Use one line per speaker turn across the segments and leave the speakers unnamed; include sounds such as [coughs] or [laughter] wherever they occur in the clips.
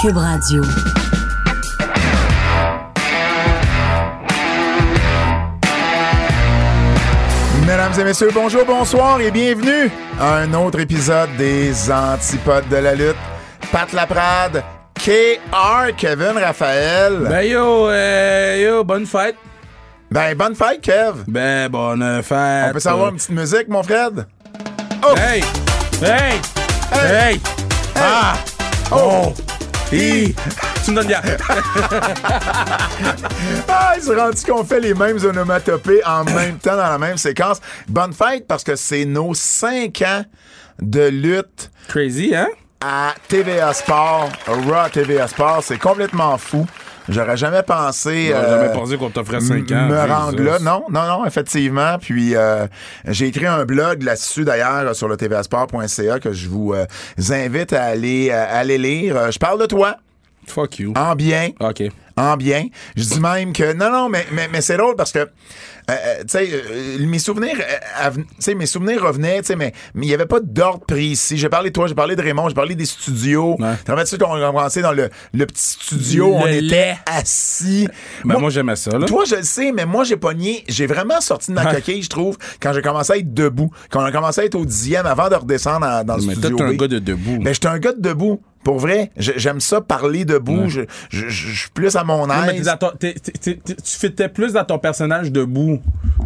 Cube Radio.
Mesdames et messieurs, bonjour, bonsoir et bienvenue à un autre épisode des Antipodes de la lutte. Pat Laprade, KR, Kevin Raphaël. Ben,
Ben yo, euh, yo, bonne fête.
bonne fête, Kev.
Ben bonne fête. Euh,
On peut savoir une petite musique, mon Fred? Oh!
Hey, hey,
Hey!
hey, ah,
Oh!
hi. Tu me donnes bien.
Ah, ils se sont rendus qu'on fait les mêmes onomatopées
[coughs]
en même temps dans la même séquence. Bonne fête parce que c'est nos 5 ans de lutte
Crazy, hein?
à TVA Sport, Raw TVA Sport. C'est complètement fou. J'aurais jamais pensé.
J'aurais
euh,
jamais pensé qu'on t'offrait 5 ans.
me
Jesus.
rendre là. Non, non, non, effectivement. Puis euh, j'ai écrit un blog là-dessus d'ailleurs euh, sur le tvasport.ca que je vous euh, invite à aller, euh, aller lire. Euh, Je parle de toi
Fuck you.
en bien.
Ok.
En bien. Je dis même que non, non, mais, mais, mais c'est drôle parce que, euh, euh, tu sais, euh, mes souvenirs, euh, aven- tu sais, mes souvenirs revenaient, tu sais, mais mais il n'y avait pas d'ordre précis. J'ai parlé de toi, j'ai parlé de Raymond, j'ai parlé des studios.
Ouais.
Tu te rappelles-tu qu'on commençait dans le, le petit studio,
Le
on était
lait.
assis.
Ben moi,
Moi-
j'aimais ça, là.
toi, je le sais, mais moi, j'ai pogné, j'ai vraiment sorti de ma
Ouais.
coquille, je trouve, quand j'ai commencé à être debout, quand on a commencé à être au dixième avant de redescendre en- dans le
Mais toi,
studio.
t'es un
B.
gars de debout.
Ben, j'étais un gars de debout. Pour vrai, J'ai- j'aime ça parler debout.
Ouais.
Je, je- je- je suis plus à mon
Non, mais t'es
aise.
dans ton- t'es- t'es- t'es- t'es- tu fitais plus dans ton personnage debout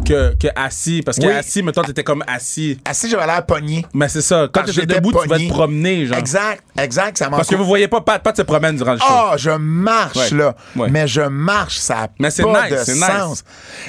que, que assis. Parce que
Oui.
assis, mettons, t'étais comme assis.
Assis, j'avais l'air pogné.
Mais c'est ça. Quand
Parce que
t'étais
j'étais
debout, tu vas
pogné.
te promener, genre.
Exact, exact, ça
Parce que vous voyez pas, Pat, Pat se promène durant le show.
Ah, je marche,
Ouais.
là.
Ouais.
Mais je marche, ça n'a
Mais c'est
pas
nice,
de
c'est
sens.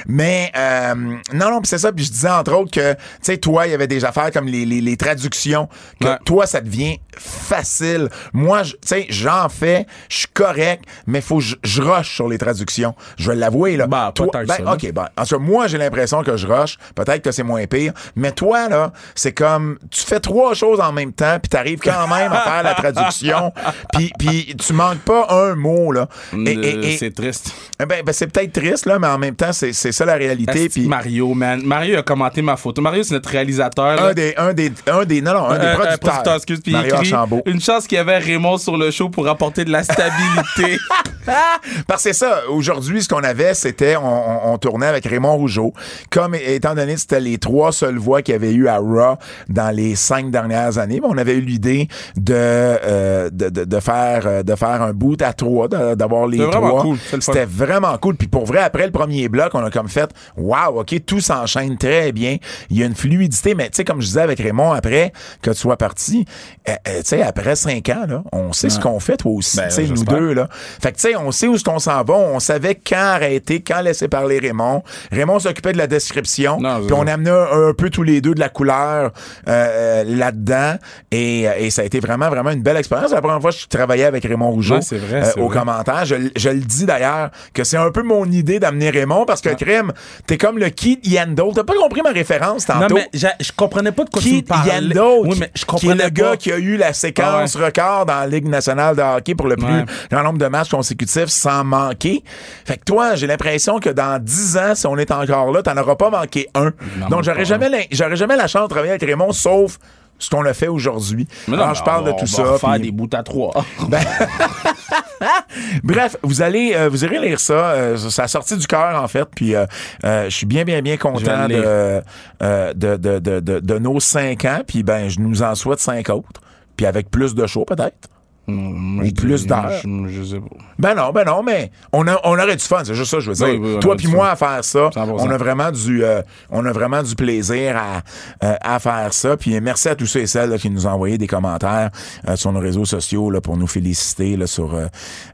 Mais, euh, non, non, puis c'est ça. Puis je disais, entre autres, que, tu sais, toi, il y avait des affaires comme les, les- les traductions, que
Ouais.
toi, ça devient facile. Moi, je- tu sais, j'en fais, je suis correct, mais faut que je- je rush sur les traductions. Je vais l'avouer, là.
Bah, pas
Toi-
tant que
ben,
ça, là.
OK, ben, en tout cas, moi, j'ai l'impression que je rush. Peut-être que c'est moins pire. Mais toi, là, c'est comme, tu fais trois choses en même temps, puis t'arrives quand même à faire la traduction,
[laughs]
puis, puis tu manques pas un mot, là. Et- et- et-
Euh, C'est triste.
ben, ben, c'est peut-être triste, là, mais en même temps, c'est c'est ça la réalité.
Asti,
Puis
Mario, man. Mario a commenté ma photo. Mario, c'est notre réalisateur.
un
là.
des, un des, un des, non, non, un
Euh,
des
euh,
producteurs.
producteur, excuse, puis il
Mario
écrit,
Archambault.
Une chance qu'il y avait Raymond sur le show pour apporter de la stabilité.
Parce que c'est ça, aujourd'hui, ce qu'on avait, c'était, on, on- on tournait avec Raymond Rougeau. Comme, é- étant donné que c'était les trois seules voix qu'il y avait eu à Raw dans les cinq dernières années, ben, on avait eu l'idée de, euh, de, de- de faire, euh, de faire un boot à trois, d'a- d'avoir les
C'était vraiment
trois.
cool, c'est le fun.
C'était vraiment cool. Puis pour vrai, après le premier bloc, on a comme fait, wow, OK, tout s'enchaîne très bien. Il y a une fluidité, mais tu sais, comme je disais avec Raymond, après que tu sois parti, euh, euh, tu sais, après cinq ans, là, on sait ce qu'on fait, toi aussi,
Ben,
tu sais, nous
j'espère.
deux, là. Fait que, tu sais, on sait où ce qu'on s'en va. On savait quand arrêter, quand laisser parler Raymond. Raymond s'occupait de la description.
Non, c'est
Puis on
ça.
amenait un, un peu tous les deux de la couleur euh, euh, là-dedans. Et, euh, et ça a été vraiment, vraiment une belle expérience. La première fois que je travaillais avec Raymond Rougeau euh,
Ouais, c'est vrai, c'est
au
vrai.
commentaire. Je, l- je le dis d'ailleurs que c'est un peu mon idée d'amener Raymond parce que, crime, t'es comme le Keith Yandel. T'as pas compris ma référence [laughs]
non,
tantôt?
mais j'a- je comprenais pas de quoi tu me
Keith
parlais.
Yandel,
Oui, mais
qui
je
est
comprenais
le
pas.
gars qui a eu la séquence
Ah ouais.
record dans la Ligue nationale de hockey pour le plus
Ouais.
grand nombre de matchs consécutifs sans manquer. Fait que toi, j'ai l'impression que dans 10 ans, si on est encore là, t'en auras pas manqué un.
Non,
Donc,
mais
j'aurais
pas
jamais, la- j'aurais jamais la chance de travailler avec Raymond, sauf ce qu'on a fait aujourd'hui.
Mais non,
Alors,
mais
je parle
on-
de tout
On va
ça.
refaire
puis-
des bouts
[laughs]
à trois.
Ben, Bref, vous allez, euh, vous irez lire ça. euh, ça a sorti du cœur en fait. Puis euh, euh, je suis bien, bien, bien content
Je vais le
de,
lire.
euh, de, de, de, de- de nos cinq ans. Puis ben, je nous en souhaite cinq autres. Puis avec plus de show peut-être.
Ou
plus d'heures.
Je, je sais pas.
Ben non, ben non, mais on a, on aurait du fun, c'est juste ça que je veux dire.
Oui, oui, on
Toi
aurait
puis
du
moi
fun.
à faire ça,
100%.
on a vraiment du euh, on a vraiment du plaisir à, euh, à faire ça. Puis merci à tous ceux et celles là, qui nous ont envoyé des commentaires euh, sur nos réseaux sociaux là, pour nous féliciter là, sur euh,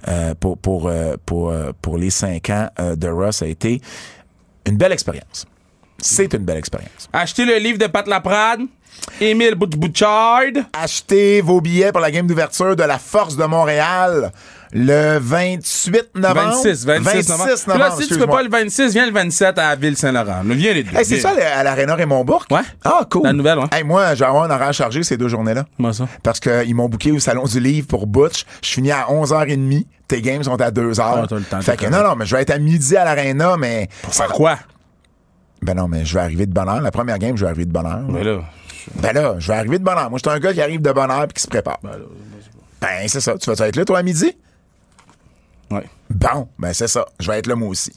euh, pour pour, euh, pour, euh, pour les cinq ans euh, de Ross. Ça a été une belle expérience. C'est une belle expérience.
Achetez le livre de Pat Laprade, Émile Bout- Bouchard.
Achetez vos billets pour la game d'ouverture de la Force de Montréal le 28 novembre.
26, 26 novembre. Puis là, si tu peux
excuse-moi.
pas le 26, viens le 27 à Ville-Saint-Laurent. Là, Viens les deux.
Hey, c'est
Viens.
ça, le- à l'Arena Raymond Bourque?
Ouais.
Ah, cool.
La nouvelle, ouais.
Hey, moi, j'ai avoir un horaire chargé ces deux journées-là.
Comment ça?
Parce qu'ils m'ont booké au Salon du Livre pour Butch. Je finis à 11h30. Tes games sont à 2h.
Ah, t'as le temps,
fait
t'as
que
le
non,
temps.
non, mais je vais être à midi à l'Arena, mais.
Pour faire quoi?
Ben non, mais je vais arriver de bonne heure. La première game, je vais arriver de bonne heure.
Mais là,
Ben là, je vais arriver de bonne heure. Moi, je suis un gars qui arrive de bonne heure et qui se prépare. Ben, c'est ça. Tu vas être là, toi, à midi?
Ouais.
Bon, ben c'est ça. Je vais être là, moi aussi.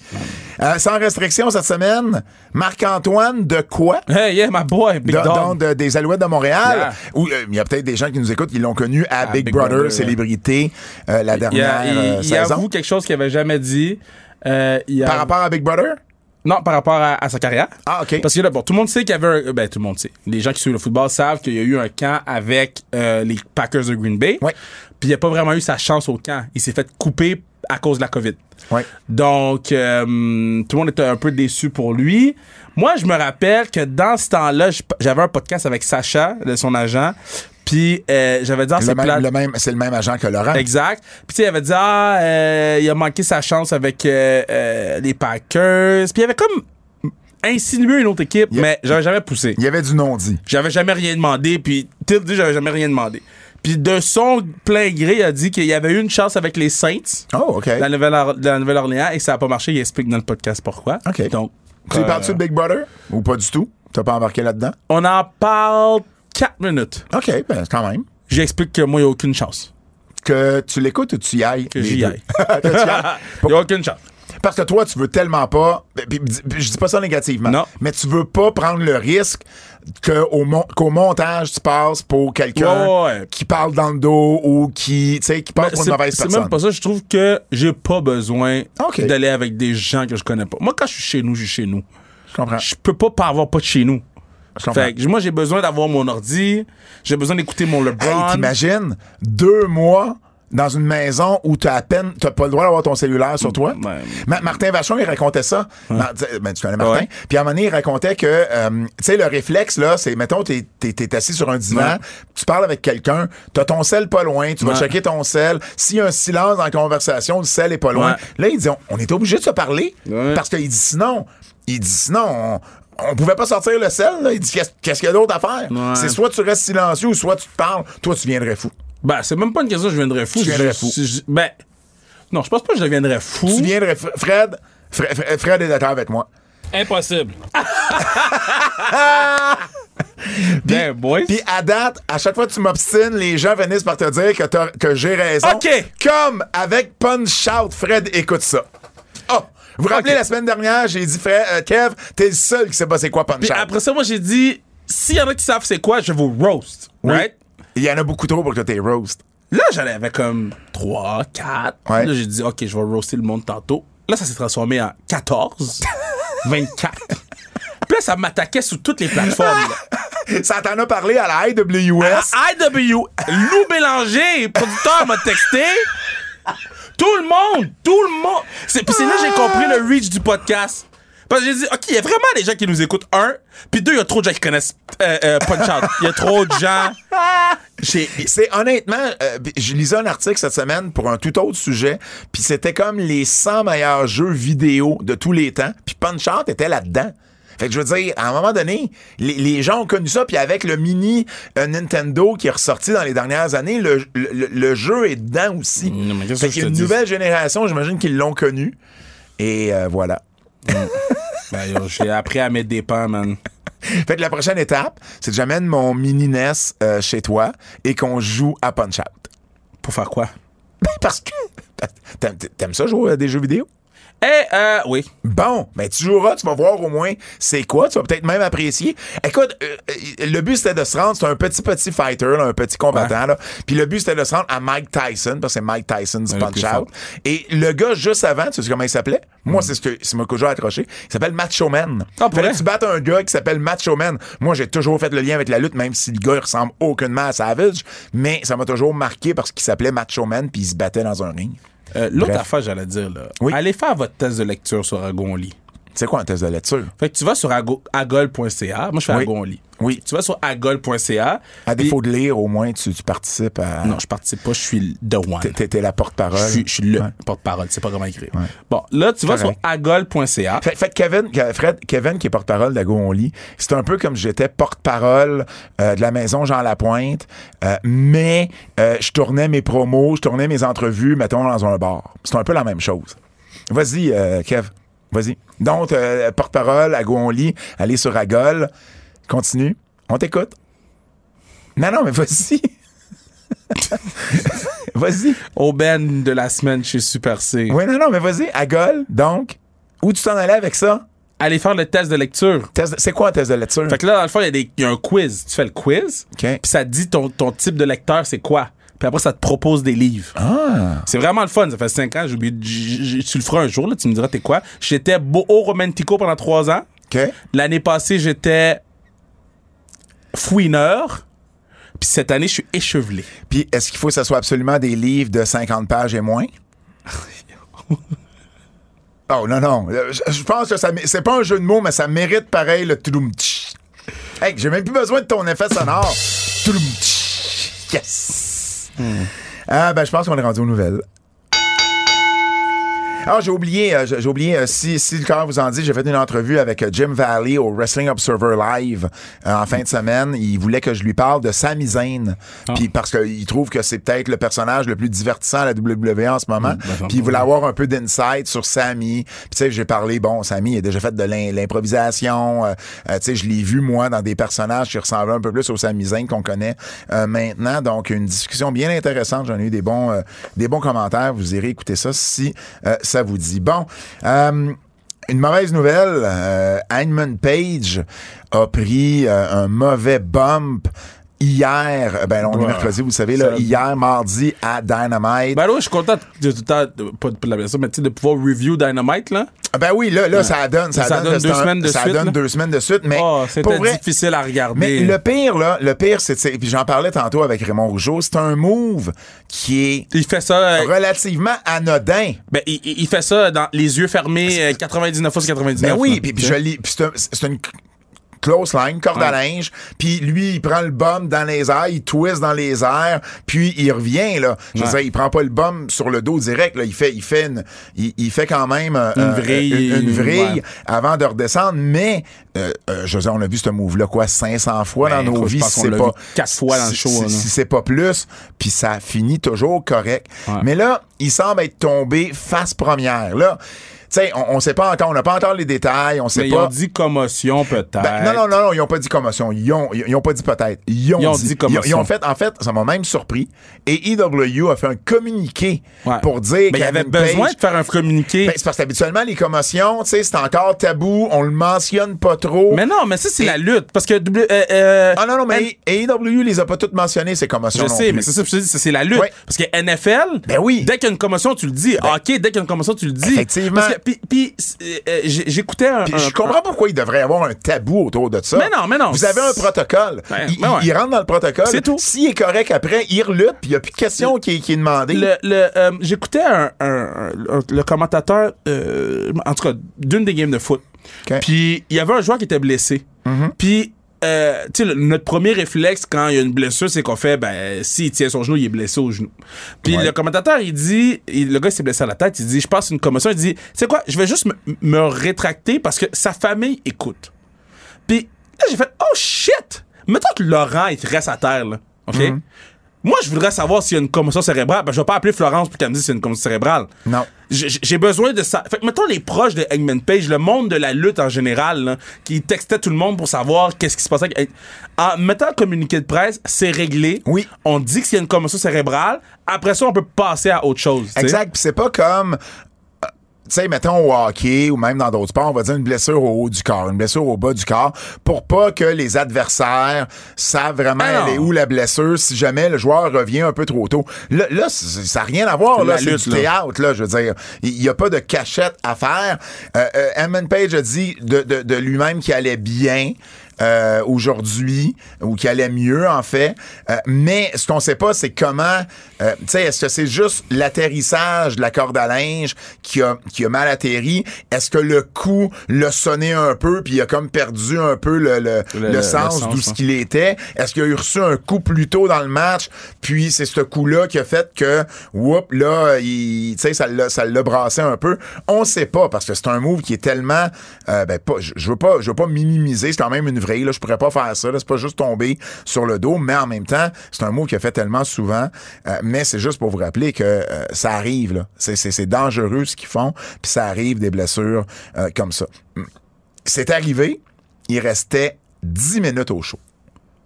Euh, sans restriction cette semaine, Marc-Antoine de quoi?
Hey, yeah, my boy, Big
De-
Dog.
donc, de- des Alouettes de Montréal.
Yeah.
Où euh, il y a peut-être des gens qui nous écoutent, ils l'ont connu à,
À
Big,
Big
Brother,
Brother, ouais.
célébrité, euh, la
il,
dernière
a, il-
euh,
il avoue
saison.
quelque chose qu'il avait jamais dit. Euh, il a-
Par rapport à Big Brother?
Non, par rapport à, à sa carrière.
Ah, OK.
Parce que là, bon, tout le monde sait qu'il y avait un. Ben, tout le monde sait. Les gens qui suivent le football savent qu'il y a eu un camp avec euh, les Packers de Green Bay.
Ouais.
Puis il n'a pas vraiment eu sa chance au camp. Il s'est fait couper à cause de la COVID.
Ouais.
Donc, euh, tout le monde était un peu déçu pour lui. Moi, je me rappelle que dans ce temps-là, je- j'avais un podcast avec Sacha, de son agent. Puis euh, j'avais dit, ah,
Le
c'est
même-
plate.
le même- c'est le même agent que Laurent.
[laughs] Exact. Puis tu sais, il avait dit ah, euh, il a manqué sa chance avec euh, euh, les Packers. Puis il avait comme insinué une autre équipe,
Yeah.
mais j'avais jamais poussé.
Il y avait du non-dit.
J'avais jamais rien demandé. Puis Till dit j'avais jamais rien demandé. Puis de son plein gré, il a dit qu'il y avait eu une chance avec les Saints
Oh, OK.
de la Nouvelle- de la Nouvelle-Orléans et que ça a pas marché. Il explique dans le podcast pourquoi.
OK.
Donc,
tu
euh,
parles-tu de Big Brother? Ou pas du tout? T'as pas embarqué là-dedans?
on en parle 4 minutes.
OK, ben quand même.
J'explique que moi, il n'y a aucune chance.
Que tu l'écoutes ou tu y ailles?
Que
les
j'y
deux?
aille.
[laughs] Que tu y ailles.
[laughs] Il n'y a aucune chance.
Parce que toi, tu veux tellement pas. puis- puis- puis je dis pas ça négativement.
Non.
Mais tu veux pas prendre le risque que au mon- qu'au montage, tu passes pour quelqu'un
Ouais, ouais, ouais.
qui parle dans le dos ou qui, tu sais, qui
Ben,
passe pour
c'est-
une mauvaise
c'est
personne.
même pas ça. Je trouve que j'ai pas besoin
Ok.
d'aller avec des gens que je connais pas. Moi, quand je suis chez nous, je suis chez nous.
Je comprends.
Je peux pas pas avoir pas de chez nous.
Ah. Je comprends.
Fait que moi, j'ai besoin d'avoir mon ordi. J'ai besoin d'écouter mon
Hey,
LeBron.
t'imagines deux mois dans une maison où t'as à peine, t'as pas le droit d'avoir ton cellulaire sur toi.
Ouais.
Ma- Martin Vachon, il racontait ça. Mar- ben, tu connais Martin.
Ouais.
Puis à un moment donné, il racontait que, euh, tu sais, le réflexe, là, c'est, mettons, t'es, t'es- t'es assis sur un divan,
Ouais.
tu parles avec quelqu'un, t'as ton sel pas loin, tu vas
Ouais.
checker ton sel. S'il y a un silence dans la conversation, le sel est pas loin.
Ouais.
Là, il dit, on, on est obligé de se parler.
Ouais.
Parce qu'il dit sinon, il dit sinon, on, on pouvait pas sortir le sel, là. Il dit, qu'est-ce, qu'est-ce qu'il y a d'autre à faire?
Ouais.
C'est soit tu restes silencieux ou soit tu te parles, toi tu deviendrais fou.
Ben, c'est même pas une question. Je deviendrais fou.
Tu deviendrais
Je-
fou.
je- ben, non, je pense pas que je deviendrais fou.
Tu deviendrais Fr- Fred, Fre- Fre- Fred est d'accord avec moi.
Impossible.
Ben, boy.
[laughs] Puis à date, à chaque fois que tu m'obstines, les gens finissent par te dire que, t'as- que j'ai raison.
OK.
Comme avec Punch Out, Fred écoute ça. Oh! Vous vous rappelez
OK.
la semaine dernière, j'ai dit Fred, euh, Kev, t'es le seul qui sait pas c'est quoi Punch
Puis
Out.
après ça, moi, j'ai dit, s'il y en a qui savent c'est quoi, je vous roast.
Oui.
Right?
Il y en a beaucoup trop pour que t'es roast. [laughs]
Là, j'en avais comme 3, 4.
Ouais.
Là, j'ai dit, OK, je vais roaster le monde tantôt. Là, ça s'est transformé en 14, 24. Puis là, ça m'attaquait sur toutes les plateformes. là.
Ça t'en a parlé à la IWS.
IW, Lou Bélanger, producteur, m'a texté. Tout le monde, tout le monde. C'est, puis c'est là que j'ai compris le reach du podcast. Parce que j'ai dit, OK, il y a vraiment des gens qui nous écoutent, un. Puis deux, il y a trop de gens qui connaissent euh, euh, Punch Out. Il y a trop de gens. J'ai,
C'est honnêtement, euh, je lisais un article cette semaine pour un tout autre sujet, puis c'était comme les 100 meilleurs jeux vidéo de tous les temps, puis Punch Out était là-dedans. Fait que je veux dire, à un moment donné, les, les gens ont connu ça, puis avec le mini euh, Nintendo qui est ressorti dans les dernières années, le, le- le- le jeu est dedans aussi.
Mm, Non, mais qu'est-ce
fait
que
qu'il y
je
a
te
une
dis?
nouvelle génération, j'imagine qu'ils l'ont connu. Et euh, voilà.
Ben, yo, j'ai appris à mettre des pans, man.
Fait que la prochaine étape, c'est que j'amène mon mini NES euh, chez toi et qu'on joue à Punch Out.
Pour faire quoi?
Ben, parce que. parce- T'aimes, t'aimes ça jouer à des jeux vidéo?
Eh, euh, oui.
Bon, ben tu joueras, tu vas voir au moins c'est quoi, tu vas peut-être même apprécier. Écoute, euh, euh, le but c'était de se rendre, c'est un petit petit fighter, là, un petit combattant, là. Puis le but c'était de se rendre à Mike Tyson, parce que c'est Mike Tyson's
Ouais, le
Punch
plus fort. Mm.
Out. Et le gars juste avant, tu sais comment il s'appelait? Moi, c'est ce que c'est moi que j'ai accroché. Il s'appelle Macho Man.
Ah, pour
Fallait
vrai?
que tu battes un gars qui s'appelle Macho Man. Moi, j'ai toujours fait le lien avec la lutte, même si le gars il ressemble aucunement à Savage, mais ça m'a toujours marqué parce qu'il s'appelait Macho Man puis il se battait dans un ring.
Euh, L'autre
Bref.
affaire, j'allais dire, là.
Oui.
Allez faire votre test de lecture sur Agonli.
C'est quoi un test de lecture?
Fait que tu vas sur ago- agol.ca. Moi, je fais
Oui.
Agonli.
Oui.
Tu vas sur agol.ca.
À
puis-
défaut de lire, au moins, tu, tu participes à.
Non, je participe pas, je suis the one.
T'es- T'es t'es la porte-parole.
Je suis, je suis le
Ouais.
porte-parole, c'est pas comment écrire. Bon, là, tu vas sur
Correct.
agol.ca.
Fait, fait que Kevin, que- Fred, Kevin qui est porte-parole d'Ago On Lit, c'est un peu comme j'étais porte-parole euh, de la maison Jean Lapointe, euh, mais euh, je tournais mes promos, je tournais mes entrevues, mettons, dans un bar. C'est un peu la même chose. Vas-y, euh, Kev, vas-y. Donc, euh, porte-parole, Ago On Lit, allez sur Agol, continue, on t'écoute. Non, non, mais vas-y. [laughs] Vas-y.
Aubaine de la semaine chez Super C.
Oui, non, non, mais vas-y, à gueule, donc. Où tu t'en allais avec ça?
Allez faire le test de lecture.
Test de- C'est quoi un test de lecture?
Fait que là, dans le fond, il y, a des- il y a un quiz. Tu fais le quiz,
OK.
puis ça te dit ton, ton type de lecteur, c'est quoi. Puis après, ça te propose des livres.
Ah!
C'est vraiment le fun. Ça fait cinq ans, j'ai oublié. de- j- j- Tu le feras un jour, là, tu me diras t'es quoi. J'étais boho romantico pendant trois ans.
OK.
L'année passée, j'étais fouineur. Puis cette année, je suis échevelé.
Puis est-ce qu'il faut que ce soit absolument des livres de 50 pages et moins? oh non, non. Euh, Je, je pense que ça mé- c'est pas un jeu de mots, mais ça mérite pareil le toudoum tch. Hey, j'ai même plus besoin de ton effet sonore. Toudoum tch. Yes! Ah ben je pense qu'on est rendu aux nouvelles. Ah, j'ai oublié, euh, j'ai j'ai oublié, euh, si, si le corps vous en dit, j'ai fait une entrevue avec euh, Jim Valley au Wrestling Observer Live euh, en fin de semaine. Il voulait que je lui parle de Sami Zayn. Puis parce qu'il trouve que c'est peut-être le personnage le plus divertissant à la WWE en ce moment. Puis il voulait avoir un peu d'insight sur Sami. Puis tu sais, j'ai parlé, bon, Sami il a déjà fait de l'im- l'improvisation. euh, euh, tu sais, je l'ai vu, moi, dans des personnages qui ressemblaient un peu plus au Sami Zayn qu'on connaît euh, maintenant. Donc, une discussion bien intéressante. J'en ai eu des bons, euh, des bons commentaires. Vous irez écouter ça si euh, ça vous dit. Bon. euh, une mauvaise nouvelle, euh, Hangman Page a pris euh, un mauvais bump hier, ben on est mercredi, vous le savez, là,
Ça-
hier, mardi, à Dynamite.
Ben là, je suis content de tout le temps, de- pas de, pas de la blessure, mais tu sais, de pouvoir review Dynamite, là.
Ah Ben oui, là, là ça donne. Ça,
Ça donne
que c'est
deux
un-
semaines de
ça
suite,
donne
là.
deux semaines de suite, mais
Oh,
pour
c'était
vrai,
difficile à regarder.
Mais le pire, là, le pire, c'est, c'est- puis j'en parlais tantôt avec Raymond Rougeau, c'est un move qui
Il fait ça,
est
euh,
relativement anodin.
ben, il, il- il fait ça dans les yeux fermés euh, 99 fois sur 99.
Ben oui,
là.
puis puis je lis, puis c'est un- c'est une close line, corde à linge, puis lui, il prend le bum dans les airs, il twist dans les airs, puis il revient, là. Je veux
Ouais.
dire, il prend pas le bum sur le dos direct, là. Il fait, il fait, une- il, il fait quand même euh, euh,
vrille,
une, une vrille
ouais.
avant de redescendre, mais, euh, euh, je veux dire, on a vu ce move-là, quoi, 500 fois dans
Ben,
nos
écoute, je
vies,
pense
si
qu'on
c'est
l'a
pas...
vu quatre fois dans le
si-
show,
si-
là.
si c'est pas plus, puis ça finit toujours correct.
Ouais.
Mais là, il semble être tombé face première. Là, tu sais, on, on sait pas encore, on n'a pas encore les détails, on
Mais
sait
ils ont
pas.
dit commotion, peut-être.
Ben, non, non, non, non, ils n'ont pas dit commotion. Ils ont, ils ils ont pas dit peut-être. Ils ont,
Ils ont
dit,
dit commotion.
Ils, ont- ils ont fait, en fait, ça m'a même surpris. Et EW a fait un communiqué
Ouais.
pour dire
Ben, il y avait
qu'Hangman
besoin
Page-
de faire un communiqué.
Ben, c'est parce qu'habituellement, les commotions, tu sais, c'est encore tabou, on le mentionne pas trop.
mais non, mais ça, c'est la lutte. Parce que. W- euh, euh,
Ah non, non, mais AEW les a pas toutes mentionnées, ces commotions.
Je
non
sais,
plus.
mais c'est ça, que je te dis, c'est c'est la lutte.
Ouais.
Parce que NFL,
Ben oui. Ben
dès qu'il y a une commotion, tu le dis. OK, dès qu'il y a une commotion, tu le dis.
Effectivement.
Parce que- Puis, puis, c'est- euh, j'ai- j'écoutais un.
Puis
un-
je comprends pourquoi il devrait y avoir un tabou autour de ça.
Mais non, mais non.
Vous avez un protocole.
Ben,
il,
ben ouais.
il- il rentre dans le protocole.
C'est tout.
S'il est correct après, il relutte, puis il n'y a plus de question qui, est- qui est demandée.
Le, le, euh, J'écoutais un, un- un- le commentateur, euh, en tout cas, d'une des games de foot.
OK.
Puis il y avait un joueur qui était blessé. Puis, euh, tu sais, le- notre premier réflexe quand il y a une blessure, c'est qu'on fait, ben, s'il tient son genou, il est blessé au genou. Puis le commentateur, il dit, il- le gars il s'est blessé à la tête, il dit, je passe une commotion, il dit, c'est quoi, je vais juste me, me rétracter parce que sa famille écoute. Puis là, j'ai fait, oh shit! Mettons que Laurent, il reste à terre, là. OK?
Mhm.
Moi, je voudrais savoir s'il y a une commotion cérébrale. Ben, je vais pas appeler Florence pour qu'elle me dise s'il y a une commotion cérébrale.
Non.
J'ai- J'ai j'ai besoin de ça. Fait que, mettons les proches de Hangman Page, le monde de la lutte en général, là, qui textait tout le monde pour savoir qu'est-ce qui se passait. avec- En mettant un communiqué de presse, c'est réglé.
Oui.
On dit que s'il y a une commotion cérébrale, après ça, on peut passer à autre chose. tu sais.
Exact. Puis c'est pas comme. euh, Tu sais, mettons au hockey ou même dans d'autres sports, on va dire une blessure au haut du corps, une blessure au bas du corps, pour pas que les adversaires savent vraiment
Ah non.
elle est où la blessure si jamais le joueur revient un peu trop tôt. Là, là, c- ça n'a rien à voir,
C'est
là,
la
c'est
lutte,
du
là.
théâtre, là, je veux dire. Il n'y a pas de cachette à faire. Euh, euh, Edmund Page a dit de, de- de lui-même qu'il allait bien. euh, aujourd'hui ou qu'il allait mieux en fait Euh, mais ce qu'on sait pas c'est comment euh, tu sais est-ce que c'est juste l'atterrissage de la corde à linge qui a qui a mal atterri est-ce que le coup l'a sonné un peu puis il a comme perdu un peu le le,
Le-
le
le- le
sens,
sens, hein.
d'où
ouais.
ce qu'il était est-ce qu'il a eu reçu un coup plus tôt dans le match puis c'est ce coup là qui a fait que whoop là il tu sais ça l'a ça l'a brassé un peu on sait pas parce que c'est un move qui est tellement euh, ben pas je je veux pas je veux pas minimiser c'est quand même une vraie là je pourrais pas faire ça là. c'est pas juste tomber sur le dos mais en même temps c'est un move qui a fait tellement souvent Euh, mais c'est juste pour vous rappeler que euh, ça arrive là c'est c'est c'est dangereux ce qu'ils font puis ça arrive des blessures euh, comme ça c'est arrivé il restait 10 minutes au show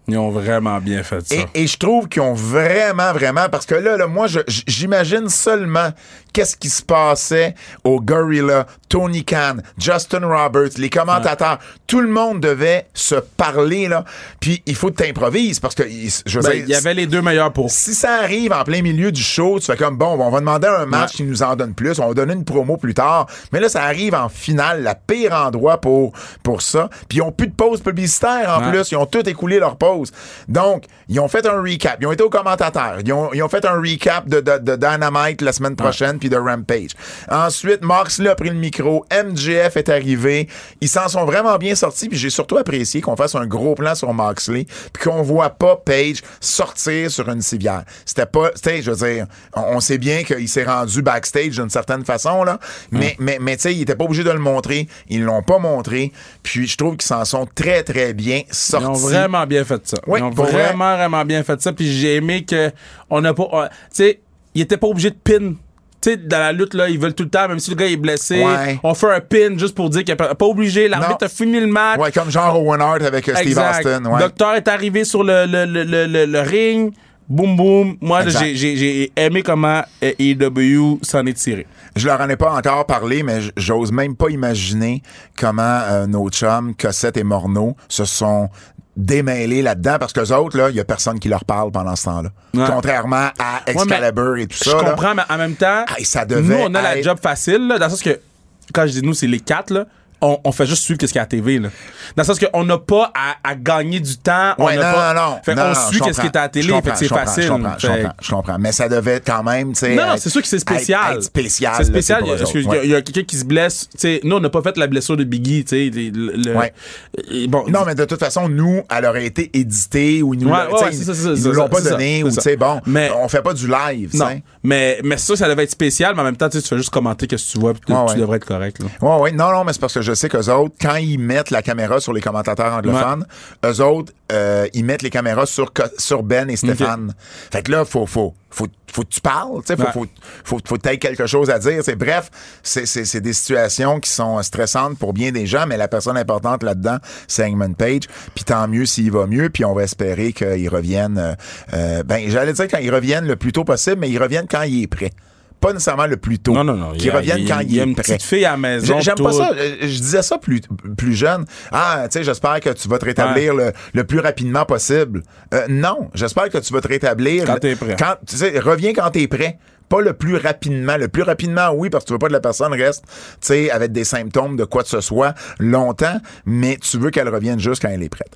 Ils ont vraiment bien fait ça.
Et, et je trouve qu'ils ont vraiment, vraiment, parce que là, là moi, je- j- j'imagine seulement qu'est-ce qui se passait au Gorilla, Tony Khan, Justin Roberts, les commentateurs. Tout le monde devait se parler, là. Puis il faut que t'improvises, parce que, il- je veux
Ben,
dire,
il y avait les deux meilleurs pour.
si ça arrive en plein milieu du show, tu fais comme bon, on va demander un match qui nous en donne plus, on va donner une promo plus tard. Mais là, ça arrive en finale, la pire endroit pour, pour ça. Puis ils ont plus de pause publicitaire en
Ouais.
plus, ils ont tout écoulé leur pause. Donc, ils ont fait un recap, ils ont été aux commentateurs, ils ont, ils ont fait un recap de, de, de Dynamite la semaine prochaine puis de Rampage. Ensuite, Moxley a pris le micro, MJF est arrivé, ils s'en sont vraiment bien sortis puis j'ai surtout apprécié qu'on fasse un gros plan sur Moxley puis qu'on voit pas Page sortir sur une civière. C'était pas, tu sais, je veux dire, on, on sait bien qu'il s'est rendu backstage d'une certaine façon là, mais mais mais tu sais, il était pas obligé de le montrer, ils l'ont pas montré, puis je trouve qu'ils s'en sont très très bien sortis.
Ils ont vraiment bien fait ça.
Oui,
Ils ont
pour vrai.
vraiment, vraiment bien fait ça. Puis j'ai aimé que on n'a pas. on- tu sais, ils étaient pas obligés de pin. Tu sais, dans la lutte, là, ils veulent tout le temps, même si le gars est blessé,
Ouais.
on fait un pin juste pour dire qu'il n'est pas pas obligé. L'arbitre
Non.
a fini le match.
Ouais, comme genre Owen Hart avec euh, Steve
Exact.
Austin, ouais.
Docteur est arrivé sur le, le, le, le, le- le ring. Boum, boum. Moi, là,
Exact.
j'ai j'ai- j'ai aimé comment euh, AEW s'en est tiré.
Je leur en ai pas encore parlé, mais j- j'ose même pas imaginer comment euh, nos chums, Cossette et Morneau, se sont démêlés là-dedans parce que les autres là, il y a personne qui leur parle pendant ce temps-là.
Ouais.
Contrairement à Excalibur et tout ça.
Je
là.
comprends, mais en même temps,
Ah, et ça devait
nous, on a la
être-
job facile, là, dans le sens que, quand je dis nous, c'est les quatre, là. On, on fait juste suivre qu'est-ce qu'il y a à TV là. Dans le sens qu'on n'a pas à, à gagner du temps, on
Ouais,
n'a
non,
pas
non, non.
Fait
non,
qu'on
non,
suit
je
qu'est-ce qui est à la télé,
comprends,
fait que c'est
je comprends,
facile.
Je comprends, je
Fait-
comprends, je comprends. Mais ça devait être quand même, tu sais.
Non, non,
être-
c'est sûr que c'est spécial.
être- être spécial.
C'est spécial.
là,
Il
pour
y a-
eux
parce
autres,
qu'il y a, il y a quelqu'un qui se blesse. Tu sais, nous, on n'a pas fait la blessure de Biggie. tu sais, le- le-
Ouais.
Et Bon,
Non, mais de toute façon, nous, elle aurait été éditée ou ils nous
Ouais,
l'a-
ouais,
tu sais,
c'est ça, c'est
ils
ça,
nous
c'est
l'ont
ça,
pas
c'est
donné
ça,
ou
c'est
tu sais,
ça.
bon,
Mais-
on fait pas du live, tu
Non.
sais.
Mais, mais c'est sûr que ça devait être spécial, mais en même temps, tu sais, tu fais juste commenter qu'est-ce que tu vois, puis tu,
Ouais,
tu
ouais.
devrais être correct. Là.
Ouais, ouais. Non, non, mais c'est parce que je sais qu'eux autres, quand ils mettent la caméra sur les commentateurs anglophones, eux autres, euh, ils mettent les caméras sur, Co- sur Ben et Stéphane. Fait que là, faut, faut, faut, faut que tu parles, tu sais, faut,
Ouais.
faut, faut, faut que t'aies quelque chose à dire. C'est, bref, c'est, c'est, c'est des situations qui sont stressantes pour bien des gens, mais la personne importante là-dedans, c'est Hangman Page. Puis tant mieux s'il va mieux, puis on va espérer qu'ils reviennent, euh, euh, ben, j'allais dire quand ils reviennent le plus tôt possible, mais ils reviennent quand il est prêt. Pas nécessairement le plus tôt.
Non, non, non.
Qu'ils reviennent quand il,
y a
est
une
prêt.
petite fille à la maison.
J'ai- J'aime pas
tout.
ça. Euh, Je, je disais ça plus, plus jeune. Ah, tu sais, j'espère que tu vas te rétablir le, le plus rapidement possible. Euh, non, j'espère que tu vas te rétablir.
Quand t'es prêt.
Quand, tu sais, reviens quand t'es prêt. Pas le plus rapidement. Le plus rapidement, oui, parce que tu veux pas que la personne reste, tu sais, avec des symptômes de quoi que ce soit longtemps, mais tu veux qu'elle revienne juste quand elle est prête.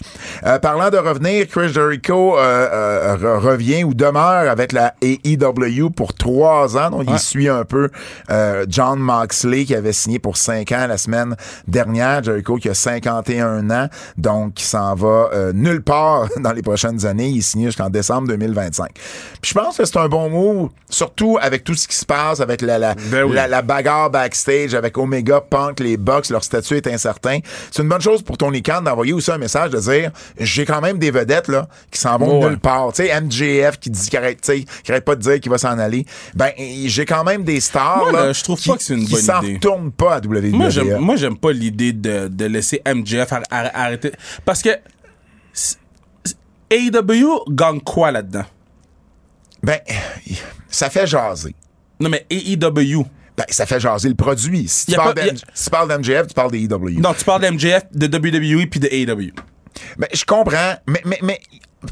Euh, parlant de revenir, Chris Jericho euh, euh, re- revient ou demeure avec la AEW pour trois ans. Donc, il
Ouais.
suit un peu euh, John Moxley qui avait signé pour 5 ans la semaine dernière. Jericho qui a 51 ans, donc qui s'en va euh, nulle part [laughs] dans les prochaines années. Il signe jusqu'en décembre 2025. Puis je pense que c'est un bon move, surtout avec tout ce qui se passe, avec la, la,
Ben oui.
la- la bagarre backstage, avec Omega, Punk, les Bucks, leur statut est incertain. C'est une bonne chose pour Tony Khan d'envoyer aussi un message de dire j'ai quand même des vedettes là qui s'en vont
Ouais.
nulle part. Tu sais, MJF qui dit qu'il arrête, tu sais, qu'il arrête pas de dire qu'il va s'en aller. Ben, j'ai quand même des stars
Moi,
là,
là, je trouve
qui-
pas que c'est une
qui
bonne
s'en
idée.
retournent pas à E. WWE.
Moi, j'aime, moi, j'aime pas l'idée de, de laisser MJF ar- ar- arrêter. Parce que c- c- AEW E gagne quoi là-dedans?
Ben, [laughs] ça fait jaser.
Non, mais E AEW.
Ben, ça fait jaser le produit. Si
Y
tu,
a
parles
pas-
d'M-
y a-
si tu parles d'MJF, tu parles des E. EW.
Non, tu parles de MJF, de WWE puis de E AEW.
Ben, je comprends, mais, mais, mais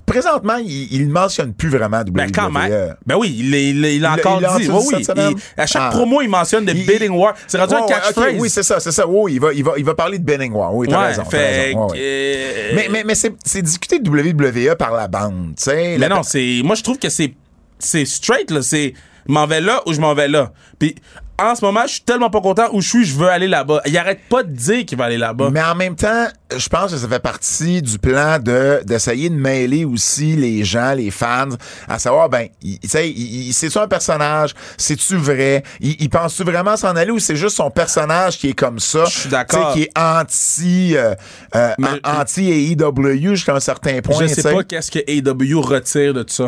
présentement, il, il mentionne plus vraiment E. WWE.
Ben, quand même. Ben oui, il, est- il est- il a
Il-
encore
il l'a
dit.
dit
Oui,
cette
oui.
semaine?
Il- à chaque
Ah.
promo, il mentionne des
Il-
bidding war. C'est rendu
Ouais,
un
ouais, ok,
catchphrase.
oui, c'est ça, c'est ça. Oui, il va, il va, il va parler de Benning War. Oui, t'as
Ouais,
raison. t'as
fait
raison. Ouais,
que,
ouais.
euh,
Mais, mais, mais c'est c'est discuté de WWE par la bande, tu sais.
Mais
La-
non, c'est. Moi, je trouve que c'est. C'est straight, là. C'est. Je m'en vais là ou je m'en vais là. Puis, en ce moment, je suis tellement pas content où je suis, je veux aller là-bas. Il arrête pas de dire qu'il va aller là-bas.
Mais en même temps, je pense que ça fait partie du plan de d'essayer de mêler aussi les gens, les fans, à savoir, ben, il- tu sais, il- il- c'est-tu un personnage? C'est-tu vrai? Il, il pense-tu vraiment s'en aller ou c'est juste son personnage qui est comme ça?
Je suis d'accord.
Tu sais, qui est anti, euh, euh,
Mais-
an- anti-AEW jusqu'à un certain point.
Je
tu
sais
sais.
pas qu'est-ce que AEW retire de tout ça.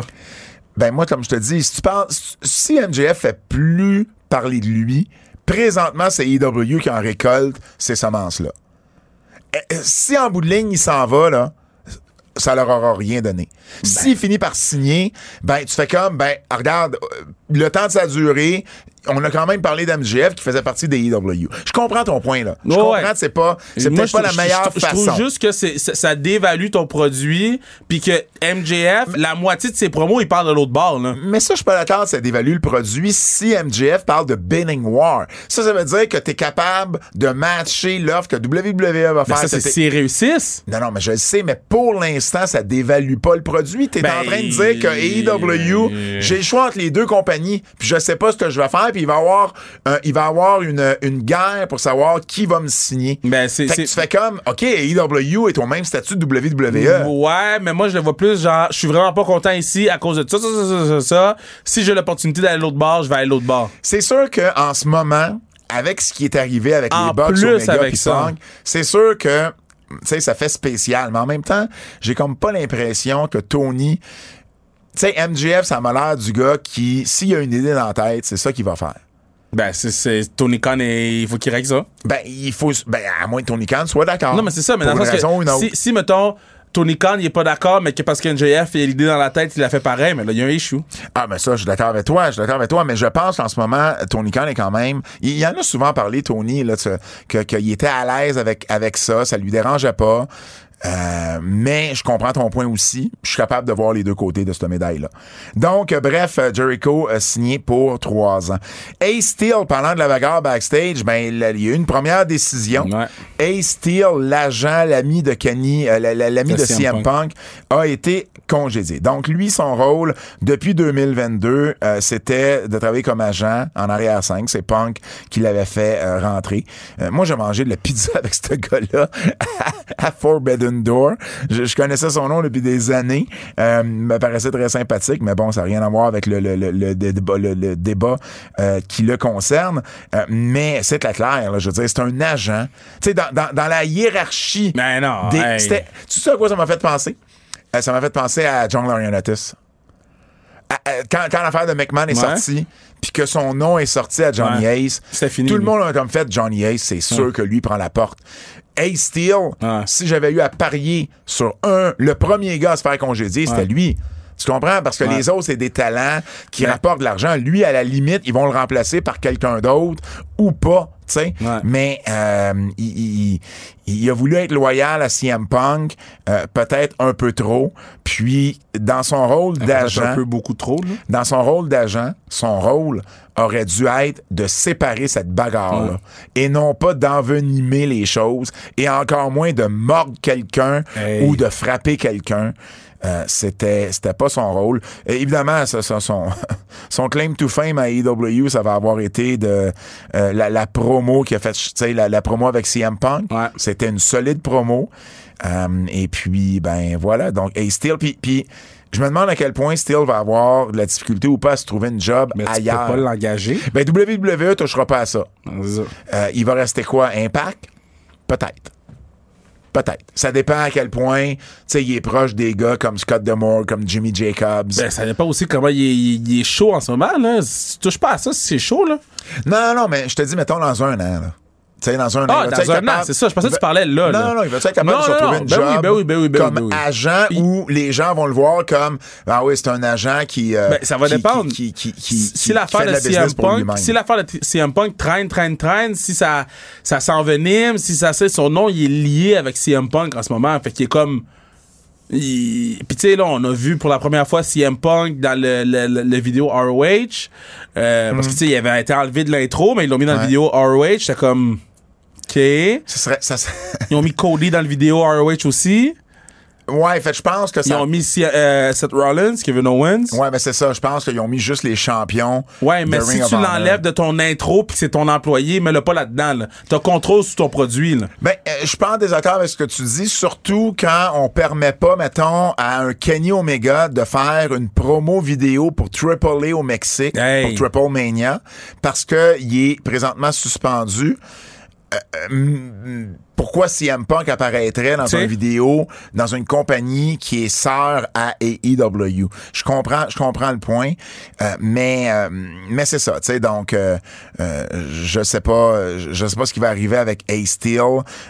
Ben moi, comme je te dis, si tu penses, si MJF fait plus parler de lui, présentement, c'est EW qui en récolte ces semences-là. Eh, eh, Si en bout de ligne, il s'en va, là, ça leur aura rien donné.
Ben.
S'il finit par signer, ben tu fais comme ben regarde euh, le temps de sa durée, on a quand même parlé d'MGF qui faisait partie des EW. Je comprends ton point là. Je
Ouais,
comprends
ouais.
que c'est pas c'est
Moi,
peut-être
je
pas
trou-
la
je-
meilleure
je, trou-
façon.
Je trouve juste que c'est- ça, ça dévalue ton produit, puis que MJF, la moitié de ses promos, il parle de l'autre bord. Là.
Mais ça, je suis pas d'accord, ça dévalue le produit si MJF parle de bidding war. Ça, ça veut dire que t'es capable de matcher l'offre que WWE va
Mais
faire.
ça, c'est
T'es-
s'ils réussissent.
Non, non, mais je le sais, mais pour l'instant, ça dévalue pas le produit. T'es
Ben,
en train de dire que AEW, j'ai le choix entre les deux compagnies, puis je sais pas ce que je vais faire, puis il va avoir, euh, il va avoir une, une guerre pour savoir qui va me signer.
Ben, c'est-
fait que
c'est-
tu fais comme, OK, AEW est au même statut de E. WWE.
Ouais, mais moi, je le vois plus genre, je suis vraiment pas content ici à cause de ça, ça, ça, ça, ça. ça. Si j'ai l'opportunité d'aller à l'autre bord, je vais aller à l'autre bord.
C'est sûr que en ce moment, avec ce qui est arrivé avec
En
les Bucks,
plus
Omega,
avec
puis
ça.
Punk, c'est sûr que tu sais, ça fait spécial. Mais en même temps, j'ai comme pas l'impression que Tony. Tu sais, MGF, ça m'a l'air du gars qui, s'il a une idée dans la tête, c'est ça qu'il va faire.
Ben, c'est- c'est Tony Khan et il faut qu'il règle ça.
Ben, il faut. Ben, à moins que Tony Khan soit d'accord.
Non, mais c'est ça, mais
Ah. Pour
dans
une
le sens
raison ou une
que
autre.
si, si, mettons, Tony Khan, il est pas d'accord, mais que parce que MJF, il a l'idée dans la tête, il a fait pareil, mais là, il y a un issue.
Ah, mais ça, je suis d'accord avec toi, je suis d'accord avec toi, mais je pense qu'en ce moment, Tony Khan est quand même. Il il y en a souvent parlé, Tony, là, tu- que qu'il était à l'aise avec, avec ça, ça lui dérangeait pas. Euh, mais je comprends ton point aussi. Je suis capable de voir les deux côtés de cette médaille-là. Donc, euh, bref, euh, Jericho a signé pour trois ans. Ace Steel, parlant de la bagarre backstage, ben, il y a eu une première décision.
Ouais.
Ace Steel, l'agent, l'ami de Kenny, euh, la- la- l'ami
De
de
CM
CM
Punk.
Punk a été congédié. Donc, lui, son rôle depuis 2022, euh, c'était de travailler comme agent en arrière 5. C'est Punk qui l'avait fait euh, rentrer. Euh, moi, j'ai mangé de la pizza [laughs] avec ce gars-là à, Forbidden Door. Je, je connaissais son nom depuis des années. Euh, me paraissait très sympathique, mais bon, ça n'a rien à voir avec le, le- le- le débat, le- le débat, euh, qui le concerne. Euh, mais c'est très clair, là. je veux dire, c'est un agent. Tu sais, dans, dans- dans la hiérarchie
Mais non,
des-
hey.
c'était- Tu sais à quoi ça m'a fait penser? Euh, ça m'a fait penser à John Laurinaitis. À- à- Quand, quand l'affaire de McMahon est
Ouais.
sortie, puis que son nom est sorti à Johnny
Ouais.
Hayes,
C'était fini,
tout le
lui.
monde a comme fait Johnny Hayes, c'est sûr que lui prend la porte. Hayes Steele,
Ouais.
si j'avais eu à parier sur un, le premier gars à se faire congédier, c'était
Ouais.
lui. Tu comprends? Parce que
Ouais.
les autres, c'est des talents qui
Ouais.
rapportent de l'argent. Lui, à la limite, ils vont le remplacer par quelqu'un d'autre ou pas, tu sais.
Ouais.
Mais euh, il, il- il a voulu être loyal à CM Punk, euh, peut-être un peu trop. Puis, dans son rôle
C'est un
d'agent,
peu beaucoup trop, là.
dans son rôle d'agent, son rôle aurait dû être de séparer cette bagarre-là et non pas d'envenimer les choses et encore moins de mordre quelqu'un
Hey.
ou de frapper quelqu'un. Euh, c'était c'était pas son rôle. Et évidemment, ça, ça, son, [laughs] son claim to fame à AEW, ça va avoir été de euh, la, la promo qui a fait, tu sais, la, la promo avec CM Punk.
Ouais.
C'était une solide promo. Euh, et puis, ben voilà. Donc, et Steele, puis, puis je me demande à quel point Steele va avoir de la difficulté ou pas à se trouver une job
Mais tu peux
ailleurs.
pas l'engager.
Ben, WWE touchera pas à ça.
C'est ça.
Euh, il va rester quoi? Impact? Peut-être. Peut-être. Ça dépend à quel point, tu sais, il est proche des gars comme Scott Demore, comme Jimmy Jacobs.
Ben, ça dépend aussi comment il est, il- il est chaud en ce moment, là. Si tu touches pas à ça, si c'est chaud, là.
Non, non, mais je te dis, mettons, dans un an, là. Tu sais, dans un an.
Ah,
il va-tu
dans
être
un
capable-
an, c'est ça. Je pensais que
il
tu
va-
parlais là,
Non,
là.
non, non, il va être capable
Non,
de se
non,
retrouver
non.
une
Ben oui,
job
ben oui, ben oui, ben oui,
comme
ben oui.
agent
Il-
où les gens vont le voir comme, ah oui, c'est un agent qui... euh,
Ben, ça va
qui-
dépendre.
Qui, qui, qui,
Si-
qui-
si
qui
l'affaire
fait
de,
la business
CM
pour
Punk,
lui-même.
si l'affaire de t- CM Punk traîne, traîne, traîne, si ça, ça s'envenime, si ça c'est son nom, il est lié avec CM Punk en ce moment, fait qu'il est comme il... Puis tu sais, là, on a vu pour la première fois CM Punk dans le, le, le- le vidéo ROH. euh, Parce que tu sais, il avait été enlevé de l'intro, mais ils l'ont mis dans
Mhm. Ouais.
le vidéo ROH. C'était comme. OK. Ils
Ce serait- ça serait- [laughs]
ont mis Cody dans le vidéo ROH aussi.
ouais, fait, je pense que
Ils
ça...
ont mis si- euh, Seth Rollins, Kevin Owens.
Ouais, mais c'est ça. Je pense qu'ils ont mis juste les champions.
Ouais,
de
mais
Ring
si
of
tu
Honor.
l'enlèves de ton intro puis que c'est ton employé, mets-le pas là-dedans. Là. T'as contrôle sur ton produit. Là.
Ben, euh, je suis pas en désaccord avec ce que tu dis, surtout quand on permet pas, mettons, à un Kenny Omega de faire une promo vidéo pour Triple A au Mexique,
Hey.
pour Triple Mania, parce que il est présentement suspendu. mm, pourquoi CM Punk apparaîtrait dans
Tu sais.
une vidéo dans une compagnie qui est sœur à AEW. Je comprends, je comprends le point, euh, mais euh, mais c'est ça, tu sais. Donc euh, euh, je sais pas, je je sais pas ce qui va arriver avec A Steel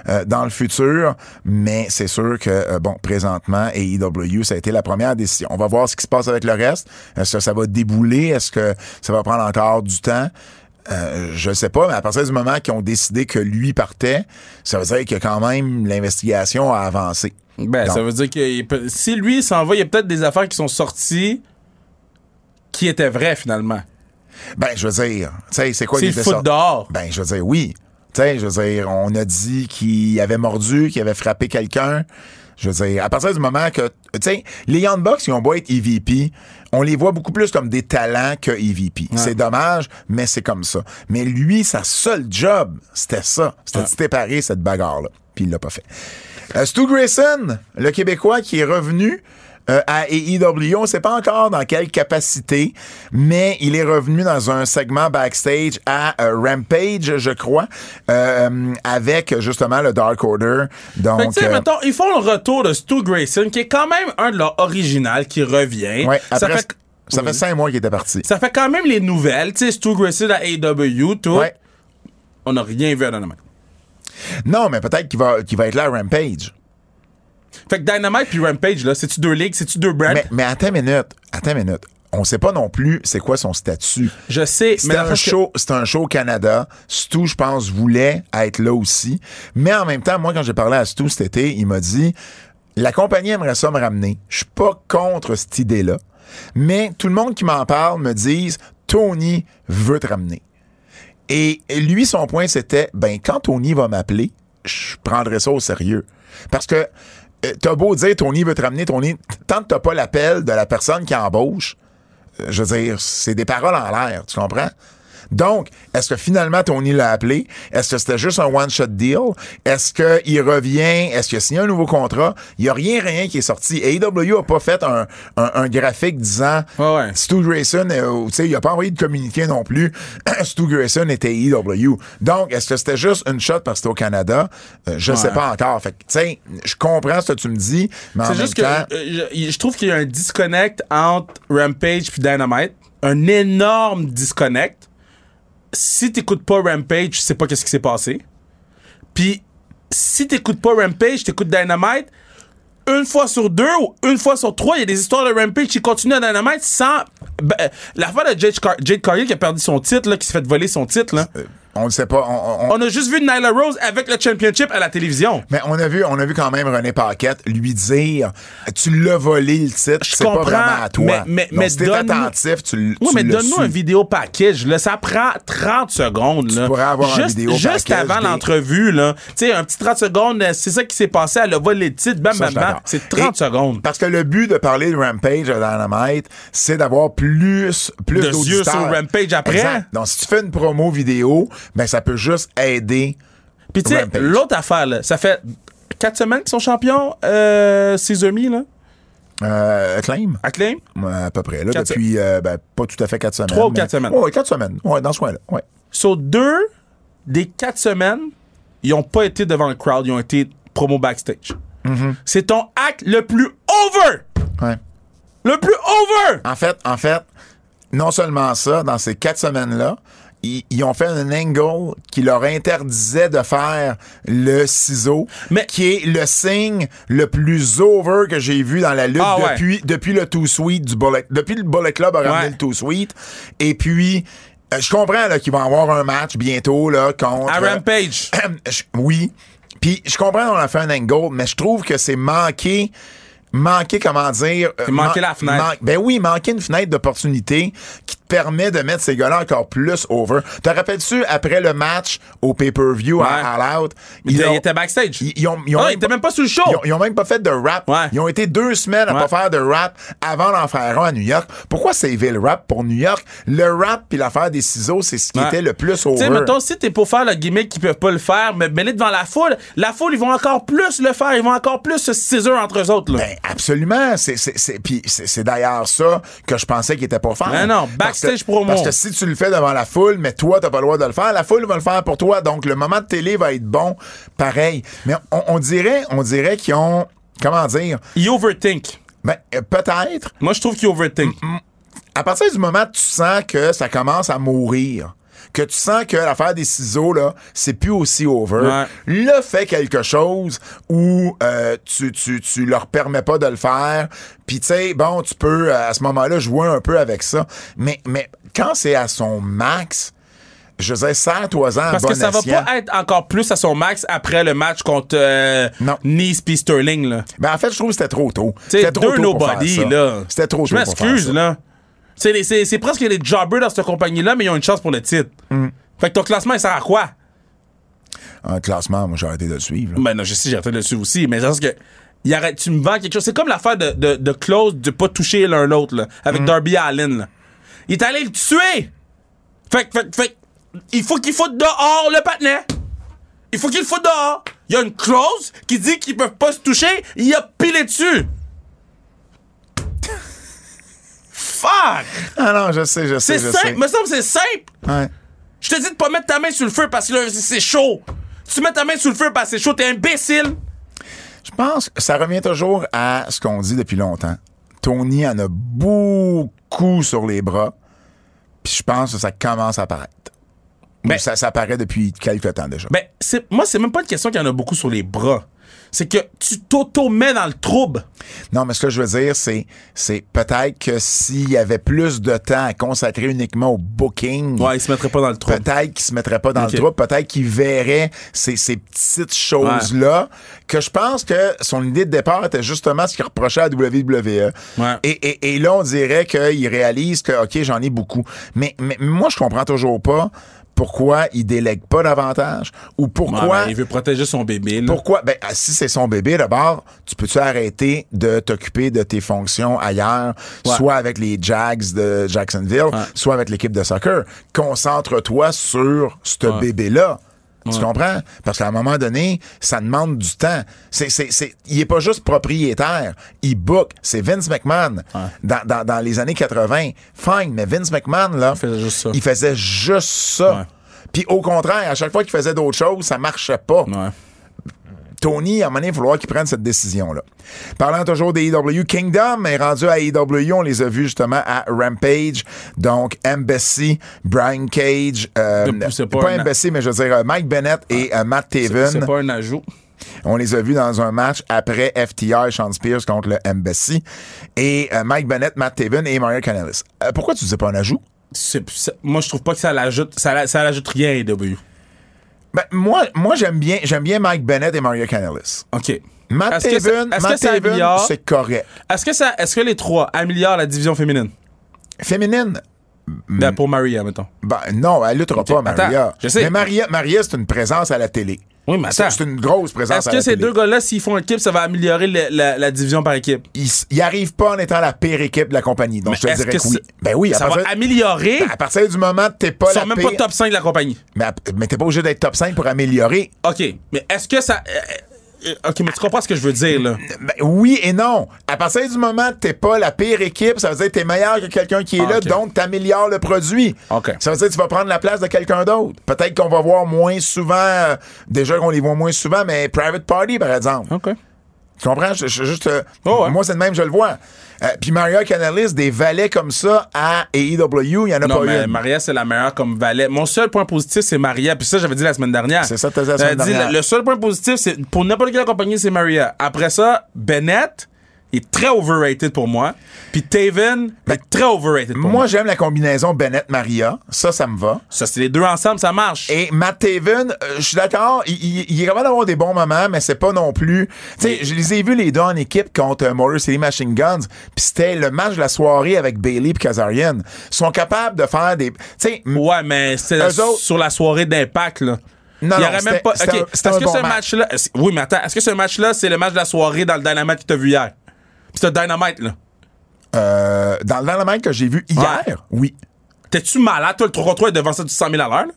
euh, dans le futur, mais c'est sûr que euh, bon, présentement AEW ça a été la première décision. On va voir ce qui se passe avec le reste. Est-ce que ça va débouler Est-ce que ça va prendre encore du temps euh, je sais pas, mais à partir du moment qu'ils ont décidé que lui partait, ça veut dire que quand même l'investigation a avancé.
Ben,
Donc.
ça veut dire que il peut- si lui s'en va, il y a peut-être des affaires qui sont sorties qui étaient vraies finalement.
Ben, je veux dire, tu sais, c'est quoi
C'est
qui
le
était
foot
sorti?
dehors.
Ben, je veux dire, oui. Tu sais, je veux dire, on a dit qu'il avait mordu, qu'il avait frappé quelqu'un. Je veux dire, à partir du moment que, tu sais, les Young Bucks, ils ont beau être EVP, on les voit beaucoup plus comme des talents que EVP. C'est dommage, mais c'est comme ça. Mais lui, sa seule job, c'était ça. C'était de séparer cette bagarre-là. Puis il l'a pas fait. Euh, Stu Grayson, le Québécois qui est revenu euh, à AEW, on sait pas encore dans quelle capacité, mais il est revenu dans un segment backstage à euh, Rampage, je crois, euh, avec justement le Dark Order.
Fait que,
Donc,
tu sais,
euh,
mettons, ils font le retour de Stu Grayson, qui est quand même un de leurs originales qui revient.
ouais,
ça,
après-
fait,
ça fait
Oui.
cinq mois qu'il était parti.
ça fait quand même les nouvelles. Tu sais, Stu Grayson à AW, tout.
Ouais.
On n'a rien vu à Dynamite.
Non, mais peut-être qu'il va, qu'il va être là à Rampage.
Fait que Dynamite puis Rampage, là, c'est-tu deux ligues, c'est-tu deux brands?
Mais, mais attends une minute, attends une minute. On sait pas non plus c'est quoi son statut.
je sais, mais
C'était
la
un,
chose que-
show- c'était un show au Canada. Stu, je pense, voulait être là aussi. Mais en même temps, moi, quand j'ai parlé à Stu cet été, il m'a dit La compagnie aimerait ça me ramener. Je suis pas contre cette idée-là. Mais tout le monde qui m'en parle me dit Tony veut te ramener. Et lui, son point, c'était Ben, quand Tony va m'appeler, je prendrai ça au sérieux. Parce que euh, t'as beau dire Tony veut te ramener, Tony, tant que t'as pas l'appel de la personne qui embauche, je veux dire, c'est des paroles en l'air, tu comprends? Donc, est-ce que finalement Tony l'a appelé? Est-ce que c'était juste un one-shot deal? Est-ce qu'il revient? Est-ce qu'il a signé un nouveau contrat? Il n'y a rien, rien qui est sorti. AEW n'a pas fait un, un- un graphique disant
Ouais, ouais.
Stu Grayson, euh, tu sais, il n'a pas envoyé de communiqué non plus. [clears throat] Stu Grayson était AEW. Donc, est-ce que c'était juste une shot parce que c'était au Canada? Euh, je ne sais pas encore. Fait que, tu sais, je comprends ce que tu me dis, mais en
C'est
même
juste que
temps...
euh, je, je trouve qu'il y a un disconnect entre Rampage puis Dynamite. Un énorme disconnect. Si t'écoutes pas Rampage, tu sais pas qu'est-ce qui s'est passé. Puis si t'écoutes pas Rampage, t'écoutes Dynamite. Une fois sur deux ou une fois sur trois, il y a des histoires de Rampage qui continuent à Dynamite sans. Ben, euh, L'affaire de Jade, Car- Jade Cargill qui a perdu son titre, là, qui s'est fait voler son titre. Là.
on ne sait pas. on- on-
On a juste vu Nyla Rose avec le championship à la télévision.
Mais on a vu, on a vu quand même René Paquette lui dire Tu l'as volé le titre,
Je
c'est pas
comprends,
vraiment à toi.
mais- mais-
Donc,
mais
si t'es
donne-nous-
attentif, tu, l-
Oui,
tu
mais
l'as
donne-nous
su.
un vidéo package. Là. Ça prend 30 secondes. là.
pourrais avoir un
juste,
vidéo
Juste
package
avant
des-
l'entrevue, là. Tu sais, un petit 30 secondes, euh, c'est ça qui s'est passé. Elle a volé le titre, bam,
Ça,
bam,
je
bam.
l'adore.
C'est 30
Et-
secondes.
Parce que le but de parler de Rampage à Dynamite, c'est d'avoir plus, plus
De yeux
d'auditeurs.
sur Rampage après.
Exact. Donc, si tu fais une promo vidéo, ben, ça peut juste aider.
Puis, tu sais,
Rampage.
l'autre affaire, là, ça fait 4 semaines qu'ils sont champions, euh, Scissor Me, là,
Euh, Acclaim,
Acclaim.
à peu près. Là,
Quatre
depuis euh, ben, pas tout à fait quatre semaines.
Trois ou
mais-
quatre semaines.
Ouais, quatre semaines. Ouais, dans ce coin-là. Ouais.
Sur deux des quatre semaines, ils ont pas été devant le crowd, ils ont été promo backstage.
Mm-hmm.
C'est ton acte le plus over!
ouais.
Le plus over!
En fait, en fait, non seulement ça, dans ces quatre semaines-là, ils, ils ont fait un angle qui leur interdisait de faire le ciseau,
Mais-
qui est le signe le plus over que j'ai vu dans la lutte
Ah ouais.
depuis, depuis le Too Sweet du Bullet, depuis le Bullet Club a ramené
Ouais.
le Too Sweet. Et puis, euh, je comprends là, qu'ils vont avoir un match bientôt là, contre...
À Rampage.
[clears throat] Je- oui. Puis je comprends qu'on a fait un angle, mais je trouve que c'est manqué. Manquer, comment dire. euh,
manquer
man-
la fenêtre.
man- ben oui, manquer une fenêtre d'opportunité qui te permet de mettre ces gars-là encore plus over. Te rappelles-tu, après le match au pay-per-view
Ouais.
à All Out,
Il était-
ont-
il était backstage.
Ils, ils ont, ils ont
Ah,
même
il était
pas-
même pas sur le show.
Ils ont, ils ont même pas fait de rap.
Ouais.
Ils ont été deux semaines à
Ouais.
pas faire de rap avant d'en faire un à New York. Pourquoi saver le rap pour New York? Le rap puis l'affaire des ciseaux, c'est ce qui
Ouais.
était le plus
Tu
over.
sais, mettons, si t'es pour faire le gimmick qu'ils peuvent pas le faire, mais ben, là, devant la foule, la foule, ils vont encore plus le faire, ils vont encore plus se ciser entre eux autres, là.
Ben, Absolument. C'est, c'est, c'est, puis c'est, c'est d'ailleurs ça que je pensais qu'il était pas faire.
Mais non,
Parce que-
backstage promo.
Parce que si tu le fais devant la foule, mais toi, t'as pas le droit de le faire, la foule va le faire pour toi. Donc, le moment de télé va être bon, pareil. Mais on, on dirait, on dirait qu'ils ont, comment dire,
Il overthink.
ben, euh, peut-être,
Moi, je trouve qu'il overthink.
à partir du moment que tu sens que ça commence à mourir, que tu sens que l'affaire des ciseaux, là, c'est plus aussi over, là, fais quelque chose où euh, tu, tu, tu leur permets pas de le faire. Puis, tu sais, bon, tu peux, euh, à ce moment-là, jouer un peu avec ça. Mais, mais quand c'est à son max, je sais, serre-toi-en à
Parce
bon
que ça
escient.
va pas être encore plus à son max après le match contre euh,
Non.
Nice puis Sterling. Là.
Ben, en fait, je trouve que c'était trop tôt.
T'sais,
C'était trop
deux
tôt pour faire
nobody,
ça.
là.
C'était trop
Je
tôt pour faire
m'excuse,
ça.
là. C'est, les- c'est, c'est presque les jobbers dans cette compagnie-là, mais ils ont une chance pour le titre.
Mm.
Fait que ton classement, il sert à quoi?
Un classement, moi, j'ai arrêté de le suivre. là.
Ben non, je sais, j'ai arrêté dessus aussi, mais je pense que il arrête, tu me vends quelque chose. C'est comme l'affaire de, de, de Close de pas toucher l'un l'autre, là,
Mm.
avec Darby Allen. Là. Il est allé le tuer! Fait que, fait, que- fait que, il faut qu'il foute dehors le patinet! Il faut qu'il le foute dehors! Il y a une clause qui dit qu'ils peuvent pas se toucher, il a pilé dessus!
[laughs]
Fuck!
Ah non, je sais, je sais,
C'est
je
simple,
sais.
me semble que c'est simple!
Ouais.
Je te dis de pas mettre ta main sur le feu parce que là, c'est chaud! Si tu mets ta main sur le feu parce que c'est chaud, t'es imbécile!
Je pense que ça revient toujours à ce qu'on dit depuis longtemps. Tony en a beaucoup sur les bras. Puis je pense que ça commence à paraître. Ou
Ben-
ça, ça paraît depuis quelques temps déjà.
Ben, c'est, moi, c'est même pas une question qu'il y en a beaucoup sur les bras. C'est que tu t'auto-mets dans le trouble.
Non, mais ce que je veux dire, c'est, c'est peut-être que s'il y avait plus de temps à consacrer uniquement au booking,
Ouais, il se mettrait pas dans le trouble.
peut-être qu'il se mettrait pas dans
Ok.
le trouble, peut-être qu'il verrait ces, ces petites choses-là, que je pense que son idée de départ était justement ce qu'il reprochait à WWE.
Ouais.
Et, et- et là, on dirait qu'il réalise que, OK, j'en ai beaucoup. Mais, mais moi, je comprends toujours pas pourquoi il délègue pas davantage ou pourquoi...
Ouais, il veut protéger son bébé. là.
Pourquoi? Ben, ah, si c'est son bébé, d'abord, tu peux-tu arrêter de t'occuper de tes fonctions ailleurs,
Ouais.
soit avec les Jags de Jacksonville, soit avec l'équipe de soccer? Concentre-toi sur ce bébé-là. Tu comprends? Parce qu'à un moment donné, ça demande du temps. C'est, c'est, c'est, il est pas juste propriétaire. Il book. C'est Vince McMahon. Dans, dans, dans les années 80. Fine, mais Vince McMahon, là, il
faisait juste ça.
il faisait juste ça.
Ouais.
Puis au contraire, à chaque fois qu'il faisait d'autres choses, ça marchait pas.
Ouais.
Tony, à un moment donné, il va falloir qu'il prenne cette décision-là. Parlant toujours des EW, Kingdom est rendu à EW. On les a vus justement à Rampage. Donc, Embassy, Brian Cage, euh,
Mais c'est pas
pas
un- Ah,
Embassy, mais je veux dire euh, Mike Bennett et euh, Matt Taven.
C'est pas un ajout.
On les a vus dans un match après FTR, Sean Spears contre le Embassy. Et euh, Mike Bennett, Matt Taven et Mario Canales. Euh, pourquoi tu disais pas un ajout?
C'est- c'est- moi, je trouve pas que ça l'ajoute. Ça, la- ça l'ajoute rien à AEW.
Ben, moi, moi j'aime bien, j'aime bien Mike Bennett et Mario Canales.
OK.
Matt
Est-ce que ça-
Taven,
est-ce que
Matt
ça
Taven,
améliore-
c'est correct.
Est-ce que, ça, est-ce que les trois améliorent la division féminine?
Féminine, Hmm.
Ben, pour Maria, mettons.
Ben non, elle luttera pas, Maria.
attends, je sais.
Mais Maria, Maria c'est une présence à la télé.
Oui, mais
C'est
attends.
c'est une grosse présence
Est-ce
à
que
la
ces
télé.
deux gars-là, s'ils font équipe, ça va améliorer le- la, la division par équipe?
Ils n'y arrivent pas en étant la pire équipe de la compagnie. Donc, je te
Est-ce
dirais
que
que oui.
ça-
Ben oui, à
ça
partir,
va améliorer?
à partir du moment que t'es pas
Ils sont
la
même
pire...
pas top 5 de la compagnie.
Mais, à- mais t'es pas obligé d'être top 5 pour améliorer.
OK. Mais est-ce que ça. euh, euh, OK, mais tu comprends ce que je veux dire, là?
Ben oui et non. À partir du moment que t'es pas la pire équipe, ça veut dire que t'es meilleur que quelqu'un qui est
Ah,
là,
ok.
donc t'améliores le produit.
Ok.
Ça veut dire que tu vas prendre la place de quelqu'un d'autre. Peut-être qu'on va voir moins souvent, euh, déjà qu'on les voit moins souvent, mais Private Party, par exemple.
OK.
Tu comprends? Je, je- juste, euh,
Oh ouais.
Moi, c'est le même, je le vois. Euh, Puis Maria Canalis, des valets comme ça à AEW, il n'y en a
Non,
pas
mais
eu.
Maria, c'est la meilleure comme valet. Mon seul point positif, c'est Maria. Puis ça, j'avais dit la semaine dernière.
C'est ça, t'as dit la semaine
J'avais
dernière.
Le, le seul point positif, c'est pour n'importe quelle compagnie, c'est Maria. Après ça, Bennett est très overrated pour moi. Puis Taven est très overrated pour moi.
Moi, j'aime la combinaison Bennett-Maria. Ça, ça me va.
Ça, c'est les deux ensemble, ça marche.
Et Matt Taven, euh, je suis d'accord, il, il- il est capable d'avoir des bons moments, mais c'est pas non plus. Tu sais, je les ai vus les deux en équipe contre euh, Motor City Machine Guns, puis c'était le match de la soirée avec Bailey et Kazarian. Ils sont capables de faire des. Tu sais, m-
Ouais, mais c'est
Eux autres-
sur la soirée d'impact, là.
Non,
Il y
non,
aurait
c'était-
même pas.
c'était
ok,
un- c'était
est-ce
un
que
bon
ce
match.
match-là. est-ce- Oui, mais attends, est-ce que ce match-là, c'est le match de la soirée dans le Dynamite que t'as vu hier? Puis c'est Dynamite, là.
euh, dans le Dynamite que j'ai vu hier,
Ouais.
oui.
T'es-tu malade, toi, le 3 contre 3 est devant ça du 100 000 à l'heure, là?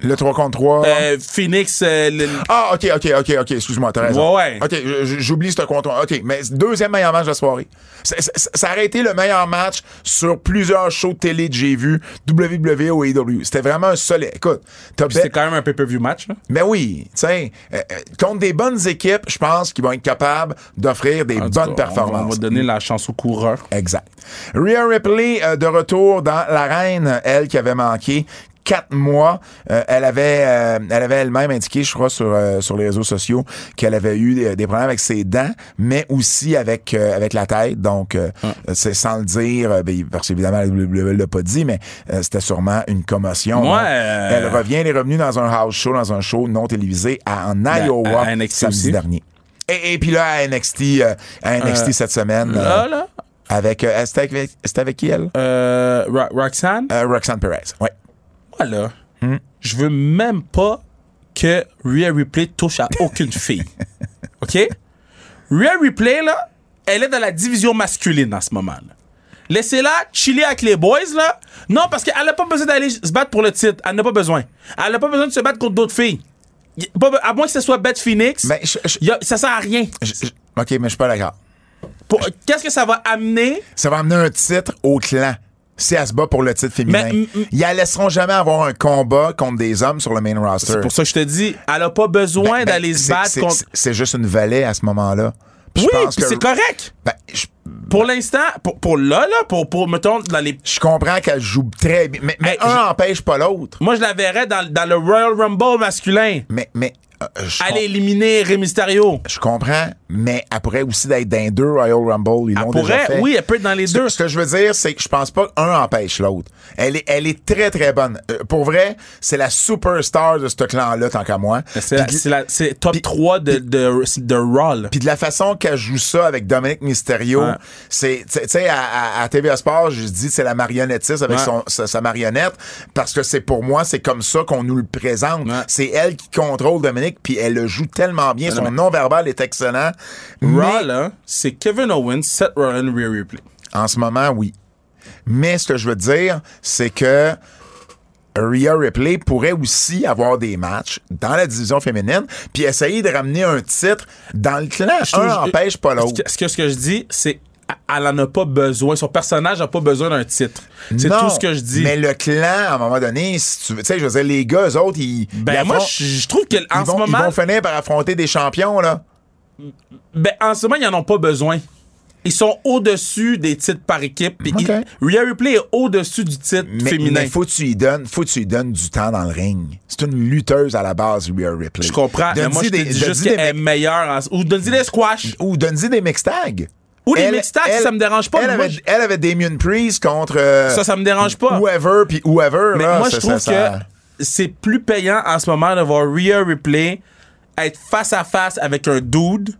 Le 3 contre 3.
Euh, Phoenix, euh, le-
Ah, OK, OK, OK, OK, excuse-moi, t'as raison.
Ouais, ouais.
OK, j- j- j'oublie ce compte. OK, mais deuxième meilleur match de la soirée. C'est- c'est- c'est- Ça aurait été le meilleur match sur plusieurs shows de télé que j'ai vu, WWE E ou AEW. C'était vraiment un solide. Écoute, t'as
c'est
bet-
quand même un pay-per-view match. là.
Mais oui, tiens, euh, euh, contre des bonnes équipes, je pense qu'ils vont être capables d'offrir des
En tout cas,
bonnes
on-
performances.
On va donner la chance aux coureurs.
Exact. Rhea Ripley euh, de retour dans l'arène, elle qui avait manqué quatre mois. Euh, elle avait euh, elle avait elle-même indiqué, je crois, sur, euh, sur les réseaux sociaux qu'elle avait eu euh, des, des problèmes avec ses dents, mais aussi avec euh, avec la tête. Donc, euh,
Ah.
c'est sans le dire, euh, ben, parce qu'évidemment, la WWE l'a pas dit, mais euh, c'était sûrement une commotion.
Moi,
hein.
euh,
Elle revient, elle est revenue dans un house show, dans un show non télévisé à, en Iowa
Ben, à NXT
samedi
aussi.
dernier. Et, et puis là, à NXT, euh, à NXT cette semaine. euh,
Là, Ah, là,
avec, euh, c'était avec, c'était avec qui, elle?
euh, Ro- Roxanne,
Euh, Roxanne Perez. Ouais.
moi, là,
Hmm.
je veux même pas que Rhea Ripley touche à aucune
[laughs]
fille. OK? Rhea Ripley, là, elle est dans la division masculine en ce moment. là. Laissez-la chiller avec les boys, là. Non, parce qu'elle n'a pas besoin d'aller se battre pour le titre. Elle n'a pas besoin. Elle n'a pas besoin de se battre contre d'autres filles. Y- pas be- à moins que ce soit Beth Phoenix,
Mais je- je-
y a- ça sert à rien.
je- je- OK, mais je suis pas d'accord.
Pour- Qu'est-ce que ça va amener
Ça va amener un titre au clan. Si elle se bat pour le titre féminin.
Mais, mm, mm.
Ils la laisseront jamais avoir un combat contre des hommes sur le main roster.
C'est pour ça que je te dis, elle a pas besoin
Ben,
d'aller
c'est-
se battre
c'est-
contre.
c'est- C'est juste une valet à ce moment-là. Puis
Oui,
je pense
puis
que-
c'est correct.
Ben, je,
Pour l'instant, pour, pour là, là, pour, pour, mettons, dans les.
je comprends qu'elle joue très bien. Mais, mais
Hey,
un
je-
n'empêche pas l'autre.
Moi, je la verrais dans, dans le Royal Rumble masculin.
Mais, mais euh, je,
Aller éliminer Rey Mysterio.
com- je comprends, mais elle pourrait aussi d'être dans les deux Royal Rumble. Ils
Elle
l'ont déjà
pourrait,
fait.
oui, elle peut être dans les
Ce que-
deux.
Ce que je veux dire, c'est que je pense pas qu'un empêche l'autre. Elle est, elle est très, très bonne. Euh, pour vrai, c'est la superstar de ce clan-là, tant qu'à moi.
C'est la-
Puis de-
c'est la- c'est top 3 de, de, de Raw. là.
puis de la façon qu'elle joue ça avec Dominique Mysterio,
Ouais.
c'est, tu sais- tu sais, à, à- à TVA Sport, je dis, c'est la marionnettiste avec
Ouais.
son, sa, sa marionnette, parce que c'est pour moi, c'est comme ça qu'on nous le présente.
Ouais.
C'est elle qui contrôle Dominique, puis elle le joue tellement bien. Son non-verbal est excellent.
Raw,
Mais-
là, c'est Kevin Owens, Seth Rollins, Rhea Ripley.
En ce moment, oui. Mais ce que je veux dire, c'est que Rhea Ripley pourrait aussi avoir des matchs dans la division féminine, puis essayer de ramener un titre dans le clan.
trouve-
Un
je-
n'empêche pas
Ce
l'autre.
que, ce que- ce que je dis, c'est elle en a pas besoin. Son personnage n'a pas besoin d'un titre. C'est
Non,
tout ce que je dis.
Mais le clan, à un moment donné, si tu veux, tu sais, je veux dire, les gars, eux autres, ils, ils
ben, moi,
affron-
je, je trouve
ils
qu'en ce
vont, ils
moment,
vont finir par affronter des champions, là.
Ben, en ce moment, ils n'en ont pas besoin. Ils sont au-dessus des titres par équipe. Puis
Ok.
ils- Rhea Ripley est au-dessus du titre
Mais,
féminin.
mais faut que tu lui donnes, faut que tu lui donnes du temps dans le ring. C'est une lutteuse à la base, Rhea Ripley.
Je comprends, mais
Donne-y
moi, je te
des-
dis
donne-y
juste
des Ah,
qu'elle est meilleure. en- Ou donne-y des squash.
ou donne-y des mix tags.
Ou des
Elle-
mix tags,
elle-
ça me dérange pas,
Elle
mais moi,
avait,
je-
elle avait Damien Priest contre. euh,
Ça, ça me dérange pas.
Whoever, puis whoever.
mais
là,
moi, je
ça-
trouve
ça- ça-
que c'est plus payant en ce moment de voir Rhea Ripley être face à face avec un dude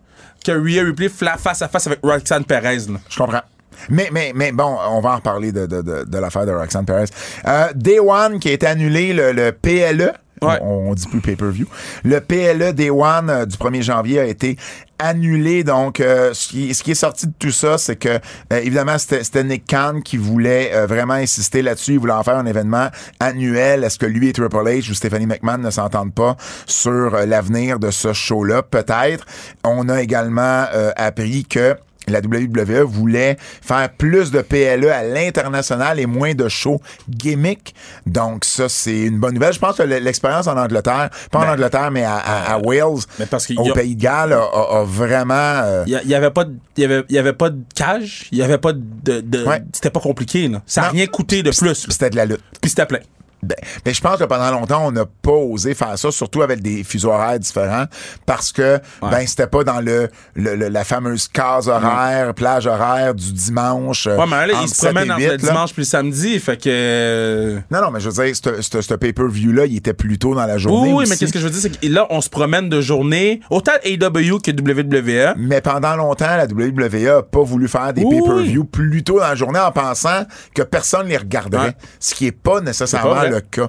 que Rhea Ripley fla- face à face avec Roxanne Perez. là.
Je comprends. Mais, mais, mais bon, on va en reparler de, de, de, de l'affaire de Roxanne Perez. Euh, Day One qui a été annulé, le, le PLE.
Ouais.
On, on dit plus pay-per-view. Le PLE Day One euh, du 1er janvier a été annulé. Donc, euh, ce, qui, ce qui est sorti de tout ça, c'est que, euh, évidemment, c'était c'était Nick Khan qui voulait euh, vraiment insister là-dessus. Il voulait en faire un événement annuel. Est-ce que lui et Triple H ou Stephanie McMahon ne s'entendent pas sur euh, l'avenir de ce show-là? Peut-être. On a également euh, appris que la WWE voulait faire plus de PLE à l'international et moins de shows gimmick. Donc ça, c'est une bonne nouvelle. Je pense que le- l'expérience en Angleterre, pas en Angleterre, mais à, à- à Wales,
Ben, euh, mais parce qu'il y
au
a-
Pays de Galles, a, a- a vraiment... euh,
Il y a- il y avait pas de- il y avait, il y avait pas de cage, il y avait pas de, de-
Ouais.
c'était pas compliqué là. Ça a
Non.
rien coûté de plus. là.
C'était de la lutte.
Puis c'était plein.
Ben, mais je pense que pendant longtemps, on n'a pas osé faire ça, surtout avec des fuseaux horaires différents, parce que ben c'était pas dans le, le- le- la fameuse case horaire, plage horaire du dimanche. euh,
Ouais, mais là, ils
entre 7
se
et
promènent entre le
8, là.
dimanche puis le samedi, fait que. euh,
Non, non, mais je veux dire, ce- ce ce pay-per-view-là, il était plus tôt dans la
Oui,
journée.
oui,
aussi.
mais qu'est-ce que je veux dire, c'est que là, on se promène de journée, autant AEW que WWE.
Mais pendant longtemps, la WWE a pas voulu faire des
Oui,
pay-per-view plus tôt dans la journée en pensant que personne les regarderait,
Ouais.
ce qui est pas nécessairement
C'est pas vrai.
le cas.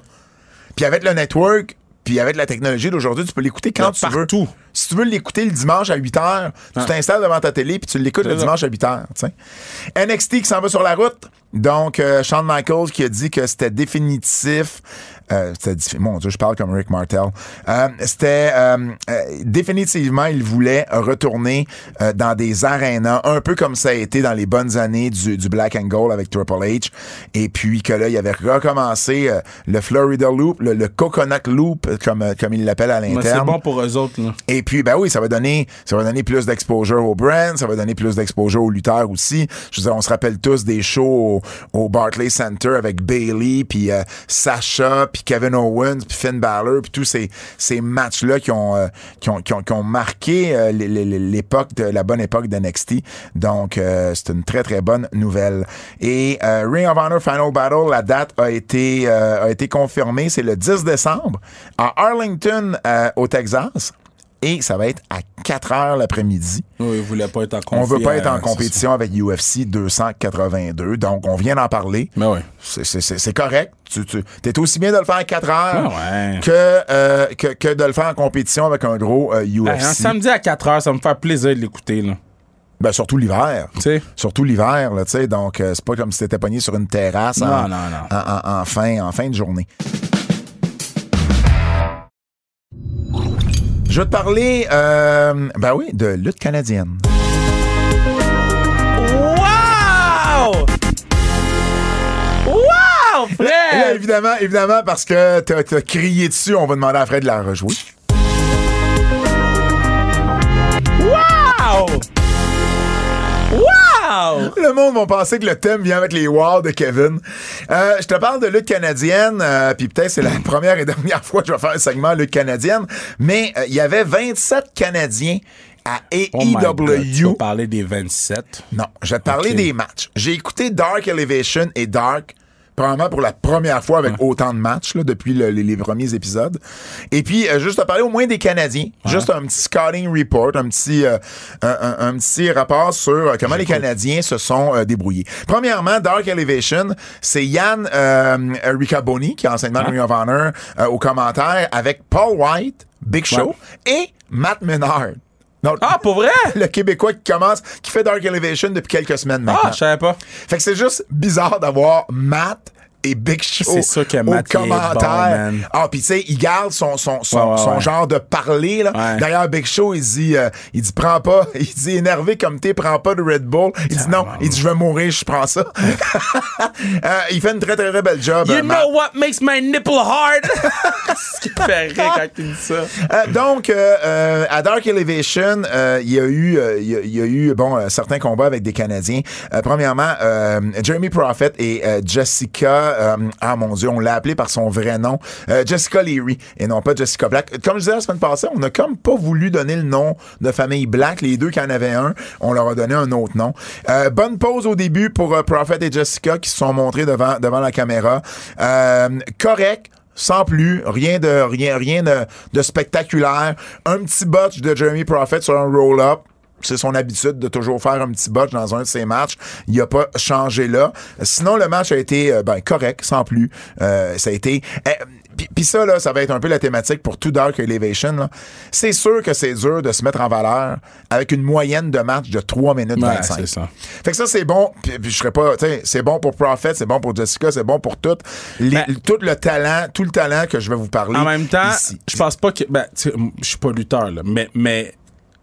Puis avec le network, puis avec la technologie d'aujourd'hui, tu peux l'écouter quand
Là,
tu veux.
partout.
Si tu veux l'écouter le dimanche à 8 h, tu t'installes devant ta télé puis tu l'écoutes le
Ah. ça.
dimanche à 8 h. NXT qui s'en va sur la route. Donc, euh, Shawn Michaels qui a dit que c'était définitif. Euh, c'était diffi- Mon Dieu, je parle comme Rick Martel. Euh, c'était euh, euh, définitivement, il voulait retourner euh, dans des arénas, un peu comme ça a été dans les bonnes années du, du Black and Gold avec Triple H. Et puis que là, il avait recommencé euh, le Florida Loop, le, le Coconut Loop, comme, euh, comme il l'appelle à
Mais c'est
l'interne.
bon pour eux autres, là.
Et puis, ben oui, ça va donner, ça va donner plus d'exposure aux brands, ça va donner plus d'exposure aux lutteurs aussi. Je veux dire, on se rappelle tous des shows au, au Barclay Center avec Bailey, puis euh, Sasha, puis Kevin Owens, puis Finn Balor, puis tous ces, ces matchs-là qui ont, euh, qui ont, qui ont, qui ont marqué euh, l- l- l'époque de la bonne époque d'NXT. Donc, euh, c'est une très très bonne nouvelle. Et euh, Ring of Honor Final Battle, la date a été euh, a été confirmée, c'est le 10 décembre à Arlington euh, au Texas. Et ça va être à 4 heures l'après-midi.
Nous, ils voulaient pas être en
On
conflit.
ne veut pas être
euh,
en
c'est
compétition avec UFC 282, donc on vient d'en parler.
ça. Mais ouais.
C'est- C'est c'est- c'est correct. Tu, tu es aussi bien de le faire à 4 heures
Ah ouais.
que, euh, que, que de le faire en compétition avec un gros euh, UFC.
Hey, un samedi à 4h, ça me fait plaisir de l'écouter, là.
Ben, surtout l'hiver.
Tu sais?
Surtout l'hiver, là, tu sais. Donc, euh, c'est pas comme si t'étais pogné sur une terrasse en,
Non, non, non.
en- en- en fin, en fin de journée. Je vais te parler, euh, ben oui, de lutte canadienne.
Wow!
Et
Wow,
là,
frère!
évidemment, évidemment, parce que t'as as crié dessus, on va demander à Fred de la rejouer.
Wow! Wow!
Le monde va penser que le thème vient avec les wow de Kevin. Euh, je te parle de lutte canadienne, euh, puis peut-être c'est la [laughs] première et dernière fois que je vais faire un segment lutte canadienne, mais euh, il y avait 27 Canadiens à E
Oh my God, tu vas
AEW.
parler des 27.
Non, je vais te parler
Ok.
des matchs. J'ai écouté Dark Elevation et Dark probablement pour la première fois avec autant de matchs là, depuis le- les, les premiers épisodes. Et puis, euh, juste à parler au moins des Canadiens. Juste un petit scouting report, un petit, euh, un, un- un petit rapport sur euh, comment les Canadiens se sont euh, débrouillés. Premièrement, Dark Elevation, c'est Yann euh, Ricaboni, qui est anciennement de Ring of Honor, euh, au commentaire, avec Paul White, Big Show, et Matt Menard. Donc,
Ah, pour vrai?
le Québécois qui commence, qui fait Dark Elevation depuis quelques semaines maintenant.
Ah, je savais pas.
fait que c'est juste bizarre d'avoir Matt et Big Show
C'est sûr que Matt,
au
il est bon,
commentaire.
man.
ah, puis tu sais, il garde son, son, son,
Ouais, ouais,
son
ouais.
genre de parler. Là.
Ouais.
D'ailleurs, Big Show, il dit, euh, il dit, prends pas, [laughs] il dit, énervé comme t'es, prends pas de Red Bull. Il dit, non, il dit, je vais mourir, je prends ça. [laughs] Euh, il fait une très, très, très belle job. euh,
You
Matt.
know what makes my nipple [laughs] hard? Ce qui fait rire quand tu dis ça.
Euh, donc, euh, euh, à Dark Elevation, euh, il y a eu, euh, il y a- il y a eu bon, euh, certains combats avec des Canadiens. Euh, premièrement, euh, Jeremy Prophet et euh, Jessica, euh, ah mon Dieu, on l'a appelé par son vrai nom, euh, Jessica Leary et non pas Jessica Black. Comme je disais la semaine passée, on n'a comme pas voulu donner le nom de famille Black. Les deux qui en avaient un, on leur a donné un autre nom. Euh, bonne pause au début pour euh, Prophet et Jessica qui se sont montrés devant, devant la caméra. Euh, correct sans plus, rien de rien rien de, de spectaculaire, un petit botch de Jeremy Prophet sur un roll up. C'est son habitude de toujours faire un petit botch dans un de ses matchs. Il n'a pas changé là. Sinon, le match a été euh, ben, correct, sans plus. Euh, ça a été... eh, puis- Puis ça, là, ça va être un peu la thématique pour tout Dark Elevation. là. C'est sûr que c'est dur de se mettre en valeur avec une moyenne de match de 3 minutes
Ouais,
25.
c'est ça.
Fait que ça, c'est bon. Puis, puis je serais pas. tu sais, C'est bon pour Prophet, c'est bon pour Jessica, c'est bon pour tout. Les-
Ben-
tout le talent, tout le talent que je vais vous parler.
En même temps,
ici.
je pense pas que. Ben, tu sais, m- je suis pas lutteur, là. Mais, mais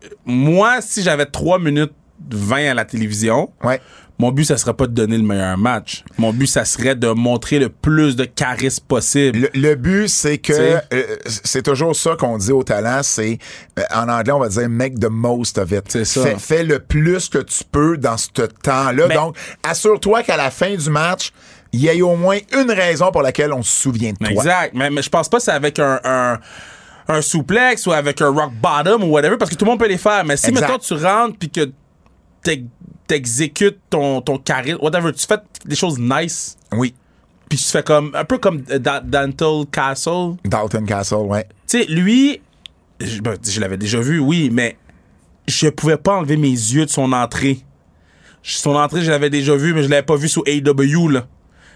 euh, moi, si j'avais 3 minutes 20 à la télévision,
Ouais.
mon but, ça serait pas de donner le meilleur match. Mon but, ça serait de montrer le plus de charisme possible.
Le, le but, c'est que
T'sais.
euh, c'est toujours ça qu'on dit au talent, c'est euh, en anglais on va dire make the most of it.
C'est ça. Ben-
Fais, fais le plus que tu peux dans ce temps-là.
Mais-
Donc, assure-toi qu'à la fin du match, il y ait au moins une raison pour laquelle on se souvient de toi.
Exact. Mais, mais je pense pas que c'est avec un, un, un souplex ou avec un rock bottom ou whatever, parce que tout le monde peut les faire. Mais si,
Exact.
mettons, tu rentres puis que t'ex- t'exécutes ton, ton charisme, whatever, tu fais des choses nice,
Oui.
puis tu fais comme un peu comme euh, Da- Dantle Castle.
Dalton Castle, ouais.
Tu sais, lui, je, ben, je l'avais déjà vu, oui, mais je pouvais pas enlever mes yeux de son entrée. Je- Son entrée, je l'avais déjà vu, mais je l'avais pas vu sous AW, E là.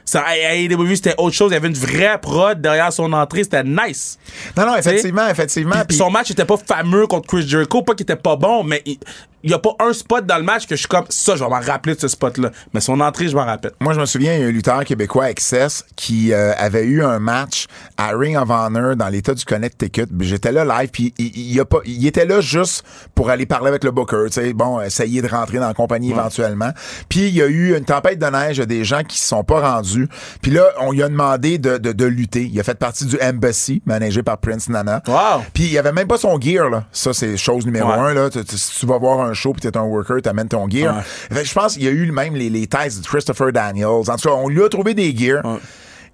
Ça, AEW, c'était autre chose. Il y avait une vraie prod derrière son entrée. C'était nice.
Non, non, effectivement, effectivement.
Ah, Puis
Puis
son match était pas fameux contre Chris Jericho. Pas qu'il était pas bon, mais il n'y a pas un spot dans le match que je suis comme ça, je vais m'en rappeler de ce spot-là. Mais son entrée, je m'en rappelle.
moi, je me souviens, il y a un lutteur québécois, Excess, qui euh, avait eu un match à Ring of Honor dans l'État du Connecticut. Puis J'étais là live, puis il, il- il a pas, il était là juste pour aller parler avec le booker, tu sais, bon, essayer de rentrer dans la compagnie éventuellement. Puis il y a eu une tempête de neige, il y a des gens qui se sont pas rendus. Puis là, on lui a demandé de, de, de lutter. Il a fait partie du Embassy, managé par Prince Nana.
Wow.
Puis il y avait même pas son gear là. Ça c'est chose numéro
Ouais.
un là. Tu- tu- si tu vas voir un show puis t'es un worker, t'amènes ton gear. Fait que je pense qu'il y a eu même les, les tests de Christopher Daniels. En tout cas, on lui a trouvé des gears.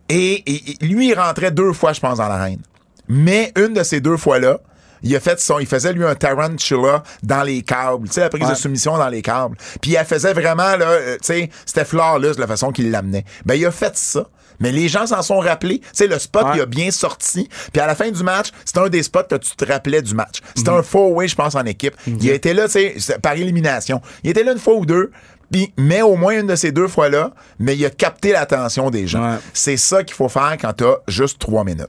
Et, et- et lui il rentrait deux fois je pense dans l'arène. Mais une de ces deux fois là. Il a fait son, il faisait lui un tarantula dans les câbles, tu sais la prise
Ouais.
de soumission dans les câbles. Puis il faisait vraiment là, euh, tu sais, c'était flawless la façon qu'il l'amenait. Ben il a fait ça, mais les gens s'en sont rappelés. Tu sais le spot
Ouais.
il a bien sorti. Puis à la fin du match, c'était un des spots que tu te rappelais du match. C'était un four-way, je pense, en équipe. Il était là, tu sais, c'est par élimination. Il était là une fois ou deux. Puis, mais au moins une de ces deux fois-là, mais il a capté l'attention des gens.
Ouais.
C'est ça qu'il faut faire quand t'as juste trois minutes.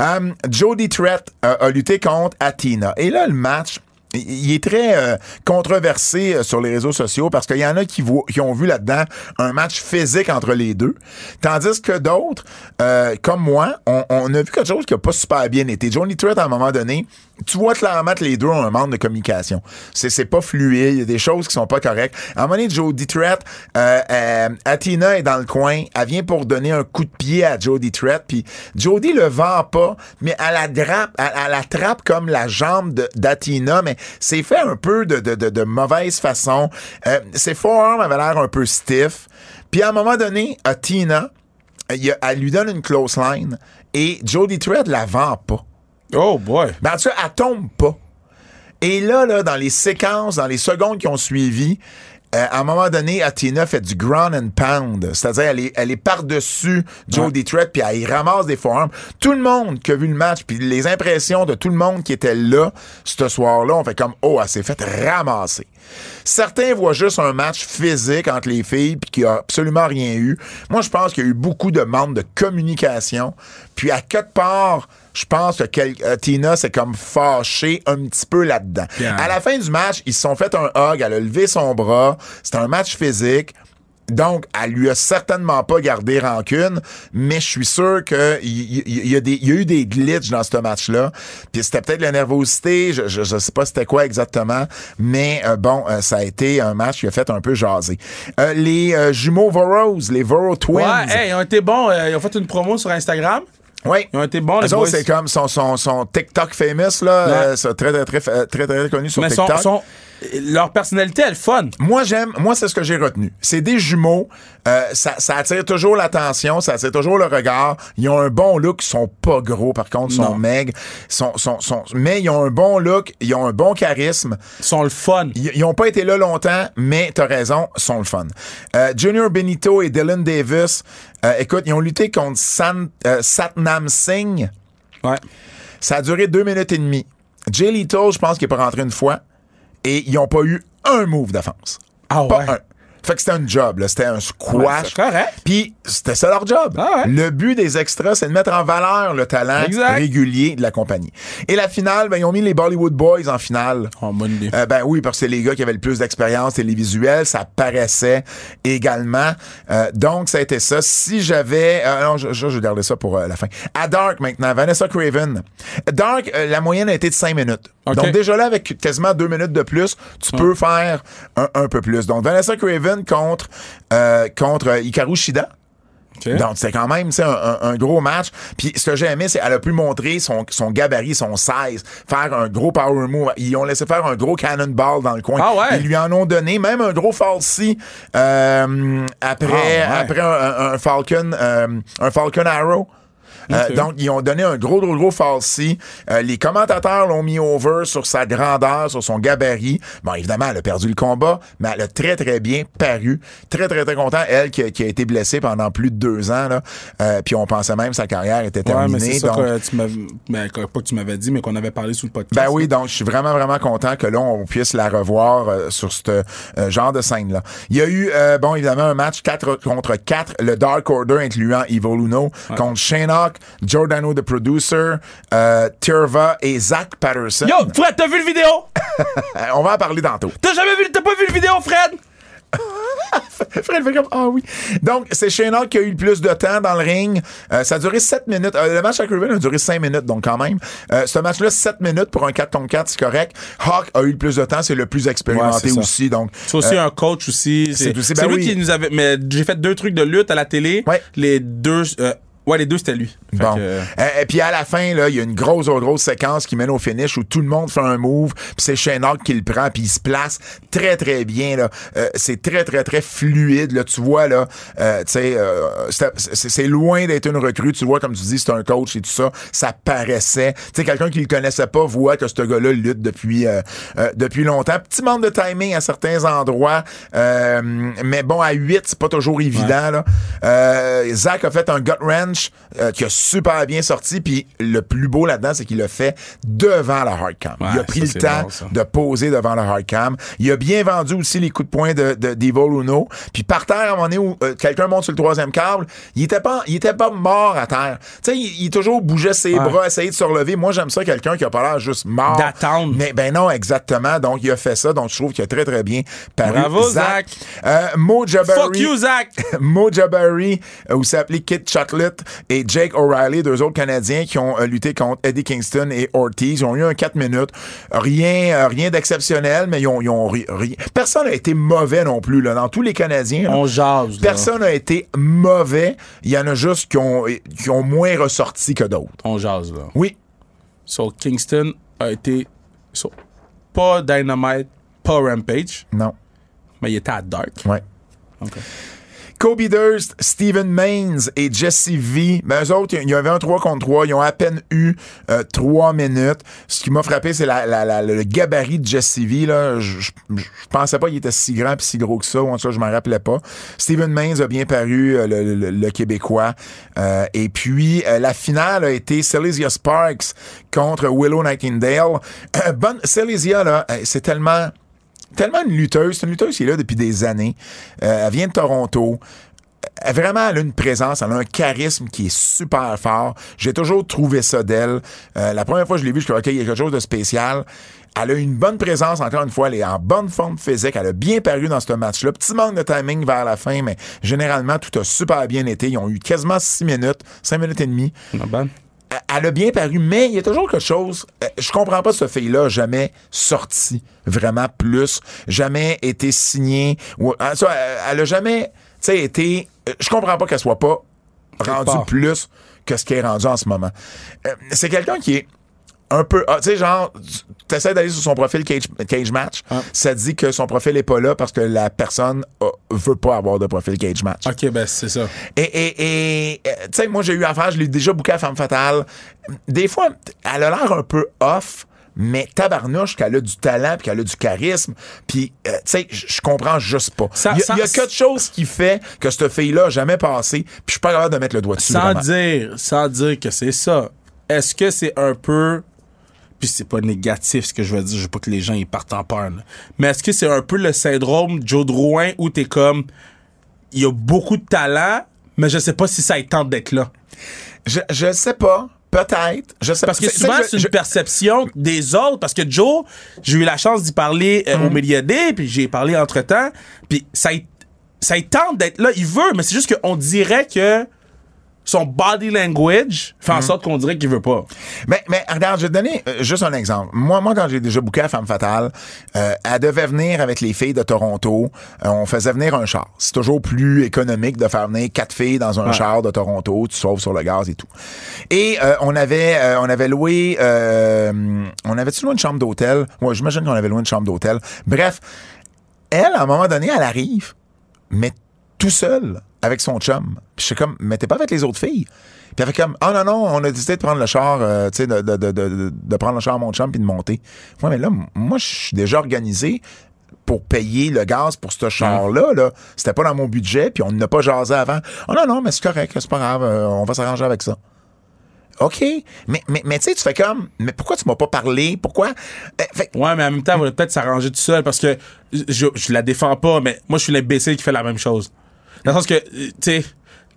Euh, Jody Trett euh, a lutté contre Athena. Et là, le match, il- il est très euh, controversé euh, sur les réseaux sociaux parce qu'il y en a qui, vo- qui ont vu là-dedans un match physique entre les deux. Tandis que d'autres, euh, comme moi, on, on a vu quelque chose qui n'a pas super bien été. Jody Trett, à un moment donné, tu vois clairement que les deux ont un manque de communication. C'est c'est pas fluide, il y a des choses qui sont pas correctes. À un moment donné, Jody Trett, euh, euh, Athena est dans le coin, elle vient pour donner un coup de pied à Jody Trett, puis Jody le vend pas, mais elle la drape, elle, elle attrape comme la jambe de- d'Athena, mais c'est fait un peu de, de, de, de mauvaise façon. Euh, ses forearms avaient l'air un peu stiff. Puis à un moment donné, Athena, il y a- elle lui donne une close line et Jody Trett la vend pas.
Oh boy.
Ben, en tout cas, elle tombe pas. Et là, là, dans les séquences, dans les secondes qui ont suivi, euh, à un moment donné, Athena fait du ground and pound. C'est-à-dire, elle est, elle est par-dessus Jody Trett, puis elle y ramasse des forearms. Tout le monde qui a vu le match, puis les impressions de tout le monde qui était là ce soir-là, on fait comme, oh, elle s'est faite ramasser. Certains voient juste un match physique entre les filles, puis qu'il n'y a absolument rien eu. Moi, je pense qu'il y a eu beaucoup de manque de communication. Puis à quelque part, je pense que quel- euh, Tina s'est comme fâchée un petit peu là-dedans.
Bien.
À la fin du match, ils se sont fait un hug, elle a levé son bras, c'était un match physique. Donc, elle lui a certainement pas gardé rancune, mais je suis sûr que il il- il y, a des- il y a eu des glitches dans ce match-là. Puis c'était peut-être la nervosité, je, je, je sais pas c'était quoi exactement, mais euh, bon, euh, ça a été un match qui a fait un peu jaser. Euh, les euh, jumeaux Voros, les Voro Twins.
Ouais, hey, ils ont été bons. euh, Ils ont fait une promo sur Instagram.
Ouais.
Ils ont été bons, les
Eux autres,
boys.
c'est comme son, son, son TikTok famous, là.
Ouais.
euh, c'est très, très, très, très, très, très connu sur
Mais son,
TikTok.
son- leur personnalité, elle est fun.
Moi, j'aime, moi, c'est ce que j'ai retenu. C'est des jumeaux. euh, ça, ça attire toujours l'attention, ça attire toujours le regard. Ils ont un bon look, ils sont pas gros, par contre, ils sont
Non.
maigres. Ils Sont, sont, sont, mais ils ont un bon look, ils ont un bon charisme.
Ils sont le fun.
Ils ils ont pas été là longtemps, mais t'as raison, sont le fun. Euh, Junior Benito et Dylan Davis, euh, écoute, ils ont lutté contre San- euh, Satnam Singh.
Ouais.
Ça a duré deux minutes et demie. Jay Lethal, je pense qu'il est pas rentré une fois. Et ils n'ont pas eu un move d'offense.
Ah
pas
ouais.
un. Fait que c'était un job, là. C'était un
Ouais,
squash.
c'est correct.
Puis c'était ça leur job.
Ah ouais.
Le but des extras, c'est de mettre en valeur le talent
Exact.
régulier de la compagnie. Et la finale, ben, ils ont mis les Bollywood Boys en finale.
Oh, bonne idée.
Euh, ben oui, parce que c'est les gars qui avaient le plus d'expérience télévisuelle, ça paraissait également. Euh, donc, ça a été ça. Si j'avais... euh, non, je, je, je vais garder ça pour euh, la fin. À Dark, maintenant, Vanessa Craven. Dark, euh, la moyenne a été de 5 minutes.
Ok.
Donc, déjà là, avec quasiment 2 minutes de plus, tu peux faire un, un peu plus. Donc, Vanessa Craven contre, euh, contre euh, Hikaru Shida.
Ok.
Donc, c'est quand même tu sais, un, un- un gros match. Puis, ce que j'ai aimé, c'est qu'elle a pu montrer son, son gabarit, son size, faire un gros power move. Ils ont laissé faire un gros cannonball dans le coin.
Ah ouais?
Ils lui en ont donné même un gros falsi euh, après,
Ah ouais.
après un, un- un Falcon, euh, un Falcon Arrow. Euh, donc, ils ont donné un gros, gros, gros falsi. Euh, les commentateurs l'ont mis over sur sa grandeur, sur son gabarit. Bon, évidemment, elle a perdu le combat, mais elle a très, très bien paru. Très, très, très content. Elle qui a, qui a été blessée pendant plus de deux ans, là. Euh, puis on pensait même que sa carrière était
Ouais, mais
terminée.
c'est ça
donc,
que tu m'avais. ben, que- pas que tu m'avais dit, mais qu'on avait parlé sur le podcast.
ben oui, donc je suis vraiment, vraiment content que là, on puisse la revoir euh, sur ce euh, genre de scène-là. Il y a eu, euh, bon, évidemment, un match 4 contre 4, le Dark Order incluant Evil Uno, contre Shane Hawk, Giordano the Producer, euh, Tirva et Zach Patterson.
Yo, Fred, t'as vu le vidéo?
Euh, on va en parler
[laughs]
tantôt.
T'as jamais vu, t'as pas vu le vidéo, Fred?
Fred fait comme, ah oui. Donc, c'est Shane Hawk qui a eu le plus de temps dans le ring. Euh, ça a duré 7 minutes. Euh, le match avec Ruben a duré 5 minutes, donc quand même. Euh, ce match-là, 7 minutes pour un 4 contre 4, c'est correct. Hawk a eu le plus de temps, c'est le plus expérimenté
Ouais, c'est ça.
aussi. Donc,
C'est aussi un coach Euh, aussi.
c'est aussi- ben
lui
oui.
qui nous avait. Mais j'ai fait deux trucs de lutte à la télé.
Ouais.
Les deux. euh, ouais, les deux, c'était lui. Fait
Bon.
que, euh,
Euh, et puis à la fin, là, il y a une grosse, grosse, grosse séquence qui mène au finish où tout le monde fait un move, puis c'est Shane Hawk qui le prend, puis il se place très, très bien. là. Euh, c'est très, très, très fluide. Là, tu vois, là, euh, tu sais, euh, c'est- c'est c'est loin d'être une recrue. Tu vois, comme tu dis, c'est un coach et tout ça. Ça paraissait. Tu sais, quelqu'un qui le connaissait pas voit que ce gars-là lutte depuis, euh, euh, depuis longtemps. Petit manque de timing à certains endroits, euh, mais bon, à 8, c'est pas toujours évident. là. Euh, Zach a fait un gut wrench euh, qui a super bien sorti, puis le plus beau là-dedans, c'est qu'il l'a fait devant la hardcam. il a
Ouais,
pris
ça,
le
c'est
temps
bon, ça.
de poser devant la hardcam. Il a bien vendu aussi les coups de poing de, de, d'Evil Uno. Puis par terre, à un moment donné, où euh, quelqu'un monte sur le troisième câble, il était pas, il était pas mort à terre. Tu sais, il, il toujours bougeait ses
Ouais.
bras, essayait de se relever. Moi, j'aime ça, quelqu'un qui a pas l'air juste mort.
D'attendre.
Mais ben non, exactement. Donc, il a fait ça. Donc, je trouve qu'il a très, très bien paru.
Bravo, Zach.
Euh, Mo Jabari.
Fuck you, Zach!
Mo Jabari, euh, où s'appelait Kid Chocolate, et Jake O'Reilly, deux autres Canadiens qui ont euh, lutté contre Eddie Kingston et Ortiz. Ils ont eu un 4 minutes. Rien, euh, rien d'exceptionnel, mais ils ont, ils ont ri- ri- Personne n'a été mauvais non plus, là. Dans tous les Canadiens, là,
[laughs] On jase. Oh, là.
personne n'a été mauvais. Il y en a juste qui ont, qui ont moins ressorti que d'autres.
On jase, là.
Oui.
So, Kingston a été. so, pas Dynamite, pas Rampage,
Non.
mais il était à Dark.
Ouais. Kobe Durst, Stephen Maines et Jesse V. Ben, eux autres, il y avait un 3 contre 3. Ils ont à peine eu 3 minutes. Ce qui m'a frappé, c'est la- la- la- le gabarit de Jesse V. Là. Je, je- je pensais pas qu'il était si grand et si gros que ça. Ou en tout cas, je m'en rappelais pas. Stephen Maines a bien paru, euh, le, le- le Québécois. Euh, et puis, euh, la finale a été Celestia Sparks contre Willow Nightingale. Euh, bonne, Celestia, là, euh, c'est tellement tellement une lutteuse. C'est une lutteuse qui est là depuis des années. Euh, elle vient de Toronto. Elle- Vraiment, elle a une présence, elle a un charisme qui est super fort. J'ai toujours trouvé ça d'elle. Euh, la première fois que je l'ai vue, je crois qu'il y a quelque chose de spécial. Elle a une bonne présence, encore une fois, elle est en bonne forme physique. Elle a bien paru dans ce match-là. Petit manque de timing vers la fin, mais généralement, tout a super bien été. Ils ont eu quasiment 6 minutes, 5 minutes et demie
Ah ben.
Euh, elle a bien paru, mais il y a toujours quelque chose. euh, Je comprends pas ce fille-là, jamais sorti vraiment plus, jamais été signée. ou- en tout cas, euh, elle a jamais, tu sais, été. euh, Je comprends pas qu'elle soit pas rendue
part.
plus que ce qu'elle est rendue en ce moment. Euh, C'est quelqu'un qui est un peu. ah, tu sais, genre, tu essaies d'aller sur son profil cage, cage match,
Ah.
ça dit que son profil est pas là parce que la personne euh, veut pas avoir de profil cage match.
Ok, ben, c'est ça.
Et, et, et, euh, tu sais, moi, j'ai eu affaire, je l'ai déjà bouqué à Femme Fatale. Des fois, elle a l'air un peu off, mais tabarnouche qu'elle a du talent, puis qu'elle a du charisme, puis, euh, tu sais, j- je comprends juste pas.
Ça-
Il y,
ça-
a- il y a quelque chose qui fait que cette fille-là a jamais passé, puis je suis pas capable de mettre le doigt dessus.
Sans
vraiment.
dire, sans dire que c'est ça. Est-ce que c'est un peu. Puis c'est pas négatif ce que je veux dire, je veux pas que les gens ils partent en peur. là. Mais est-ce que c'est un peu le syndrome Joe Drouin où t'es comme. Il y a beaucoup de talent, mais je sais pas si ça est tente d'être là.
Je, je sais pas. Peut-être. Je sais
Parce
pas.
que
C'est-
souvent,
je-
c'est une
je-
perception des autres. Parce que Joe, j'ai eu la chance d'y parler euh,
Mm.
au milliardaire, puis j'ai parlé entre-temps. Puis ça, y- ça y tente d'être là. Il veut, mais c'est juste qu'on dirait que son body language fait
Mm.
en sorte qu'on dirait qu'il veut pas.
Mais, mais regarde, je vais te donner euh, juste un exemple. Moi, moi quand j'ai déjà booké à Femme Fatale, euh, elle devait venir avec les filles de Toronto. Euh, on faisait venir un char. C'est toujours plus économique de faire venir quatre filles dans un char de Toronto. Tu sauves sur le gaz et tout. Et euh, on avait euh, on avait loué... euh, on avait-tu loué une chambre d'hôtel? Moi, j'imagine qu'on avait loué une chambre d'hôtel. Bref, elle, à un moment donné, elle arrive, mais tout seul, avec son chum. Puis je suis comme, mais t'es pas avec les autres filles. Puis elle fait comme, ah non, non, on a décidé de prendre le char, euh, tu sais, de, de, de, de, de prendre le char à mon chum puis de monter. Ouais, mais là, m- moi, je suis déjà organisé pour payer le gaz pour ce char-là. Là. C'était pas dans mon budget, puis on n'a pas jasé avant. Ah non, non, mais c'est correct, c'est pas grave, euh, on va s'arranger avec ça. OK. Mais, mais, mais tu sais, tu fais comme, mais pourquoi tu m'as pas parlé? Pourquoi? Euh, fait-
Ouais, mais en même temps, elle va peut-être s'arranger tout seul parce que je, je la défends pas, mais moi, je suis l'imbécile qui fait la même chose. Dans le sens que, euh, tu sais, tu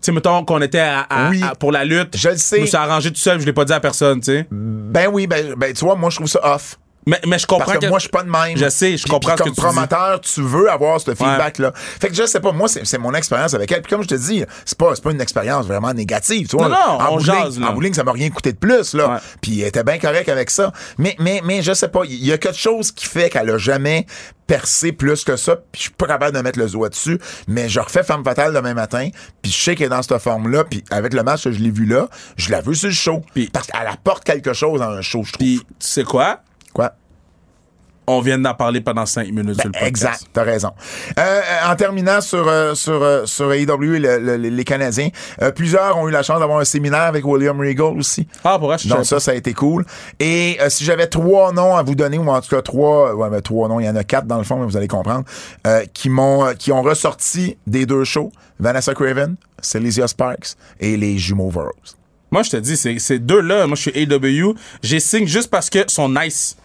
sais, mettons qu'on était à, à-
Oui.
à- pour la lutte.
Je le sais.
Je me suis arrangé tout seul, je l'ai pas dit à personne, tu sais.
ben oui, ben, ben tu vois, moi, je trouve ça off.
Mais, mais je comprends
Parce que, moi, je suis pas de même.
Je sais, je
Puis-
comprends
puis
ce
comme
que tu dis.
promoteur, tu veux avoir ce feedback-là. Fait que je sais pas, moi, c'est c'est mon expérience avec elle. Puis comme je te dis, c'est pas, c'est pas une expérience vraiment négative. Tu vois,
Non, non,
en
on
bout de
jase,
ligne-
là.
En bout de ligne, ça m'a rien coûté de plus, là.
Ouais.
Puis elle était bien correcte avec ça. Mais, mais, mais je sais pas, il y a quelque chose qui fait qu'elle a jamais percé plus que ça, puis je suis pas capable de mettre le doigt dessus, mais je refais Femme Fatale demain matin, puis je sais qu'elle est dans cette forme-là, puis avec le match que je l'ai vu là, je la veux sur le show.
Puis-
parce qu'elle apporte quelque chose dans un show, je trouve.
Puis, tu sais quoi?
Quoi?
On vient d'en parler pendant cinq minutes sur le podcast.
Ben, Exact, t'as raison. Euh, euh, en terminant sur euh, sur euh, sur AEW et le- le- les Canadiens, euh, plusieurs ont eu la chance d'avoir un séminaire avec William Regal aussi.
Ah, pour vrai, je
Donc
sais
ça,
pas.
ça a été cool. Et euh, si j'avais trois noms à vous donner, ou en tout cas trois, euh, ouais, mais trois noms, il y en a quatre dans le fond, mais vous allez comprendre, euh, qui m'ont, euh, qui ont ressorti des deux shows, Vanessa Craven, Celestia Sparks et les jumeaux Burroughs.
Moi, je te dis, ces ces deux-là, moi, je suis AW. J'ai signe juste parce que sont nice.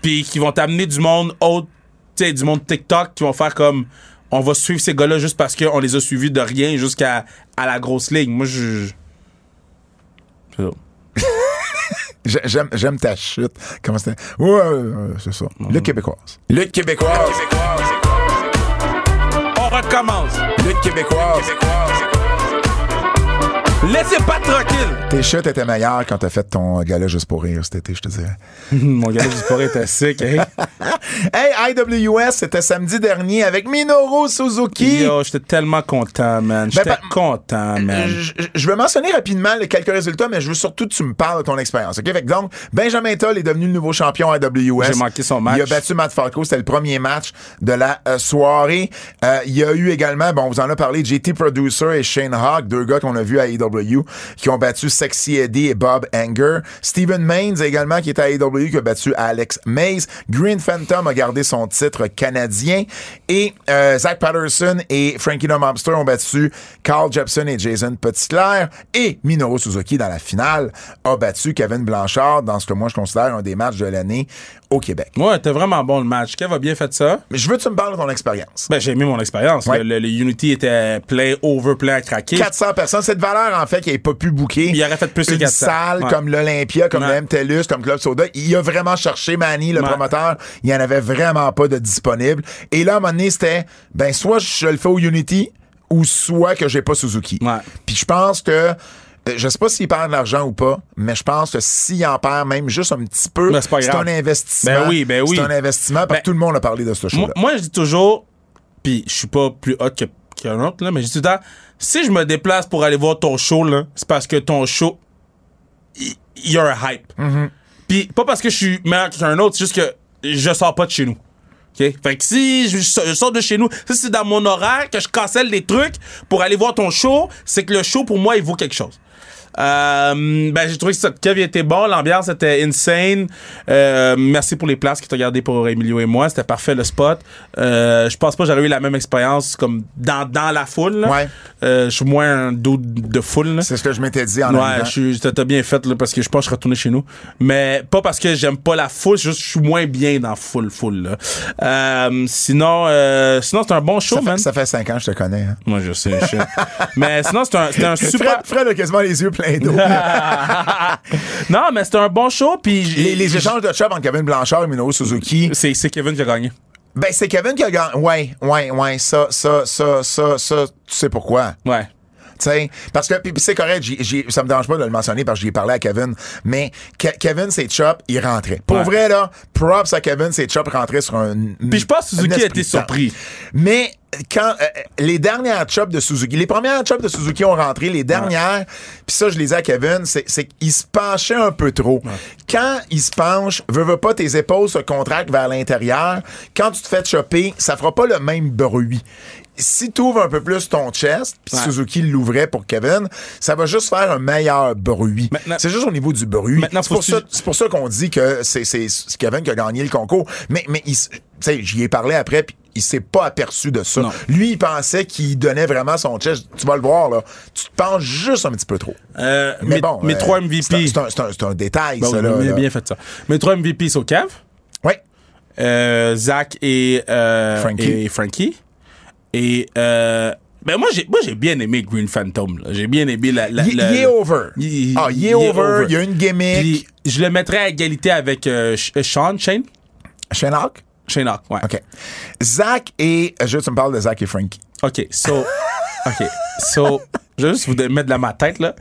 Puis qu'ils vont t'amener du monde autre, tu sais, du monde TikTok, qui vont faire comme. On va suivre ces gars-là juste parce qu'on les a suivis de rien jusqu'à à la grosse ligne. Moi, je. je- C'est ça.
J'ai- J'aime, j'aime ta chute. Comment c'était? Ouais, euh, c'est ça.
Mm.
Le Québécoise. Le Québécoise.
On recommence.
Le Québécoise.
Laissez pas
[laughs]
tranquille.
Tes chutes étaient meilleures quand t'as fait ton gala juste pour rire cet été, je te dirais.
Mon gars, du sport était sick, hein.
hey, IWS, c'était samedi dernier avec Minoru Suzuki.
Yo, j'étais tellement content, man. J'étais
Ben, par- euh,
content, man.
Je- je- Je veux mentionner rapidement les quelques résultats, mais je veux surtout que tu me parles de ton expérience. OK? Fait que donc, Benjamin Toll est devenu le nouveau champion à WS.
J'ai manqué son match.
Il a battu Matt Falco. C'était le premier match de la euh, soirée. Euh, il y a eu également, bon, on vous en a parlé, JT Producer et Shane Hawk, deux gars qu'on a vus à AEW, qui ont battu Sexy Eddie et Bob Anger. Stephen Maines également, qui est à AEW, qui a battu Alex Mays. Green Phantom a gardé son titre canadien. Et euh, Zach Patterson et Frankie the Mobster ont battu Carl Jepson et Jason Petitclerc. Et Minoru Suzuki, dans la finale, a battu Kevin Blanchard dans ce que moi je considère un des matchs de l'année au Québec.
Ouais, t'es vraiment bon le match. Kev a bien fait ça.
Mais je veux que tu me parles de ton expérience.
Ben, j'ai aimé mon expérience.
Ouais.
Le, le- le Unity était plein, over, plein à craquer.
400 personnes, cette valeur en fait qui n'ait pas pu booker.
Il aurait fait plus que
une
400.
salle
Ouais.
comme l'Olympia, comme
Ouais.
le MTLUS, comme Club Soda. Il a vraiment cherché Manny, le
Ouais.
promoteur. Il n'y en avait vraiment pas de disponible. Et là, à un moment donné, c'était, ben, soit je le fais au Unity ou soit que j'ai pas Suzuki.
Ouais.
Puis je pense que, euh, je sais pas s'il perd de l'argent ou pas, mais je pense que s'il en perd même juste un petit peu,
Ben, c'est pas grave.
un investissement.
Ben oui, ben oui.
C'est un investissement parce que
Ben,
tout le monde a parlé de ce
Moi,
show-là.
moi, je dis toujours, puis je suis pas plus hot que- qu'un autre, là, mais je dis tout le temps, si je me déplace pour aller voir ton show, là, c'est parce que ton show, il il y, a un hype. Puis pas parce que je suis meilleur qu'un autre, c'est juste que je sors pas de chez nous. OK? Fait que si je, so- je sors de chez nous, si c'est dans mon horaire que je cancelle des trucs pour aller voir ton show, c'est que le show, pour moi, il vaut quelque chose. Euh, ben, j'ai trouvé que ça, Kev il était bon, l'ambiance était insane. Euh, merci pour les places que t'as gardées pour Emilio et moi, c'était parfait le spot. Euh, je pense pas que j'aurais eu la même expérience comme dans, dans la foule. là.
Ouais.
Euh, je suis moins un dos de foule. là.
C'est ce que je m'étais dit en
Ouais,
arrivant.
je suis- t'as t'as bien fait là, parce que je pense que je suis retourné chez nous. Mais pas parce que j'aime pas la foule, c'est juste que je suis moins bien dans full full. Là. Euh, sinon, euh, sinon c'est un bon show,
Ça fait,
man.
ça fait cinq ans que je te connais. hein.
Moi je sais, je sais. Mais sinon c'est un,
[laughs]
c'est un super.
Fred, Fred a quasiment les yeux pleins
[laughs]
d'eau.
non, mais c'est un bon show puis j'ai-
les, les échanges de chop entre Kevin Blanchard et Minoru Suzuki.
c'est c'est Kevin qui a gagné.
Ben, c'est Kevin qui a gagné. Ouais, ouais, ouais. Ça, ça, ça, ça, ça, tu sais pourquoi.
Ouais.
Tu sais, parce que, puis puis c'est correct, j'ai- j'ai- ça me dérange pas de le mentionner parce que j'y ai parlé à Kevin, mais Ke- Kevin, c'est Chop, il rentrait. Pour
Ouais.
vrai, là, props à Kevin, c'est Chop rentrait sur un.
Puis je pense que Suzuki
un esprit
a été
de temps.
surpris.
Mais quand euh, les dernières chops de Suzuki, les premières chops de Suzuki ont rentré, les dernières, puis ça, je les ai à Kevin, c'est c'est qu'il se penchait un peu trop. Quand il se penche, veux, veux pas, tes épaules se contractent vers l'intérieur. Quand tu te fais chopper, ça fera pas le même bruit. si tu ouvres un peu plus ton chest, puis
Ouais.
Suzuki l'ouvrait pour Kevin, ça va juste faire un meilleur bruit.
Maintenant-
C'est juste au niveau du bruit.
Maintenant,
C'est
faut
pour,
que tu-
ça- c'est pour ça qu'on dit que c'est c'est- c'est Kevin qui a gagné le concours. Mais, mais il s- tu sais, j'y ai parlé après, puis il s'est pas aperçu de ça.
Non.
Lui, il pensait qu'il donnait vraiment son chest. Tu vas le voir, là. Tu te penches juste un petit peu trop.
Euh,
Mais
mes,
bon.
mes
euh,
trois MVP.
c'est un- C'est un, c'est un- c'est un détail,
Bah oui,
ça, là.
mais
là.
bien fait ça. Mes trois MVP sont Kev,
Ouais.
euh, Zach et, euh,
Frankie.
et Frankie. Et euh, ben moi j'ai moi j'ai bien aimé Green Phantom. là. J'ai bien aimé la. la
Il
la-
il est over.
Il-
Ah, il est over. Il y a une gimmick.
Puis, je le mettrais à égalité avec euh, Sh- euh, Sean, Shane.
Shane Hawk?
Shane Hawk, ouais.
OK. Zach et. Je veux que tu me parles de Zach et Frankie.
OK, so. OK, so. Je vais juste vous mettre dans ma tête, là.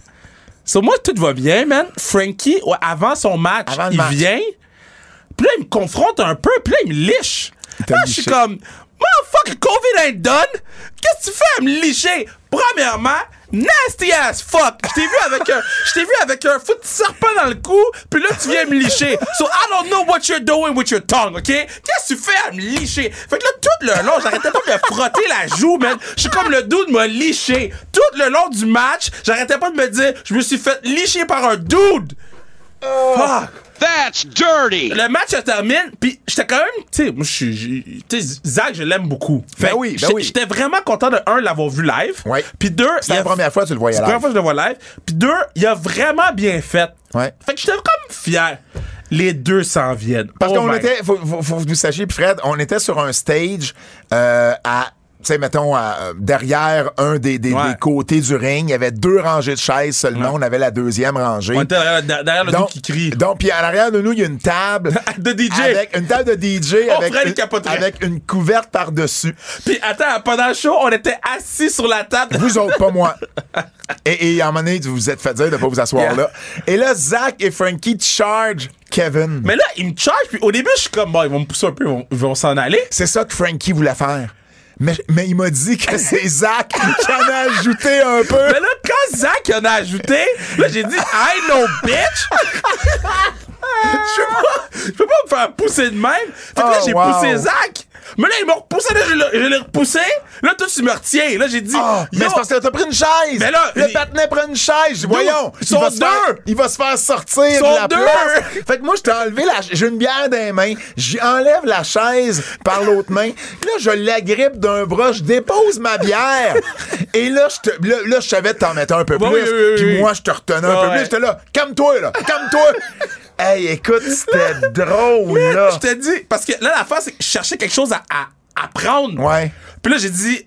So, moi, tout va bien, man. Frankie, ouais, avant son match,
Avant le
il
match.
vient. Puis là, il me confronte un peu. Puis là, il me liche.
t'a
Là, je suis
liché.
comme. Motherfucker, COVID ain't done. Qu'est-ce que tu fais à me licher? Premièrement, nasty ass fuck. Je t'ai vu avec un, je t'ai vu avec un foutu serpent dans le cou, puis là tu viens me licher. So I don't know what you're doing with your tongue, ok? Qu'est-ce que tu fais à me licher? Fait que là, tout le long, j'arrêtais pas de me frotter la joue, man. Je suis comme le dude m'a liché. Tout le long du match, j'arrêtais pas de me dire, je me suis fait licher par un dude. Fuck!
That's dirty.
Le match se termine, puis j'étais quand même, tu sais, moi je suis, j'ai- tu sais, Zach, je l'aime beaucoup. Fait
Ben oui, ben
j'étais-
oui.
J'étais vraiment content de un l'avoir vu live.
Ouais.
Puis deux,
C'était
il
la
a-
première fois que tu le voyais
c'est la
là.
première fois que je le vois live. Puis deux, il a vraiment bien fait.
Ouais.
Fait que j'étais comme fier. Les deux s'en viennent.
Parce
Oh
qu'on
my-
était, faut, faut, faut que vous sachiez, puis Fred, on était sur un stage euh, à, tu sais, mettons, à- euh, derrière un des, des,
Ouais.
des côtés du ring. Il y avait deux rangées de chaises seulement. On avait la deuxième rangée.
On était derrière, derrière le
donc,
dude qui crie.
donc, puis à l'arrière de nous, il y a une table.
[laughs] De DJ.
Avec une table de DJ
Oh,
avec,
Fred, il
une,
capoterait.
avec une couverte par-dessus.
Puis attends, pendant le show, on était assis sur la table.
Vous autres, pas
[laughs]
moi. Et, et à un moment donné, vous vous êtes fait dire de pas vous asseoir
Yeah.
là. Et là, Zach et Frankie charge Kevin.
Mais là, il me charge, puis au début, je suis comme, bon, ils vont me pousser un peu, ils vont- ils vont s'en aller.
C'est ça que Frankie voulait faire. Mais, mais il m'a dit que c'est Zach qui en a ajouté un peu.
Mais là, quand Zach en a ajouté, là, j'ai dit, I know, bitch! je, peux pas, je peux pas me faire pousser de même. Fait que là,
Oh,
j'ai
wow.
poussé Zach. Mais là, il m'a repoussé, là, je l'ai- je l'ai repoussé. Là, toi, tu me retiens. Là, j'ai dit,
Ah, mais
yo,
c'est parce que t'as pris une chaise.
Mais là,
le
il-
patinet prend une chaise. J'ai dit, Voyons.
ils sont
il va se
deux.
faire- il va se faire sortir
sont
de la
deux.
place. Fait que moi, je t'ai enlevé la... J'ai une bière dans les mains. J'enlève la chaise par l'autre main. Là, je l'agrippe d'un bras. Je dépose ma bière. Et là, je te... Là, là, je savais t'en mettre un peu
Bah
plus.
oui, oui, oui,
Puis
oui.
moi, je te retenais un
Ah
peu
ouais.
plus. J'étais là, calme-toi, là. Calme-toi. hey, écoute,
[laughs]
c'était drôle, là.
je t'ai dit, parce que là, l'affaire, c'est que je cherchais quelque chose à, à, à prendre.
Ouais.
Puis là, j'ai dit,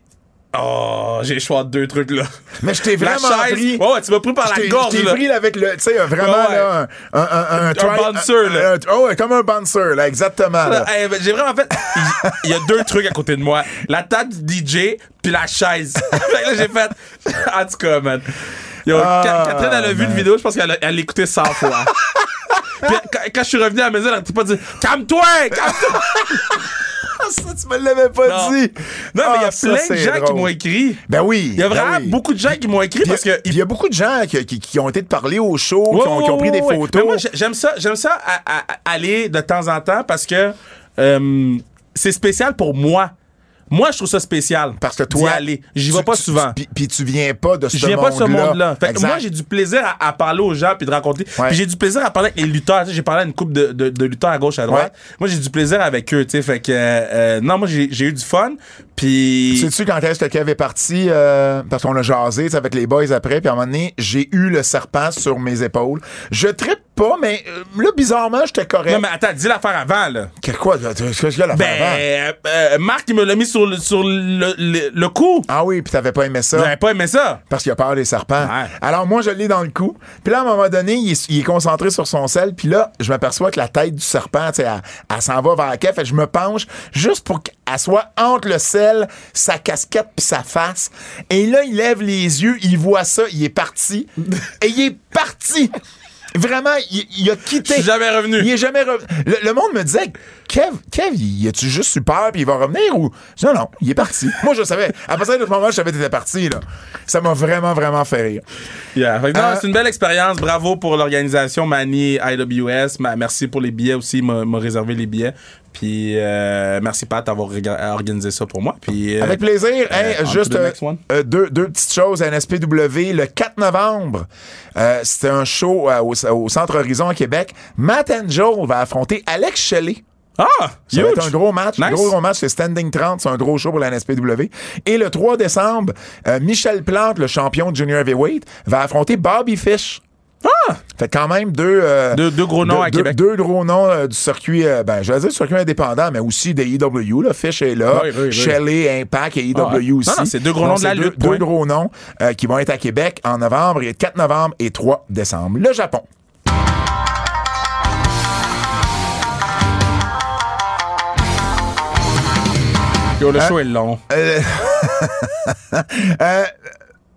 oh, j'ai le choix de deux trucs, là.
Mais je t'ai
La
vraiment
chaise,
pris.
ouais, ouais, tu m'as pris par
Je
la
t'ai-
gorge,
je t'ai
là.
pris avec le, tu sais, euh, vraiment,
Ouais, ouais.
là, un, un, un, un, tri-
bouncer, là.
un- oh, ouais, comme un bouncer, là, exactement. là.
Hey, ben, j'ai vraiment fait. il- Il y a deux trucs à côté de moi. La table du DJ, puis la chaise. [laughs] Fait que là, j'ai fait. En tout cas, man. Yo,
Ah,
Ca- Catherine, elle a vu
man.
une vidéo, je pense qu'elle a- elle l'a écouté 100
[laughs]
fois. Puis quand, quand je suis revenu à la maison, elle n'arrêtait pas de dire Calme-toi, calme-toi.
Ah, ça, tu me l'avais pas
Non.
dit.
Non, mais il y
Ah,
a
ça,
plein de
c'est
gens qui
drôle.
m'ont écrit.
Ben oui.
Il y a vraiment beaucoup de gens qui m'ont écrit parce
Parce
que.
il y a beaucoup de gens qui, qui, qui ont été de parler au show, qui, ont,
Ouais,
qui ont pris
ouais,
des
ouais.
photos.
Mais moi, j'ai- j'aime ça, j'aime ça à- à- à aller de temps en temps parce que euh, c'est spécial pour moi. Moi, je trouve ça spécial.
parce que toi,
d'y aller. J'y
tu-
vais pas
tu-
souvent.
tu- Puis puis tu viens pas de ce
Je
monde-là.
viens pas de ce monde-là. Fait que
Exact.
moi, j'ai du plaisir à, à parler aux gens puis de raconter.
Ouais.
Puis j'ai du plaisir à parler avec les lutteurs. Tu sais, J'ai parlé à une couple de, de- de lutteurs à gauche, à droite. Moi, j'ai du plaisir avec eux. tu sais. Fait que, euh, euh, non, moi, j'ai j'ai eu du fun. Puis.
Sais-tu quand est-ce que Kev est parti? euh, parce qu'on a jasé tu sais, avec les boys après, puis à un moment donné, j'ai eu le serpent sur mes épaules. Je trippe pas, mais euh, là, bizarrement, j'étais correct.
Non, mais attends, dis l'affaire avant, là.
Que quoi? là, tu- Qu'est-ce qu'il y a là avant?
Ben, euh, Marc, il me l'a mis sur le, sur le, le, le cou.
Ah oui, puis t'avais pas aimé ça?
J'avais pas aimé ça.
Parce qu'il a peur des serpents.
Ouais.
Alors moi, je l'ai dans le cou. Puis là, à un moment donné, il est, il est concentré sur son sel. Puis là, je m'aperçois que la tête du serpent, tu sais, elle, elle s'en va vers la Kev. Fait que je me penche juste pour qu'elle soit entre le sel, sa casquette puis sa face. Et là, il lève les yeux, il voit ça, il est parti. Et il est parti! Vraiment, il, il a quitté.
Je suis jamais revenu.
Il est jamais revenu. Le, le monde me disait, Kev, Kev, il a-tu juste super puis il va revenir ou. Je dis, Non, non, il est [laughs] parti. Moi, je le savais. À partir de ce moment, je savais que t'étais parti, là. Ça m'a vraiment, vraiment fait rire.
Yeah. Fait que non,
Euh,
c'est une belle expérience. Bravo pour l'organisation Mani IWS. Ma- merci pour les billets aussi. Il m'a m'a réservé les billets. Puis euh, merci Pat d'avoir rega- organisé ça pour moi. Puis, euh,
Avec plaisir. Hey,
on to
juste
the
euh,
next one.
euh, deux, deux petites choses. NSPW, le 4 novembre, euh, c'était un show euh, au, au Centre Horizon à Québec. Matt Angel va affronter Alex Shelley.
Ah!
Ça va
huge!
être un gros match. Un
Nice.
gros, gros match. C'est Standing 30. C'est un gros show pour la NSPW. Et le 3 décembre, euh, Michel Plante, le champion de Junior Heavyweight, va affronter Bobby Fish.
Ah!
Fait quand même deux, euh,
Deux- deux gros noms à
deux-
Québec.
Deux gros noms euh, du circuit, euh, ben, je vais dire du circuit indépendant, mais aussi des IW. Là. Fish est là,
Oui, oui, oui.
Shelley, Impact et IW
Ah ouais.
aussi.
Non, non, c'est deux gros
Donc,
noms de la
c'est
lutte,
Deux,
point.
deux gros noms euh, qui vont être à Québec en novembre, et 4 novembre et 3 décembre. Le Japon.
Yo,
Euh,
le show est long.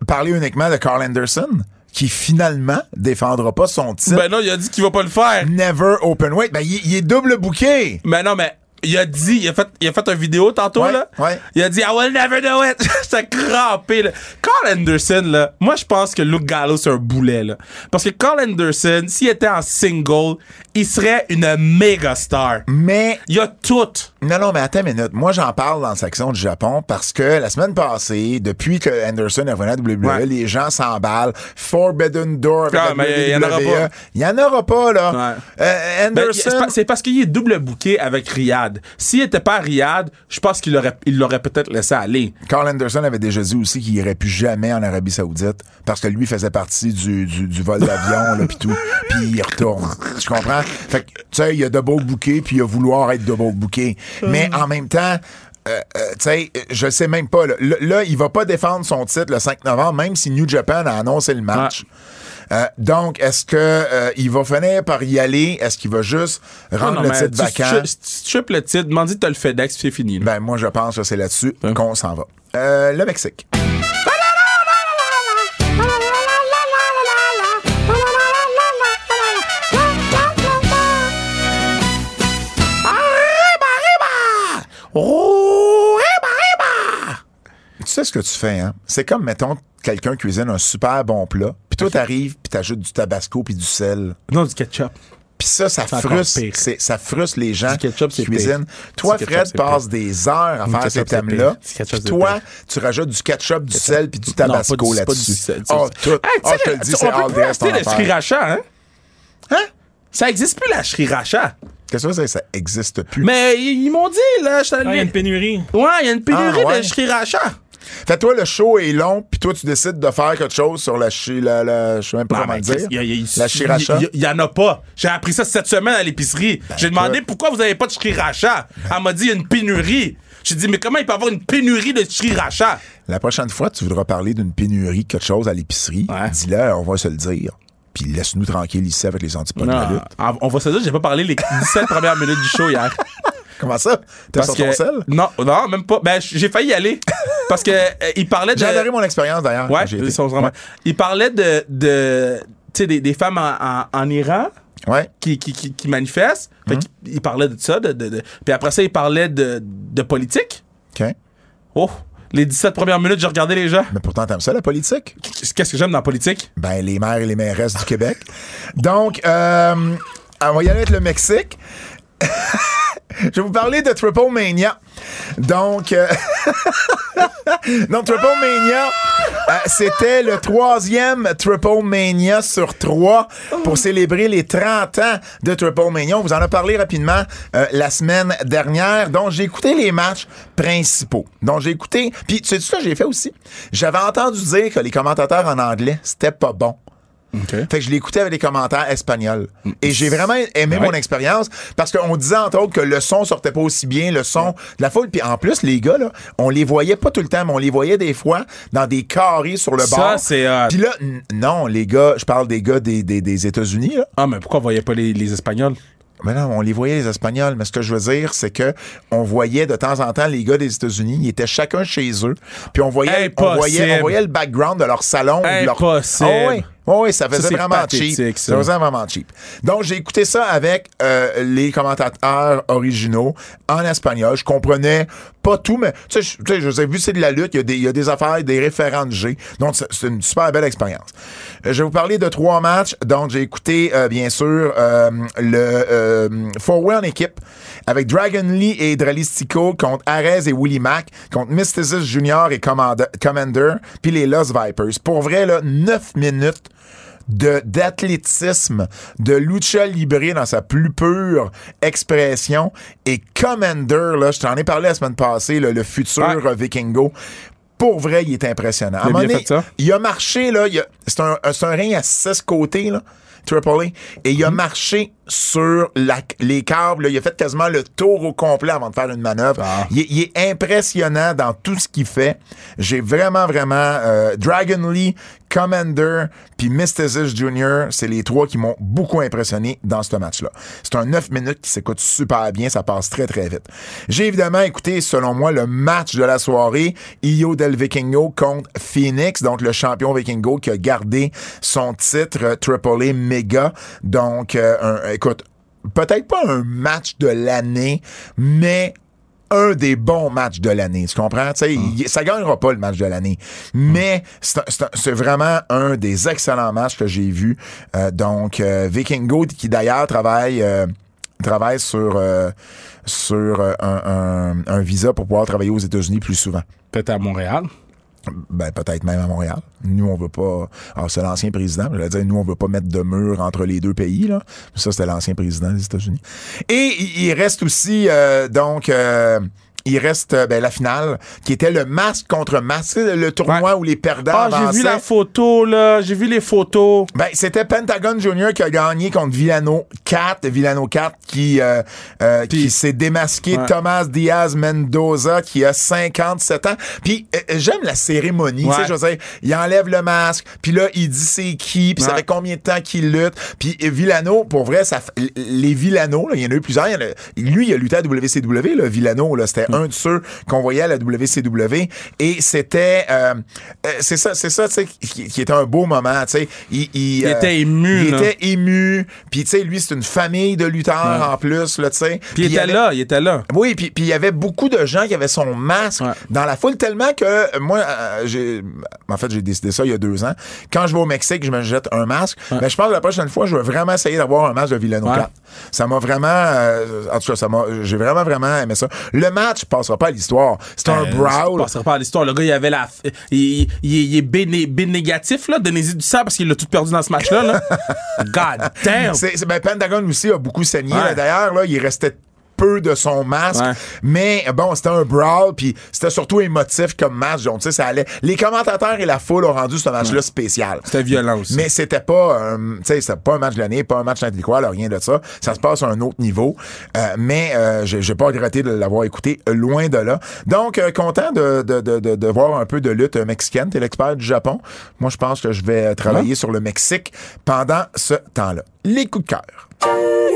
Parler uniquement de Carl Anderson, qui finalement défendra pas son titre.
Ben non, il a dit qu'il va pas le faire.
Never Open Weight. Ben, il il est double bouquet.
Mais Ben non, mais il a dit, il a fait, il a fait une vidéo tantôt,
Ouais,
là.
ouais.
Il a dit, I will never do it. [laughs] J'étais crampé, là. Carl Anderson, là, moi, je pense que Luke Gallows, c'est un boulet, là. Parce que Carl Anderson, s'il était en single, il serait une méga star.
Mais
Il a tout.
Non, non, mais attends une minute. Moi, j'en parle dans la section du Japon parce que la semaine passée, depuis que Anderson est revenu à WWE,
Ouais.
les gens s'emballent. Forbidden Door avec
Ah,
la
mais il y en
WWE.
aura pas.
Il y en aura pas, là.
Ouais.
Euh,
Ben,
Anderson...
c'est pas- c'est parce qu'il est double bouquet avec Riyad. S'il était pas à Riyad, je pense qu'il aurait, il l'aurait peut-être laissé aller.
Carl Anderson avait déjà dit aussi qu'il irait plus jamais en Arabie Saoudite parce que lui faisait partie du, du, du vol d'avion là puis
[laughs]
tout puis il y retourne tu comprends fait que tu sais il a de beaux bouquets puis il a vouloir être de beaux bouquets mais en même temps euh, euh, tu sais, euh, je sais même pas. Là, Là- là, il va pas défendre son titre le 5 novembre, même si New Japan a annoncé le match. Euh, donc, est-ce que euh, il va finir par y aller? Est-ce qu'il va juste rendre
Non, non,
le
mais
titre
tu-
vacant?
tu- Si tu triples le titre, demande si t'as le FedEx, puis c'est fini. là.
Ben, moi, je pense que c'est là-dessus qu'on s'en va. Euh, le Mexique. Tu sais ce que tu fais, hein? C'est comme, mettons, quelqu'un cuisine un super bon plat, puis toi, t'arrives, puis t'ajoutes du tabasco puis du sel.
Non, du ketchup.
Puis ça, ça
C'est encore
frustre,
pire.
c'est- ça frustre les gens
Du ketchup,
qui
c'est pire.
cuisinent. Toi,
Du ketchup,
Fred,
c'est
passe des heures à
Du
faire
ketchup,
ces
c'est
thèmes-là.
pire. Du ketchup,
Puis
c'est
toi,
pire.
tu rajoutes du ketchup, du sel puis du tabasco
Non, pas du- pas du
là-dessus.
sel, c'est-
Ah, tout.
Hey,
Ah,
tu sais,
je te le
le-
dis,
on
c'est
peut
all
plus
dress, ton
acheter le
affaire.
sriracha, hein? Hein? Ça existe plus, la sriracha.
Qu'est-ce que c'est? Ça existe plus.
Mais ils ils m'ont dit, là, je t'allais...
Ah, il y a une pénurie.
Ouais, il y a une pénurie
Ah, ouais.
de sriracha.
Fait toi, le show est long, puis toi, tu décides de faire quelque chose sur la... chi- la, la je sais même pas comment le dire. la sriracha. Ben,
Il y, en a pas. J'ai appris ça cette semaine à l'épicerie. J'ai demandé pourquoi vous avez pas de sriracha. Elle m'a dit, il y a une pénurie. J'ai dit, mais comment il peut y avoir une pénurie de sriracha?
La prochaine fois, tu voudras parler d'une pénurie, quelque chose à l'épicerie.
Ouais.
Dis-le, on va se le dire. Puis laisse-nous tranquille ici avec les antipodes de la lutte.
Ah, on va se dire, j'ai pas parlé les 17 [laughs] premières minutes du show hier.
Comment ça? T'as sur ton sel?
Non, non, même pas. Ben, j'ai failli y aller. Parce que euh, il parlait de.
J'ai adoré mon expérience d'ailleurs.
Ouais,
quand j'y étais.
ils sont vraiment- Il parlait de, de tu sais, des, des femmes en, en- en Iran
Ouais.
qui, qui, qui, qui manifestent. Fait
Hum.
qu'il- il parlait de ça. De, de- de- Puis après ça, il parlait de, de politique.
OK.
Oh, les 17 premières minutes, j'ai regardé les gens.
Mais pourtant, t'aimes ça, la politique?
Qu'est-ce que j'aime dans la politique?
Ben, les maires et les mairesses du Québec. Donc, euh, on va y aller avec le Mexique. [laughs] Je vais vous parler de Triple Mania. Donc, euh, [laughs] donc Triple Mania, euh, c'était le troisième Triple Mania sur trois pour célébrer les 30 ans de Triple Mania. On vous en a parlé rapidement euh, la semaine dernière. Donc, j'ai écouté les matchs principaux. Donc, j'ai écouté. Puis, tu sais, ça, j'ai fait aussi. J'avais entendu dire que les commentateurs en anglais, c'était pas bon. Fait que je l'écoutais avec des commentaires espagnols.
Mm.
Et j'ai vraiment aimé
Ben
mon expérience parce qu'on disait entre autres que le son sortait pas aussi bien, le son de la foule. Puis en plus, les gars, là, on les voyait pas tout le temps, mais on les voyait des fois dans des carrés sur le
Ça,
bord.
c'est, euh,
Puis là, n- non, les gars, je parle des gars des, des, des États-Unis, là.
Ah, mais pourquoi on voyait pas les, les Espagnols?
Mais non, on les voyait les Espagnols, mais ce que je veux dire, c'est que on voyait de temps en temps les gars des États-Unis, ils étaient chacun chez eux, puis on voyait, on
Impossible.
voyait, on voyait le background de leur salon, ou de leur...
Impossible.
Ah ouais. Oh, oui, ça faisait
c'est
vraiment
pathétique,
cheap.
ça.
Ça faisait vraiment cheap. Donc, j'ai écouté ça avec euh, les commentateurs originaux en espagnol. Je comprenais pas tout, mais tu sais, je- tu sais, je vous ai vu, c'est de la lutte. Il y a des, il y a des affaires, des référents de G. Donc, c'est- c'est une super belle expérience. Euh, Je vais vous parler de trois matchs. Donc, j'ai écouté, euh, bien sûr, euh, le euh, four-way en équipe avec Dragon Lee et Dralistico contre Arez et Willie Mack, contre Mysticis Junior et Commanda- Commander, puis les Lost Vipers. Pour vrai, là, 9 minutes de d'athlétisme, de lucha libre dans sa plus pure expression. Et Commander, là, je t'en ai parlé la semaine passée, là, le futur
Ouais.
euh, Vikingo. Pour vrai, il est impressionnant. À un
a
moment
bien
donné,
fait ça.
il a marché, là, il a- c'est un, euh, c'est un ring à six côtés, là, Triple A, et il
Mm-hmm.
a marché sur la- les câbles, là. il a fait quasiment le tour au complet avant de faire une manœuvre.
Ah.
Il, est- il est impressionnant dans tout ce qu'il fait. J'ai vraiment, vraiment euh, Dragon Lee, Commander, puis Mysticis Jr., c'est les trois qui m'ont beaucoup impressionné dans ce match-là. C'est un 9 minutes qui s'écoute super bien, ça passe très, très vite. J'ai évidemment écouté, selon moi, le match de la soirée, Io Del Vikingo contre Phoenix, donc le champion Vikingo qui a gardé son titre euh, Triple A Mega. Donc, euh, un- écoute, peut-être pas un match de l'année, mais un des bons matchs de l'année. Tu comprends? Tu sais, il- Ça gagnera pas le match de l'année. Mais c'est un- c'est un- c'est vraiment un des excellents matchs que j'ai vu. Euh, donc, euh, Vikingo, qui d'ailleurs travaille, euh, travaille sur, euh, sur euh, un, un- un visa pour pouvoir travailler aux États-Unis plus souvent.
Peut-être à Montréal.
Ben, peut-être même à Montréal. Nous, on veut pas. Alors, c'est l'ancien président. Je vais dire, nous, on veut pas mettre de mur entre les deux pays, là. Ça, c'était l'ancien président des États-Unis. Et il il reste aussi, euh, donc, euh, il reste euh, ben, la finale, qui était le masque contre masque, C'est le tournoi où les perdants
Ah, j'ai vu la
avançaient.
photo, là. J'ai vu les photos.
Ben, c'était Pentagon Junior qui a gagné contre Villano 4. Villano 4 qui, euh, euh, qui s'est démasqué.
Ouais.
Thomas Diaz Mendoza qui a 57 ans. Puis euh, euh, j'aime la cérémonie. Tu sais,
Ouais.
je veux dire, il enlève le masque. Puis là, il dit c'est qui. Puis ça
Ouais.
fait combien de temps qu'il lutte. Puis euh, Villano, pour vrai, ça, f- l- les Villano, là, il y en a eu plusieurs. Il y en a- lui, il a lutté à WCW. Là, Villano, là,
Mm.
c'était un de ceux qu'on voyait à la WCW. Et c'était... euh, euh, c'est ça, c'est ça tu sais, qui, qui était un beau moment. tu sais. Il, il, euh,
Il était ému,
Il
là.
était ému. Puis, tu sais, lui, c'est une famille de lutteurs en plus, là, tu sais.
Puis il était
avait-
là, il était là.
Oui, puis puis il y avait beaucoup de gens qui avaient son masque
Ouais.
dans la foule tellement que euh, moi, euh, j'ai, en fait, j'ai décidé ça il y a deux ans. Quand je vais au Mexique, je me jette un masque. Mais je pense que la prochaine fois, je vais vraiment essayer d'avoir un masque de Villano
Ouais.
4. Ça m'a vraiment, euh, en tout cas, ça m'a, j'ai vraiment vraiment aimé ça. Le match passera pas à l'histoire. C'est un
Euh,
brawl.
Ça passera pas à l'histoire. Le gé- gars, il avait la. f- Il, il- il- il est B, né- B négatif, là. Donnez-y du sang parce qu'il l'a tout perdu dans ce match-là,
[laughs]
là. God damn!
C'est, c'est- ben, Pentagon aussi a beaucoup saigné.
Ouais.
là. D'ailleurs, là, il restait peu de son masque.
Ouais.
Mais bon, c'était un brawl, puis c'était surtout émotif comme match. Donc, tu sais, ça allait. Les commentateurs et la foule ont rendu ce match-là spécial.
C'était violent aussi.
Mais c'était pas, un- tu sais, c'était pas un match de l'année, pas un match quoi rien de ça. Ça se passe à un autre niveau. Euh, mais euh, j'ai j'ai pas regretté de l'avoir écouté, euh, loin de là. Donc, euh, content de, de, de, de, de voir un peu de lutte euh, mexicaine. T'es l'expert du Japon. Moi, je pense que je vais travailler sur le Mexique pendant ce temps-là. Les coups de cœur.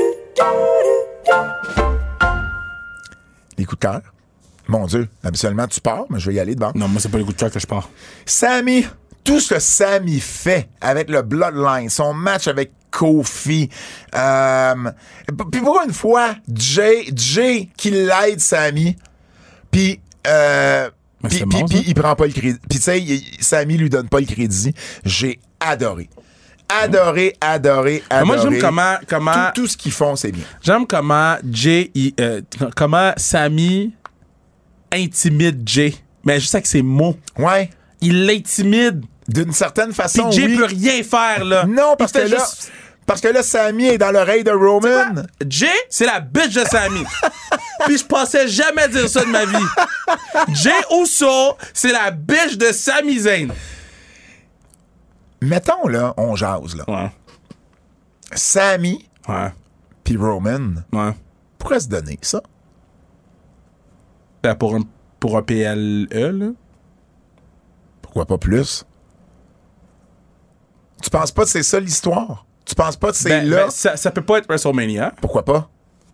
Les coups de cœur. Mon Dieu, habituellement, tu pars, mais je vais y aller devant.
Non, moi, c'est pas les coups de cœur que je pars.
Sammy, tout ce que Sammy fait avec le Bloodline, son match avec Kofi, euh, puis pour une fois, Jay, Jay qui l'aide Sammy, puis euh,
Mais
puis
Ben, c'est
puis-
bon,
puis
ça.
il prend pas le crédit. Puis tu sais, il- Sammy lui donne pas le crédit. J'ai adoré. Adoré, adoré, adoré.
Mais Ben, moi, j'aime comment. comment
Tout, tout ce qu'ils font, c'est bien.
J'aime comment Jay. il, euh, comment Sammy intimide Jay. Mais juste avec ses mots.
Ouais.
Il l'intimide.
D'une certaine
Puis
façon,
Jay
oui.
peut rien faire, là.
Non,
Il
parce que
fait
là,
juste-
parce que là, Sammy est dans l'oreille de Roman.
Jay, c'est la bitch de [laughs] Sammy. Puis je pensais jamais dire ça de ma vie. Jay Uso, c'est la bitch de Sami Zayn.
Mettons, là, on jase, là.
Ouais.
Sammy
Ouais.
puis Roman
Ouais.
pourraient se donner ça.
Ben, pour un, pour un PLE, là.
Pourquoi pas plus? Tu penses pas que c'est ça l'histoire? Tu penses pas que c'est
Ben,
là?
ben, ça, ça peut pas être WrestleMania.
Pourquoi pas?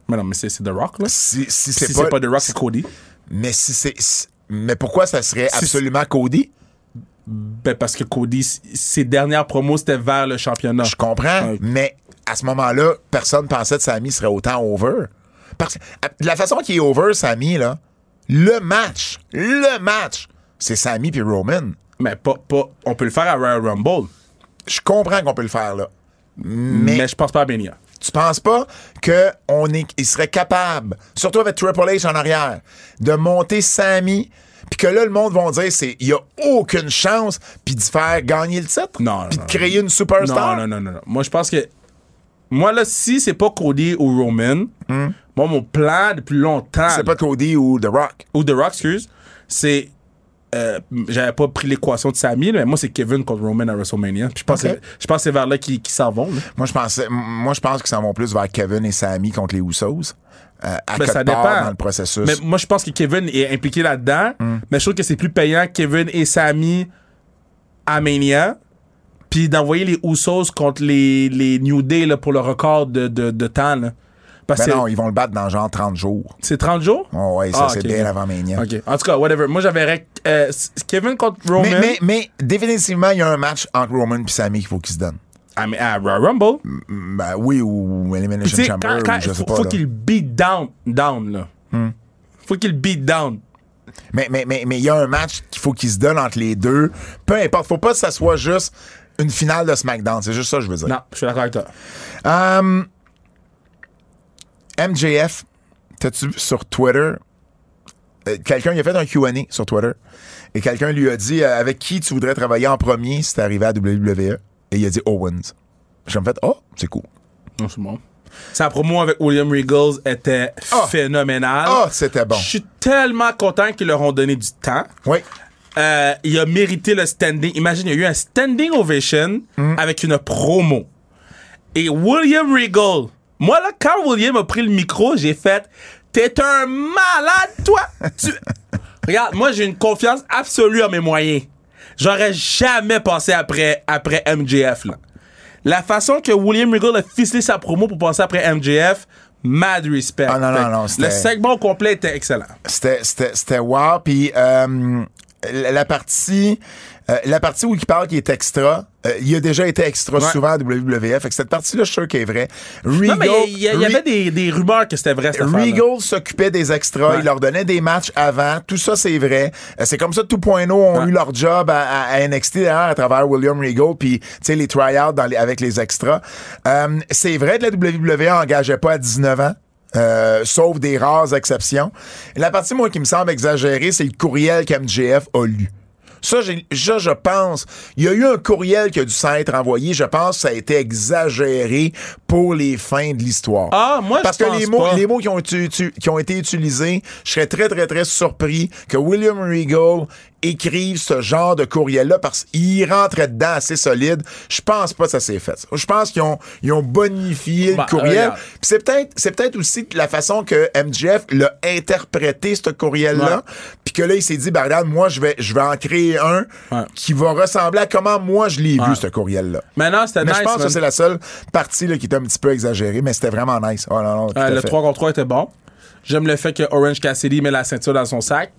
Mais non, mais c'est c'est The Rock, là.
Si, si
Si
c'est
c'est
pas,
pas, The Rock, c'est Cody.
Mais si c'est. si- mais pourquoi ça serait
Si-
absolument Cody?
Ben, parce que Cody, s- ses dernières promos, c'était vers le championnat.
Je comprends,
Ouais.
mais à ce moment-là, personne pensait que Sami serait autant over. Parce que à- de la façon qu'il est over, Sami, là, le match, le match, c'est Sami puis Roman.
Mais pas, pas, on peut le faire à Royal Rumble,
Je comprends qu'on peut le faire, là.
mais,
Mais,
je pense pas à Benia.
tu penses pas qu'on est, il serait capable, surtout avec Triple H en arrière, de monter Sami, puis que là, le monde vont dire, c'est, il y a aucune chance, puis de faire gagner le titre,
Non,
puis
non,
de créer une superstar.
Non, non, non, non, non. Moi, je pense que. Moi, là, si c'est pas Cody ou Roman, moi, mon plan depuis longtemps.
Hmm. C'est pas Cody ou The Rock.
Ou The Rock, excuse. C'est. euh, J'avais pas pris l'équation de Sami, là, mais moi, c'est Kevin contre Roman à WrestleMania. Puis Je pense,
Ok.
que, je pense que c'est vers là qu'ils qu'ils s'en vont. là.
Moi, je pensais, m- moi, je pense qu'ils s'en vont plus vers Kevin et Sami contre les Usos. euh, à
Ben,
quelque
ça
part
dépend.
dans le processus. Ben Hmm.
Mais moi, je pense que Kevin est impliqué là-dedans. Mais je trouve que c'est plus payant Kevin et Sami à Mania. Puis d'envoyer les Usos contre les, les New Day là, pour le record de, de, de temps. là. Parce
Ben
que
non, ils vont le battre dans genre 30 jours.
c'est 30 jours?
Oh, ouais, ça,
Ah,
c'est
ok.
bien avant Mania.
Ok. En tout cas, whatever. Moi, j'avais rec- euh, s- Kevin contre Roman
Mais, mais, mais définitivement, il y a un match entre Roman et Sami qu'il faut qu'ils se donnent.
à, à Ah, Royal Rumble.
Ben oui, ou
Puis,
Elimination
tu sais,
Chamber,
quand- quand-
ou je sais
faut,
pas.
faut
là. Hmm.
qu'il beat down, down là. Faut qu'il beat down.
Mais mais- mais- mais il y a un match qu'il faut qu'ils se donnent entre les deux. Peu importe, faut pas que ça soit juste une finale de SmackDown. C'est juste ça que je veux dire.
Non, je suis d'accord avec toi.
Um, MJF, t'as-tu vu sur Twitter? euh, Quelqu'un, il a fait un QA sur Twitter et quelqu'un lui a dit euh, avec qui tu voudrais travailler en premier si t'arrivais à WWE? Et il a dit Owens. J'ai me fait, oh, c'est cool.
Non, c'est bon. Sa promo avec William Regals était
Ah.
phénoménale.
Ah, c'était bon.
Je suis tellement content qu'ils leur ont donné du temps.
Oui.
Euh, il a mérité le standing. Imagine, il y a eu un standing ovation
Mm.
avec une promo. Et William Regal. Moi, là, quand William a pris le micro, j'ai fait T'es un malade,
[laughs]
toi! Tu- Regarde, moi, j'ai une confiance absolue en mes moyens. J'aurais jamais pensé après, après MJF, là. La façon que William Regal a ficelé sa promo pour passer après MJF, mad respect.
Ah, non, non,
Fait que
non,
le
c'était-
segment au complet était excellent.
C'était, c'était, c'était wow. Puis euh, la, la partie, euh, la partie où il parle qui est extra, euh, il a déjà été extra
Ouais.
souvent à WWF. Fait que cette partie-là, je suis sûr qu'elle est vraie.
Non, mais il y, a- il y
Regal-
avait des, des rumeurs que c'était vrai, cette affaire-là.
Regal s'occupait des extras,
Ouais.
il leur donnait des matchs avant, tout ça c'est vrai. Euh, C'est comme ça que 2.0 ont
Ouais.
eu leur job à, à- à NXT d'ailleurs à travers William Regal puis tu sais les tryouts dans les- avec les extras. Euh, c'est vrai que la WWE engageait pas à 19 ans. euh, sauf des rares exceptions. La partie, moi, qui me semble exagérée, c'est le courriel qu'MGF a lu. Ça, j'ai- ça, je pense. Il y a eu un courriel qui a dû s'être envoyé. Je pense que ça a été exagéré pour les fins de l'histoire.
Ah, moi, je
Parce que
pense
les mots,
pas.
les mots qui ont, été- tu- qui ont été utilisés, je serais très, très, très surpris que William Regal écrive ce genre de courriel-là parce qu'il rentrait dedans assez solide. Je pense pas que ça s'est fait. Je pense qu'ils ont, ils ont bonifié
Bah,
le courriel.
regarde.
Puis c'est peut-être, c'est peut-être aussi la façon que MJF l'a interprété, ce courriel-là. Puis que là, il s'est dit, ben regarde, moi, je vais, je vais en créer un
Ouais.
qui va ressembler à comment moi je l'ai vu, ce courriel-là.
Mais non, c'était
Mais
nice.
je pense
man.
que c'est la seule partie là, qui était un petit peu exagérée, mais c'était vraiment nice. Oh non, non, tout
Euh,
à
le
fait.
3 contre 3 était bon. J'aime le fait que Orange Cassidy met la ceinture dans son sac.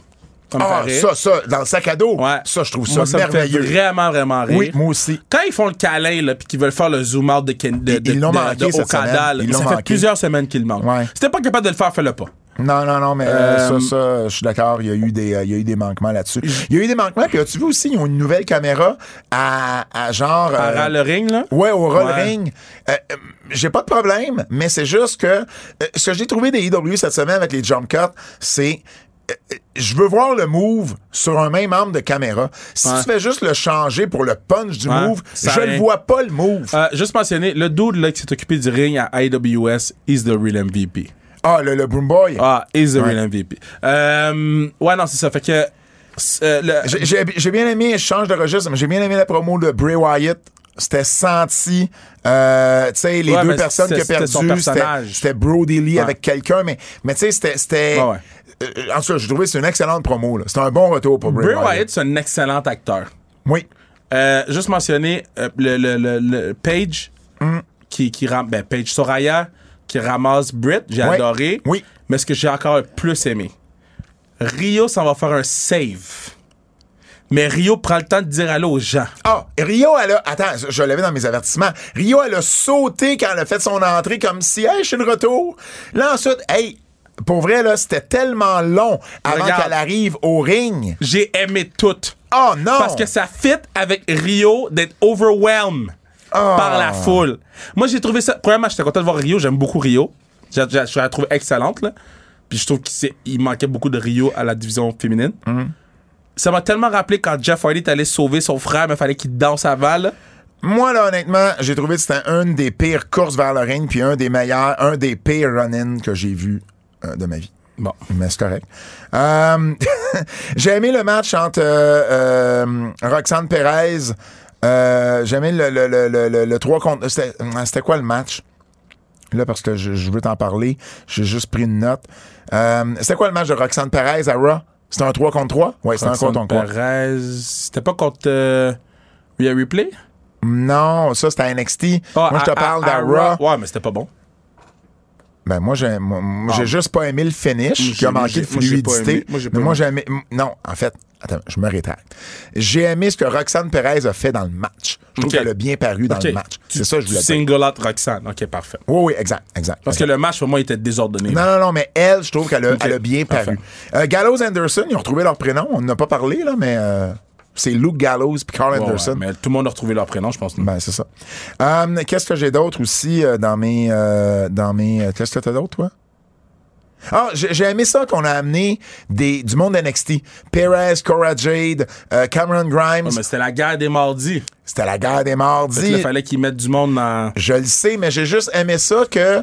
Ça me
Ah,
fait rire.
ça, ça, dans le sac à dos.
Ouais.
Ça, je trouve ça,
Moi, ça me fait
merveilleux.
vraiment, vraiment rire.
Oui, moi aussi.
Quand ils font le câlin, là, puis qu'ils veulent faire le zoom out de, Ken- de,
Ils- ils
de-
l'ont
de-
manqué
de
cette
Okada,
semaine.
là.
Ils
ça
l'ont
fait
manqué.
plusieurs semaines qu'ils le manquent.
Ouais.
Si t'es pas capable de le faire, fais-le pas.
Non, non, non, mais euh,
Euh,
ça, ça, je suis d'accord. Il y a eu des, euh, il y a eu des manquements là-dessus. Il y a eu des manquements. Puis as-tu vu aussi, ils ont une nouvelle caméra à, à genre. euh,
Par le ring, là.
Ouais, au roll
Ouais.
ring. Euh, euh, j'ai pas de problème, mais c'est juste que euh, ce que j'ai trouvé des IW cette semaine avec les jump cuts, c'est euh, euh, je veux voir le move sur un même angle de caméra. Si
Ouais.
tu fais juste le changer pour le punch du
Ouais,
move,
ça
je
rien.
ne vois pas le move.
Euh, juste mentionner, le dude là, qui s'est occupé du ring à AWS is the real MVP.
Ah, le, le broom boy.
Ah, is the
Ouais.
real MVP. Euh, ouais, non, c'est ça. Fait que. euh, le-
J'ai- J'ai j'ai bien aimé, je change de registre, mais j'ai bien aimé la promo de Bray Wyatt. C'était senti, euh, tu sais, les
Ouais, mais
deux personnes qui a
c'était-
perdu,
c'était son personnage.
c'était- c'était Brody Lee avec quelqu'un, mais, mais tu sais, c'était- c'était...
Ouais, ouais.
Euh, en tout cas, je trouvais que c'est une excellente promo. là. C'était un bon retour pour Bray,
Bray
Wyatt.
Wyatt, c'est un excellent acteur.
Oui.
Euh, juste mentionner euh, le, le, le, le Page
Mm.
qui, qui ram- ben, Page Soraya qui ramasse Britt, j'ai
Ouais.
adoré.
Oui.
Mais ce que j'ai encore le plus aimé, Rio s'en va faire un save. Mais Rio prend le temps de dire allô aux gens.
Ah, Rio, elle a. Attends, je, je l'avais dans mes avertissements. Rio, elle a sauté quand elle a fait son entrée comme si, hey, je suis de retour. Là, ensuite, hey, pour vrai, là, c'était tellement long avant
Regarde.
qu'elle arrive au ring.
J'ai aimé tout.
Oh non!
Parce que ça fit avec Rio d'être overwhelmed par
Ah.
la foule. Moi, j'ai trouvé ça. Premièrement, j'étais content de voir Rio. J'aime beaucoup Rio. J'ai- j'ai- Je la trouve excellente, là. Puis je trouve qu'il s'est- il manquait beaucoup de Rio à la division féminine.
Mm-hmm.
Ça m'a tellement rappelé quand Jeff Hardy est allé sauver son frère, mais il fallait qu'il danse avant, là.
Moi, là, honnêtement, j'ai trouvé que c'était une des pires courses vers le ring, puis un des meilleurs, un des pires run-ins que j'ai vu euh, de ma vie.
Bon.
Mais c'est correct. Euh, [laughs] j'ai aimé le match entre euh, euh, Roxane Perez. euh, j'ai aimé le, le, le, le, le- le 3 contre. C'était ah, c'était quoi le match? Là, parce que je, je veux t'en parler. J'ai juste pris une note. Euh, c'était quoi le match de Roxane Perez à Raw? C'était un 3 contre 3? Oui, c'était un 3
Roxanne
contre 3.
Perez, C'était pas contre euh, Rhea Ripley?
Non, ça, c'était à NXT.
Ah,
Moi, je
à-
te parle
à-
d'à
à
Raw.
Ouais, mais c'était pas bon.
Ben moi j'ai moi, moi, j'ai juste pas aimé le finish qui
j'ai-
a manqué de
Ah. moi, j'ai- moi, j'ai pas
fluidité.
aimé. Moi, j'ai pas
mais moi j'ai aimé m- non, en fait, attends, je me rétracte. J'ai aimé ce que Roxane Perez a fait dans le match. Je trouve
Ok.
qu'elle a bien paru dans
Ok.
Ah, le match.
Tu-
C'est ça que je
tu
voulais dire.
Single out Roxanne. OK, parfait.
Oui oui, exact, exact.
Parce que le match, pour moi, il était désordonné.
Non, non, non, mais elle, je trouve qu'elle a, elle a bien
Parfait.
paru. Euh, Gallows Anderson, ils ont retrouvé leur prénom. On n'a pas parlé, là, mais euh, c'est Luke Gallows puis Carl
Ouais, ouais,
Anderson.
mais tout le monde a retrouvé leur prénom, je pense. non?
Ben, c'est ça. Euh, qu'est-ce que j'ai d'autre aussi euh, dans mes. euh, dans mes euh, qu'est-ce que t'as d'autre, toi? Ah, j'ai j'ai aimé ça qu'on a amené des, du monde NXT. Perez, Cora Jade, euh, Cameron Grimes.
Ouais, mais c'était la guerre des mardis.
C'était la guerre des mardis.
Il fallait qu'ils mettent du monde dans.
Je le sais, mais j'ai juste aimé ça que.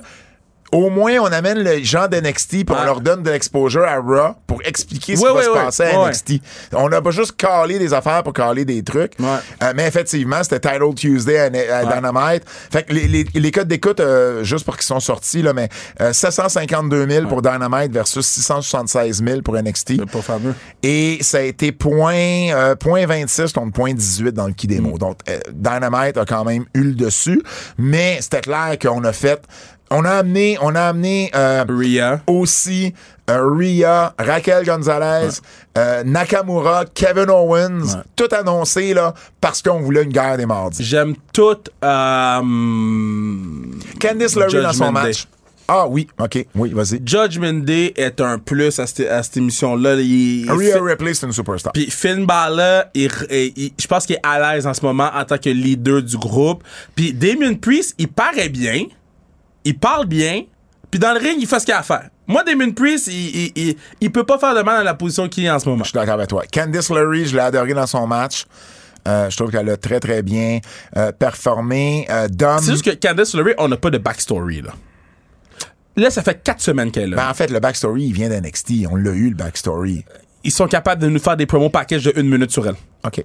Au moins, on amène les gens d'NXT puis on
Ah.
leur donne de l'exposure à Raw pour expliquer ce
Ouais,
qui va
ouais,
se
ouais.
passer à
Ouais,
NXT. On n'a pas juste calé des affaires pour caler des trucs.
Ouais.
Euh, mais effectivement, c'était Title Tuesday à, à Dynamite. Fait que les, les- les codes d'écoute, euh, juste pour qu'ils sont sortis, là, mais euh, 752 000 pour Dynamite versus 676 000 pour NXT.
C'est pas fameux.
Et ça a été point, euh, point 26 contre point 18 dans le qui démo. Donc, euh, Dynamite a quand même eu le dessus. Mais c'était clair qu'on a fait. On a amené, on a amené euh,
Rhea.
aussi euh, Rhea, Raquel Gonzalez, euh, Nakamura, Kevin Owens, tout annoncé là, parce qu'on voulait une guerre des mardis.
J'aime tout. euh,
Candice LeRae dans son
Judgment
match. Ah oui, ok, oui, vas-y.
Judgment Day est un plus à, cette- à cette émission-là. Il-
Rhea
Fi-
Ripley, c'est une superstar.
Puis Finn Balor, il- il- il- je pense qu'il est à l'aise en ce moment en tant que leader du groupe. Puis Damien Priest, il paraît bien. Il parle bien. Puis dans le ring, il fait ce qu'il a à faire. Moi, Damien Priest, il, il, il- il peut pas faire de mal dans la position qu'il est en ce moment.
Je suis d'accord avec toi. Candice LeRae, je l'ai adoré dans son match. Euh, je trouve qu'elle a très, très bien euh, performé. Euh, Dom.
C'est juste que Candice LeRae, on n'a pas de backstory, là. Là, ça fait quatre semaines qu'elle est là.
Ben, en fait, le backstory, il vient d'NXT. On l'a eu, le backstory.
Ils sont capables de nous faire des promos packages de une minute sur elle.
OK.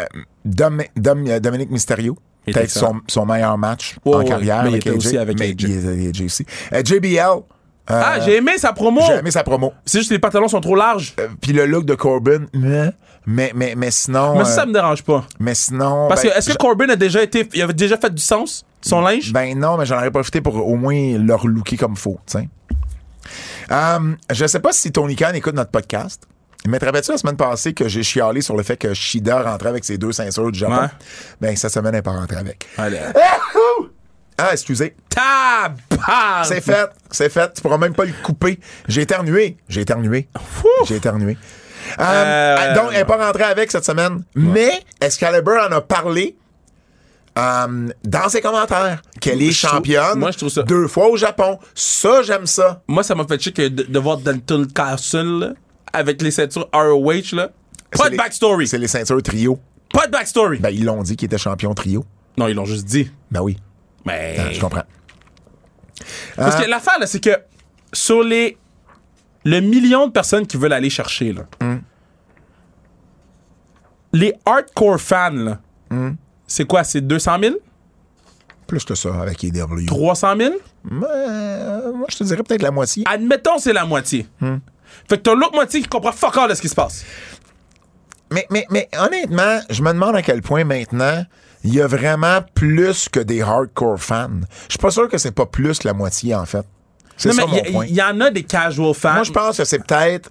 Euh, Dom, Dom- euh, Dominique Mysterio.
Il
Peut-être
était
son, son meilleur match
Ouais,
en
ouais,
carrière.
mais il
avec
était aussi avec
mais
AJ.
il était avec AJ aussi. Euh, JBL. euh,
ah, j'ai aimé sa promo!
j'ai aimé sa promo.
C'est juste que les pantalons sont trop larges.
Euh, Puis le look de Corbin, mais, mais, mais, mais sinon.
mais
euh,
ça, ça me dérange pas.
mais sinon.
Parce
ben,
que, est-ce que Corbin a déjà été. Il avait déjà fait du sens, son linge?
Ben non, mais j'en aurais profité pour au moins leur looker comme faux, tu sais. Euh, je sais pas si Tony Khan écoute notre podcast. Mais te rappelles-tu la semaine passée que j'ai chialé sur le fait que Shida rentrait avec ses deux ceintures du Japon?
Ouais.
Ben, cette semaine, elle n'est pas rentrée avec.
Allez.
euh, Ah, excusez.
Tabarn!
C'est fait. C'est fait. Tu pourras même pas le couper. J'ai éternué. J'ai éternué. J'ai éternué. Euh,
Euh,
donc, elle n'est pas rentrée avec cette semaine. Mais Excalibur en a parlé euh, dans ses commentaires qu'elle est
Je trouve-
championne
moi, je trouve ça-
deux fois au Japon. Ça, j'aime ça.
Moi, ça m'a fait chier que de, de voir Dalton Castle, là, avec les ceintures ROH, là. Pas
C'est
de
les-
backstory!
C'est les ceintures trio.
Pas de backstory!
Ben, ils l'ont dit qu'ils étaient champion trio.
Non, ils l'ont juste dit.
Ben oui.
Mais.
Euh, Je comprends.
Parce
Euh,
que l'affaire, là, c'est que sur les. Le million de personnes qui veulent aller chercher, là.
Mm.
Les hardcore fans, là.
Mm.
C'est quoi? C'est 200 000?
Plus que ça avec EW.
300 000?
Mais, euh, moi, je te dirais peut-être la moitié.
Admettons, c'est la moitié.
Mm.
Fait que t'as l'autre moitié qui comprend fuck all de ce qui se passe.
Mais, mais, mais honnêtement, je me demande à quel point maintenant il y a vraiment plus que des hardcore fans. Je suis pas sûr que c'est pas plus que la moitié, en fait. C'est
Non,
ça
mais
mon
il
point.
y, y en a des casual fans.
Moi, je pense que c'est peut-être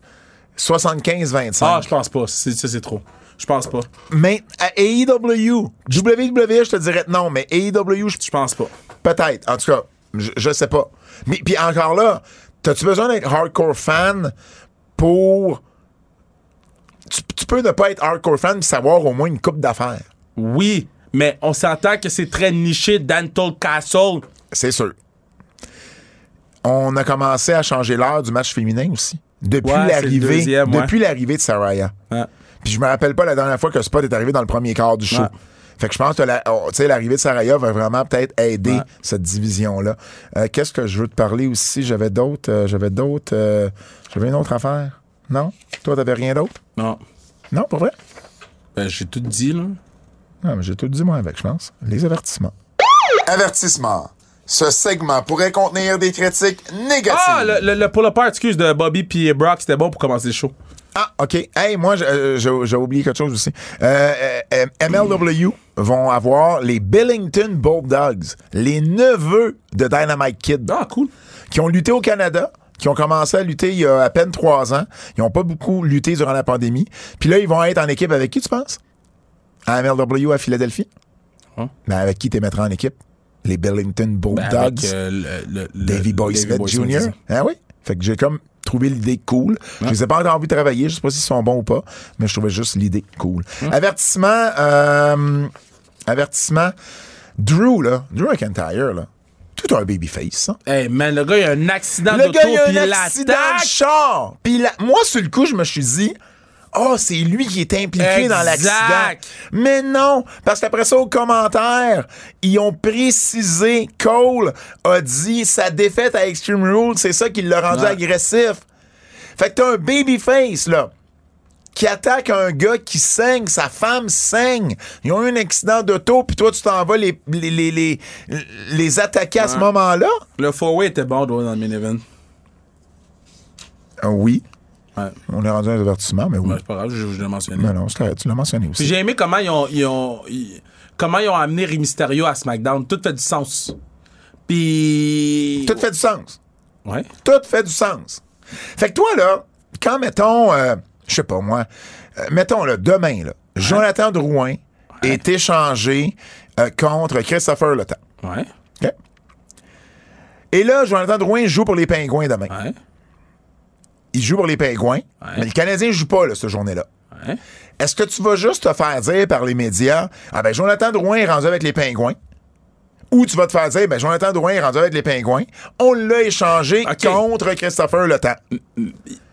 75-25.
Ah, je pense pas. C'est- Ça, c'est trop. Je pense pas.
Mais à E AEW, WWE, je te dirais non, mais AEW, je-
Je pense pas.
peut-être. En tout cas, je, je sais pas. Mais puis encore là, t'as-tu besoin d'être hardcore fan pour tu, tu peux ne pas être hardcore fan puis savoir au moins une coupe d'affaires.
Oui, mais on s'entend que c'est très niché Danton Castle.
C'est sûr. On a commencé à changer l'heure du match féminin aussi. Depuis
Ouais, c'est le
l'arrivée
deuxième, ouais.
depuis l'arrivée de Saraya.
Hein?
Puis je me rappelle pas la dernière fois que Spot est arrivé dans le premier quart du show.
Ouais.
Fait que je pense que la- oh, tu sais, l'arrivée de Saraya va vraiment peut-être aider cette division-là. Euh, Qu'est-ce que je veux te parler aussi? J'avais d'autres. euh, J'avais d'autres. euh, J'avais une autre affaire. Non? Toi, t'avais rien d'autre?
Non.
Non, pour vrai?
Ben, j'ai tout dit, là.
Non, Ah, mais j'ai tout dit moi avec, je pense. Les avertissements. Avertissement. Ce segment pourrait contenir des critiques négatives.
Ah, le, le, le pull-apart, excuse, de Bobby puis Brock, c'était bon pour commencer le show.
Ah, OK. Hey, moi, je- euh, j'ai j'ai oublié quelque chose aussi. Euh, euh, euh, MLW vont avoir les Billington Bulldogs, les neveux de Dynamite Kid,
Ah, cool.
qui ont lutté au Canada, qui ont commencé à lutter il y a à peine trois ans. Ils n'ont pas beaucoup lutté durant la pandémie. Puis là, ils vont être en équipe avec qui, tu penses? À MLW à Philadelphie?
Hein?
Mais avec qui tu mettras en équipe? Les Billington Bulldogs.
Avec euh, le, le- le-
Davy Boy
Davey
Smith
Boy
Jr.
c'est ça.
Ah oui? Fait que j'ai comme trouvé l'idée cool. Je les ai pas encore envie de travailler. Je sais pas s'ils sont bons ou pas, mais je trouvais juste l'idée cool. Avertissement, euh, avertissement. Drew, là, Drew McIntyre, là, tout un babyface, hein.
Hey, man, le gars, il a un accident
Le
d'auto,
gars, il
puis
a
il
un accident de
l'attaque.
char. Puis la- moi, sur le coup, je me suis dit, oh, c'est lui qui est impliqué dans
Exact.
l'accident. Mais non, parce qu'après ça, aux commentaires, ils ont précisé, Cole a dit, sa défaite à Extreme Rules, c'est ça qui l'a rendu
Ouais.
agressif. Fait que t'as un babyface, là, qui attaque un gars qui saigne, sa femme saigne. Ils ont eu un accident d'auto, puis toi, tu t'en vas les, les, les, les, les attaquer à ce moment-là?
Le four-way était bon, dans le main event.
Ah oui.
Ouais.
On est rendu à un avertissement, mais oui.
Ouais, c'est pas grave, je, je l'ai mentionné.
Non, non, c'est correct, tu l'as mentionné
Puis
aussi.
j'ai aimé comment ils ont, ils ont- ils- comment ils ont amené Rey Mysterio à SmackDown. Tout fait du sens. Puis.
Tout fait du sens.
Ouais.
Tout fait du sens. Fait que toi, là, quand, mettons, euh, je sais pas moi, euh, mettons, là, demain, là, Jonathan Drouin est échangé euh, contre Christopher Le Temps.
Ouais.
OK? Et là, Jonathan Drouin joue pour les Pingouins demain.
Ouais.
Il joue pour les Pingouins, mais le Canadien joue pas, là, cette journée-là.
Ouais.
Est-ce que tu vas juste te faire dire par les médias, ah ben Jonathan Drouin est rendu avec les pingouins? Ou tu vas te faire dire, ben Jonathan Drouin est rendu avec les pingouins. On l'a échangé
OK.
contre Christopher Le Temps.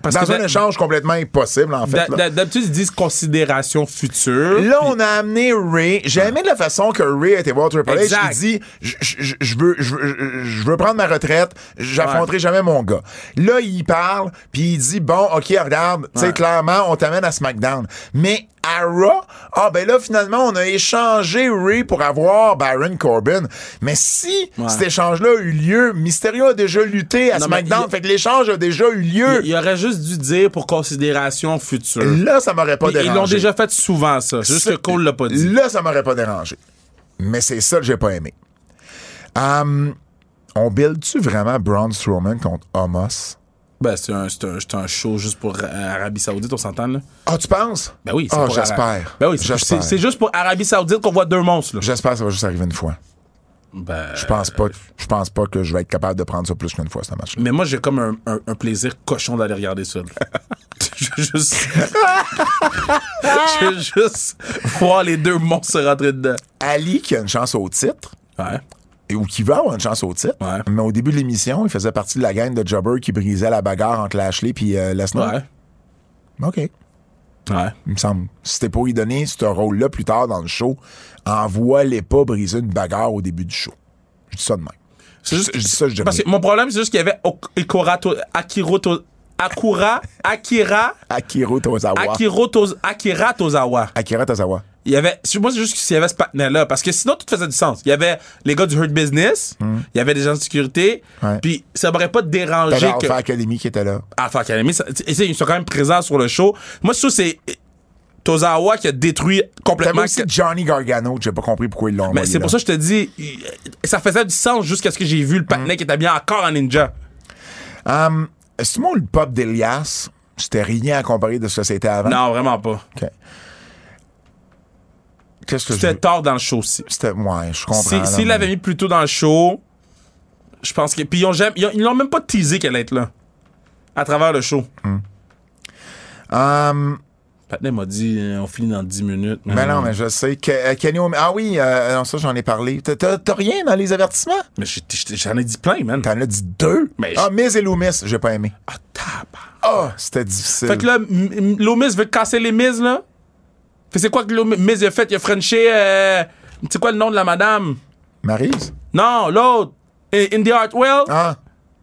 Parce
Dans
que
un
d'a-
échange complètement impossible, en fait.
d'a-
là.
d'a- D'habitude, ils disent considération future.
Là, on a amené Ray. J'ai aimé la façon que Ray a été voir Triple H.
Exact.
Il dit je- Je je veux, je veux- je veux prendre ma retraite, j'affronterai jamais mon gars. Là, il parle, puis il dit Bon, OK, regarde, tu sais, clairement, on t'amène à SmackDown. Mais à Raw, ah, ben là, finalement, on a échangé Ray pour avoir Baron Corbin. Mais si
Ouais.
cet échange-là a eu lieu, Mysterio a déjà lutté à
Non, mais
SmackDown.
il-
Fait que l'échange a déjà eu lieu.
Il, il aurait juste dû dire pour considération future.
Là, ça m'aurait pas
Puis
dérangé.
ils l'ont déjà fait souvent, ça. C'est Juste que Cole l'a pas dit.
Là, ça m'aurait pas dérangé. Mais c'est ça que j'ai pas aimé. Hum, on build-tu vraiment Braun Strowman contre Homos?
Ben, c'est un, c'est un- c'est un show juste pour euh, Arabie Saoudite, on s'entend, là?
Ah, tu penses?
Ben oui, c'est
Ah,
pour Ara-
j'espère.
Ben oui, c'est- c'est
j'espère.
c'est juste pour Arabie Saoudite qu'on voit deux monstres, là.
J'espère que ça va juste arriver une fois.
Ben,
Je pense pas, je pense pas que je vais être capable de prendre ça plus qu'une fois, ce match-là.
Mais moi, j'ai comme un, un- un plaisir cochon d'aller regarder ça. [laughs] je veux juste. [laughs] je veux juste voir les deux monstres se rentrer dedans.
Ali, qui a une chance au titre,
Ouais.
et- ou qui va avoir une chance au titre,
Ouais.
mais au début de l'émission, il faisait partie de la gang de Jobber qui brisait la bagarre entre Lashley puis euh, Lesnar.
Ouais.
OK.
Ouais.
il me semble. Si t'es pas lui donné ce rôle-là plus tard dans le show, envoie-les pas briser une bagarre au début du show. Je dis ça de même.
C'est juste.
Je dis ça, je dis
Parce
rien.
que mon problème, c'est juste qu'il y avait Ok- Ikora To- Akiro To- Akura, Akira,
Akira Tozawa.
Akiro To- Akira Tozawa.
Akira Tozawa.
Il y avait, moi, c'est juste qu'il y avait ce partenaire-là. Parce que sinon, tout faisait du sens. Il y avait les gars du Hurt Business, il y avait des gens de sécurité,
Hmm. Ouais.
puis ça m'aurait pas dérangé
T'avais
que.
Alpha Academy qui était là.
Alpha Academy, ça- tu sais, ils sont quand même présents sur le show. Moi, je trouve que c'est Tozawa qui a détruit
T'avais
complètement.
aussi
que-
Johnny Gargano, que j'ai pas compris pourquoi ils l'ont
Mais c'est pour ça que je te dis, il- ça faisait du sens jusqu'à ce que j'ai vu le
Hmm.
patinet qui était bien encore en ninja.
C'est moi le pop d'Elias. C'était rien à comparer de ce que c'était avant.
Non, vraiment pas.
OK. Qu'est-ce que je
C'était
veux?
tard dans le show aussi.
C'était. Ouais, je comprends.
Si-
là,
S'il
mais-
l'avait mis plus tôt dans le show, je pense que. Puis ils ont jamais- ils ont- ils l'ont même pas teasé qu'elle allait être là. À travers le show.
Hmm. Hum,
Patnay m'a dit euh, on finit dans 10 minutes.
ben non, mais je sais. que- euh, Kenny Omega- Ah oui, euh, non, ça, j'en ai parlé. T'as- T'as t'as rien dans les avertissements?
Mais j'ai- j'ai- j'en ai dit plein, man.
T'en as dit deux?
Mais-
ah, Miz et Loomis, j'ai pas aimé.
Ah, tabarnak.
Ah, c'était difficile.
Fait que là, M- M- Lomis veut casser les mises, là. Fait que c'est quoi que Lomis Miz a fait Il a Frenché. Euh, c'est quoi le nom de la madame
Maryse?
Non, l'autre. In the Hartwell.
Ah,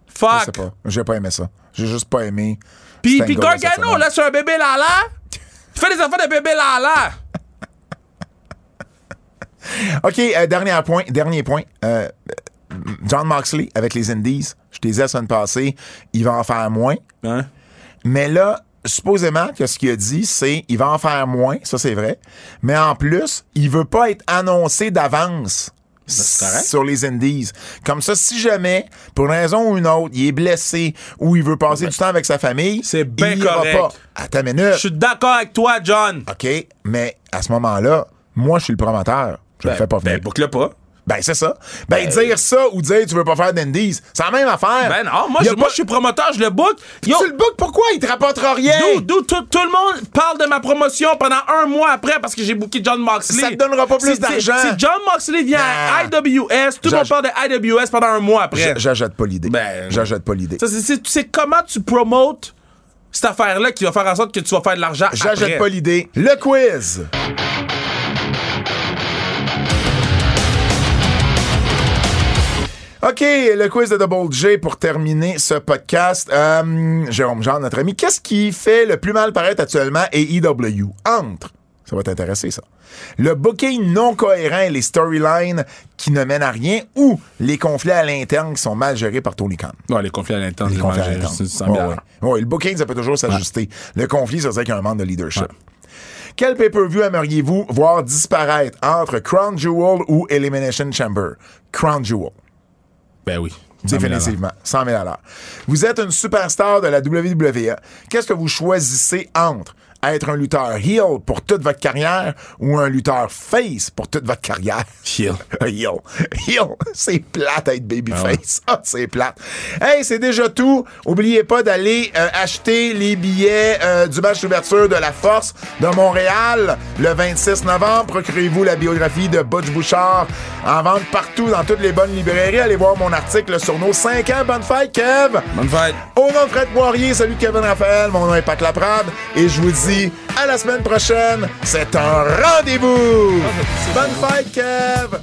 je sais
Fuck.
pas. J'ai pas aimé ça. J'ai juste pas aimé.
Puis,
Sting
puis
Gold de cette
Gargano,
semaine.
là, sur un bébé lala. Tu fais des affaires de bébé lala.
OK, euh, dernier point. Dernier point. Euh, euh, John Moxley avec les Indies. Je te disais la semaine passée, il va en faire moins.
Hein?
Mais là, supposément que ce qu'il a dit, c'est il va en faire moins, ça c'est vrai. Mais en plus, il veut pas être annoncé d'avance
Ben, c'est correct.
sur les indies. Comme ça, si jamais, pour une raison ou une autre, il est blessé ou il veut passer du temps avec sa famille,
Ben, C'est ben
il ira
correct.
pas. À ta minute.
Je suis d'accord avec toi, John.
OK, mais à ce moment-là, moi, je suis le promoteur. Je le fais pas venir.
Ben, boucle pas.
Ben, c'est ça. Ben, dire ça ou dire tu veux pas faire d'indies, c'est la même affaire.
Ben non, moi,
Il y a
je, moi,
pas-
je suis promoteur, je le book. Yo,
Tu le book, pourquoi? Il te rapportera rien.
d'où- d'où tout, tout le monde parle de ma promotion pendant un mois après parce que j'ai booké John Moxley.
Ça te donnera pas plus
Si- si-
d'argent. Ah.
Si John Moxley vient à
Non.
IWS, tout le monde
J'aj-
parle de IWS pendant un mois après.
J- J'ajoute pas l'idée.
Ben-
J'ajoute pas l'idée.
Ça, c'est- C'est c'est comment tu promotes cette affaire-là qui va faire en sorte que tu vas faire de l'argent après.
J'ajoute pas l'idée. Le quiz. OK, le quiz de Double J pour terminer ce podcast. Euh, Jérôme Jean, notre ami, qu'est-ce qui fait le plus mal paraître actuellement et EW? Entre, ça va t'intéresser ça. Le booking non cohérent et les storylines qui ne mènent à rien ou les conflits à l'interne qui sont mal gérés par Tony Khan?
Non, les conflits à l'interne,
Les
les
conflits à
conflits
l'interne.
c'est c'est
Ouais,
bien.
ouais. Ouais, le booking, ça peut toujours s'ajuster. Le conflit, ça serait qu'il y a un manque de leadership. Quel pay-per-view aimeriez-vous voir disparaître entre Crown Jewel ou Elimination Chamber? Crown Jewel.
Ben oui.
Définitivement. 100 000 Vous êtes une superstar de la WWE. Qu'est-ce que vous choisissez entre être un lutteur heel pour toute votre carrière ou un lutteur face pour toute votre carrière?
Heel.
[laughs] heel. Heel. C'est plate être babyface. Ah, c'est plate. Hey, c'est déjà tout. Oubliez pas d'aller euh, acheter les billets euh, du match d'ouverture de la Force de Montréal le 26 novembre. Procurez-vous la biographie de Butch Bouchard en vente partout dans toutes les bonnes librairies. Allez voir mon article sur nos 5 ans. Bonne fête, Kev!
Bonne fête.
Au nom de Fred Poirier, salut Kevin Raphaël, mon nom est Pat Laprade et je vous dis à la semaine prochaine. C'est un rendez-vous! Bonne fête, Kev!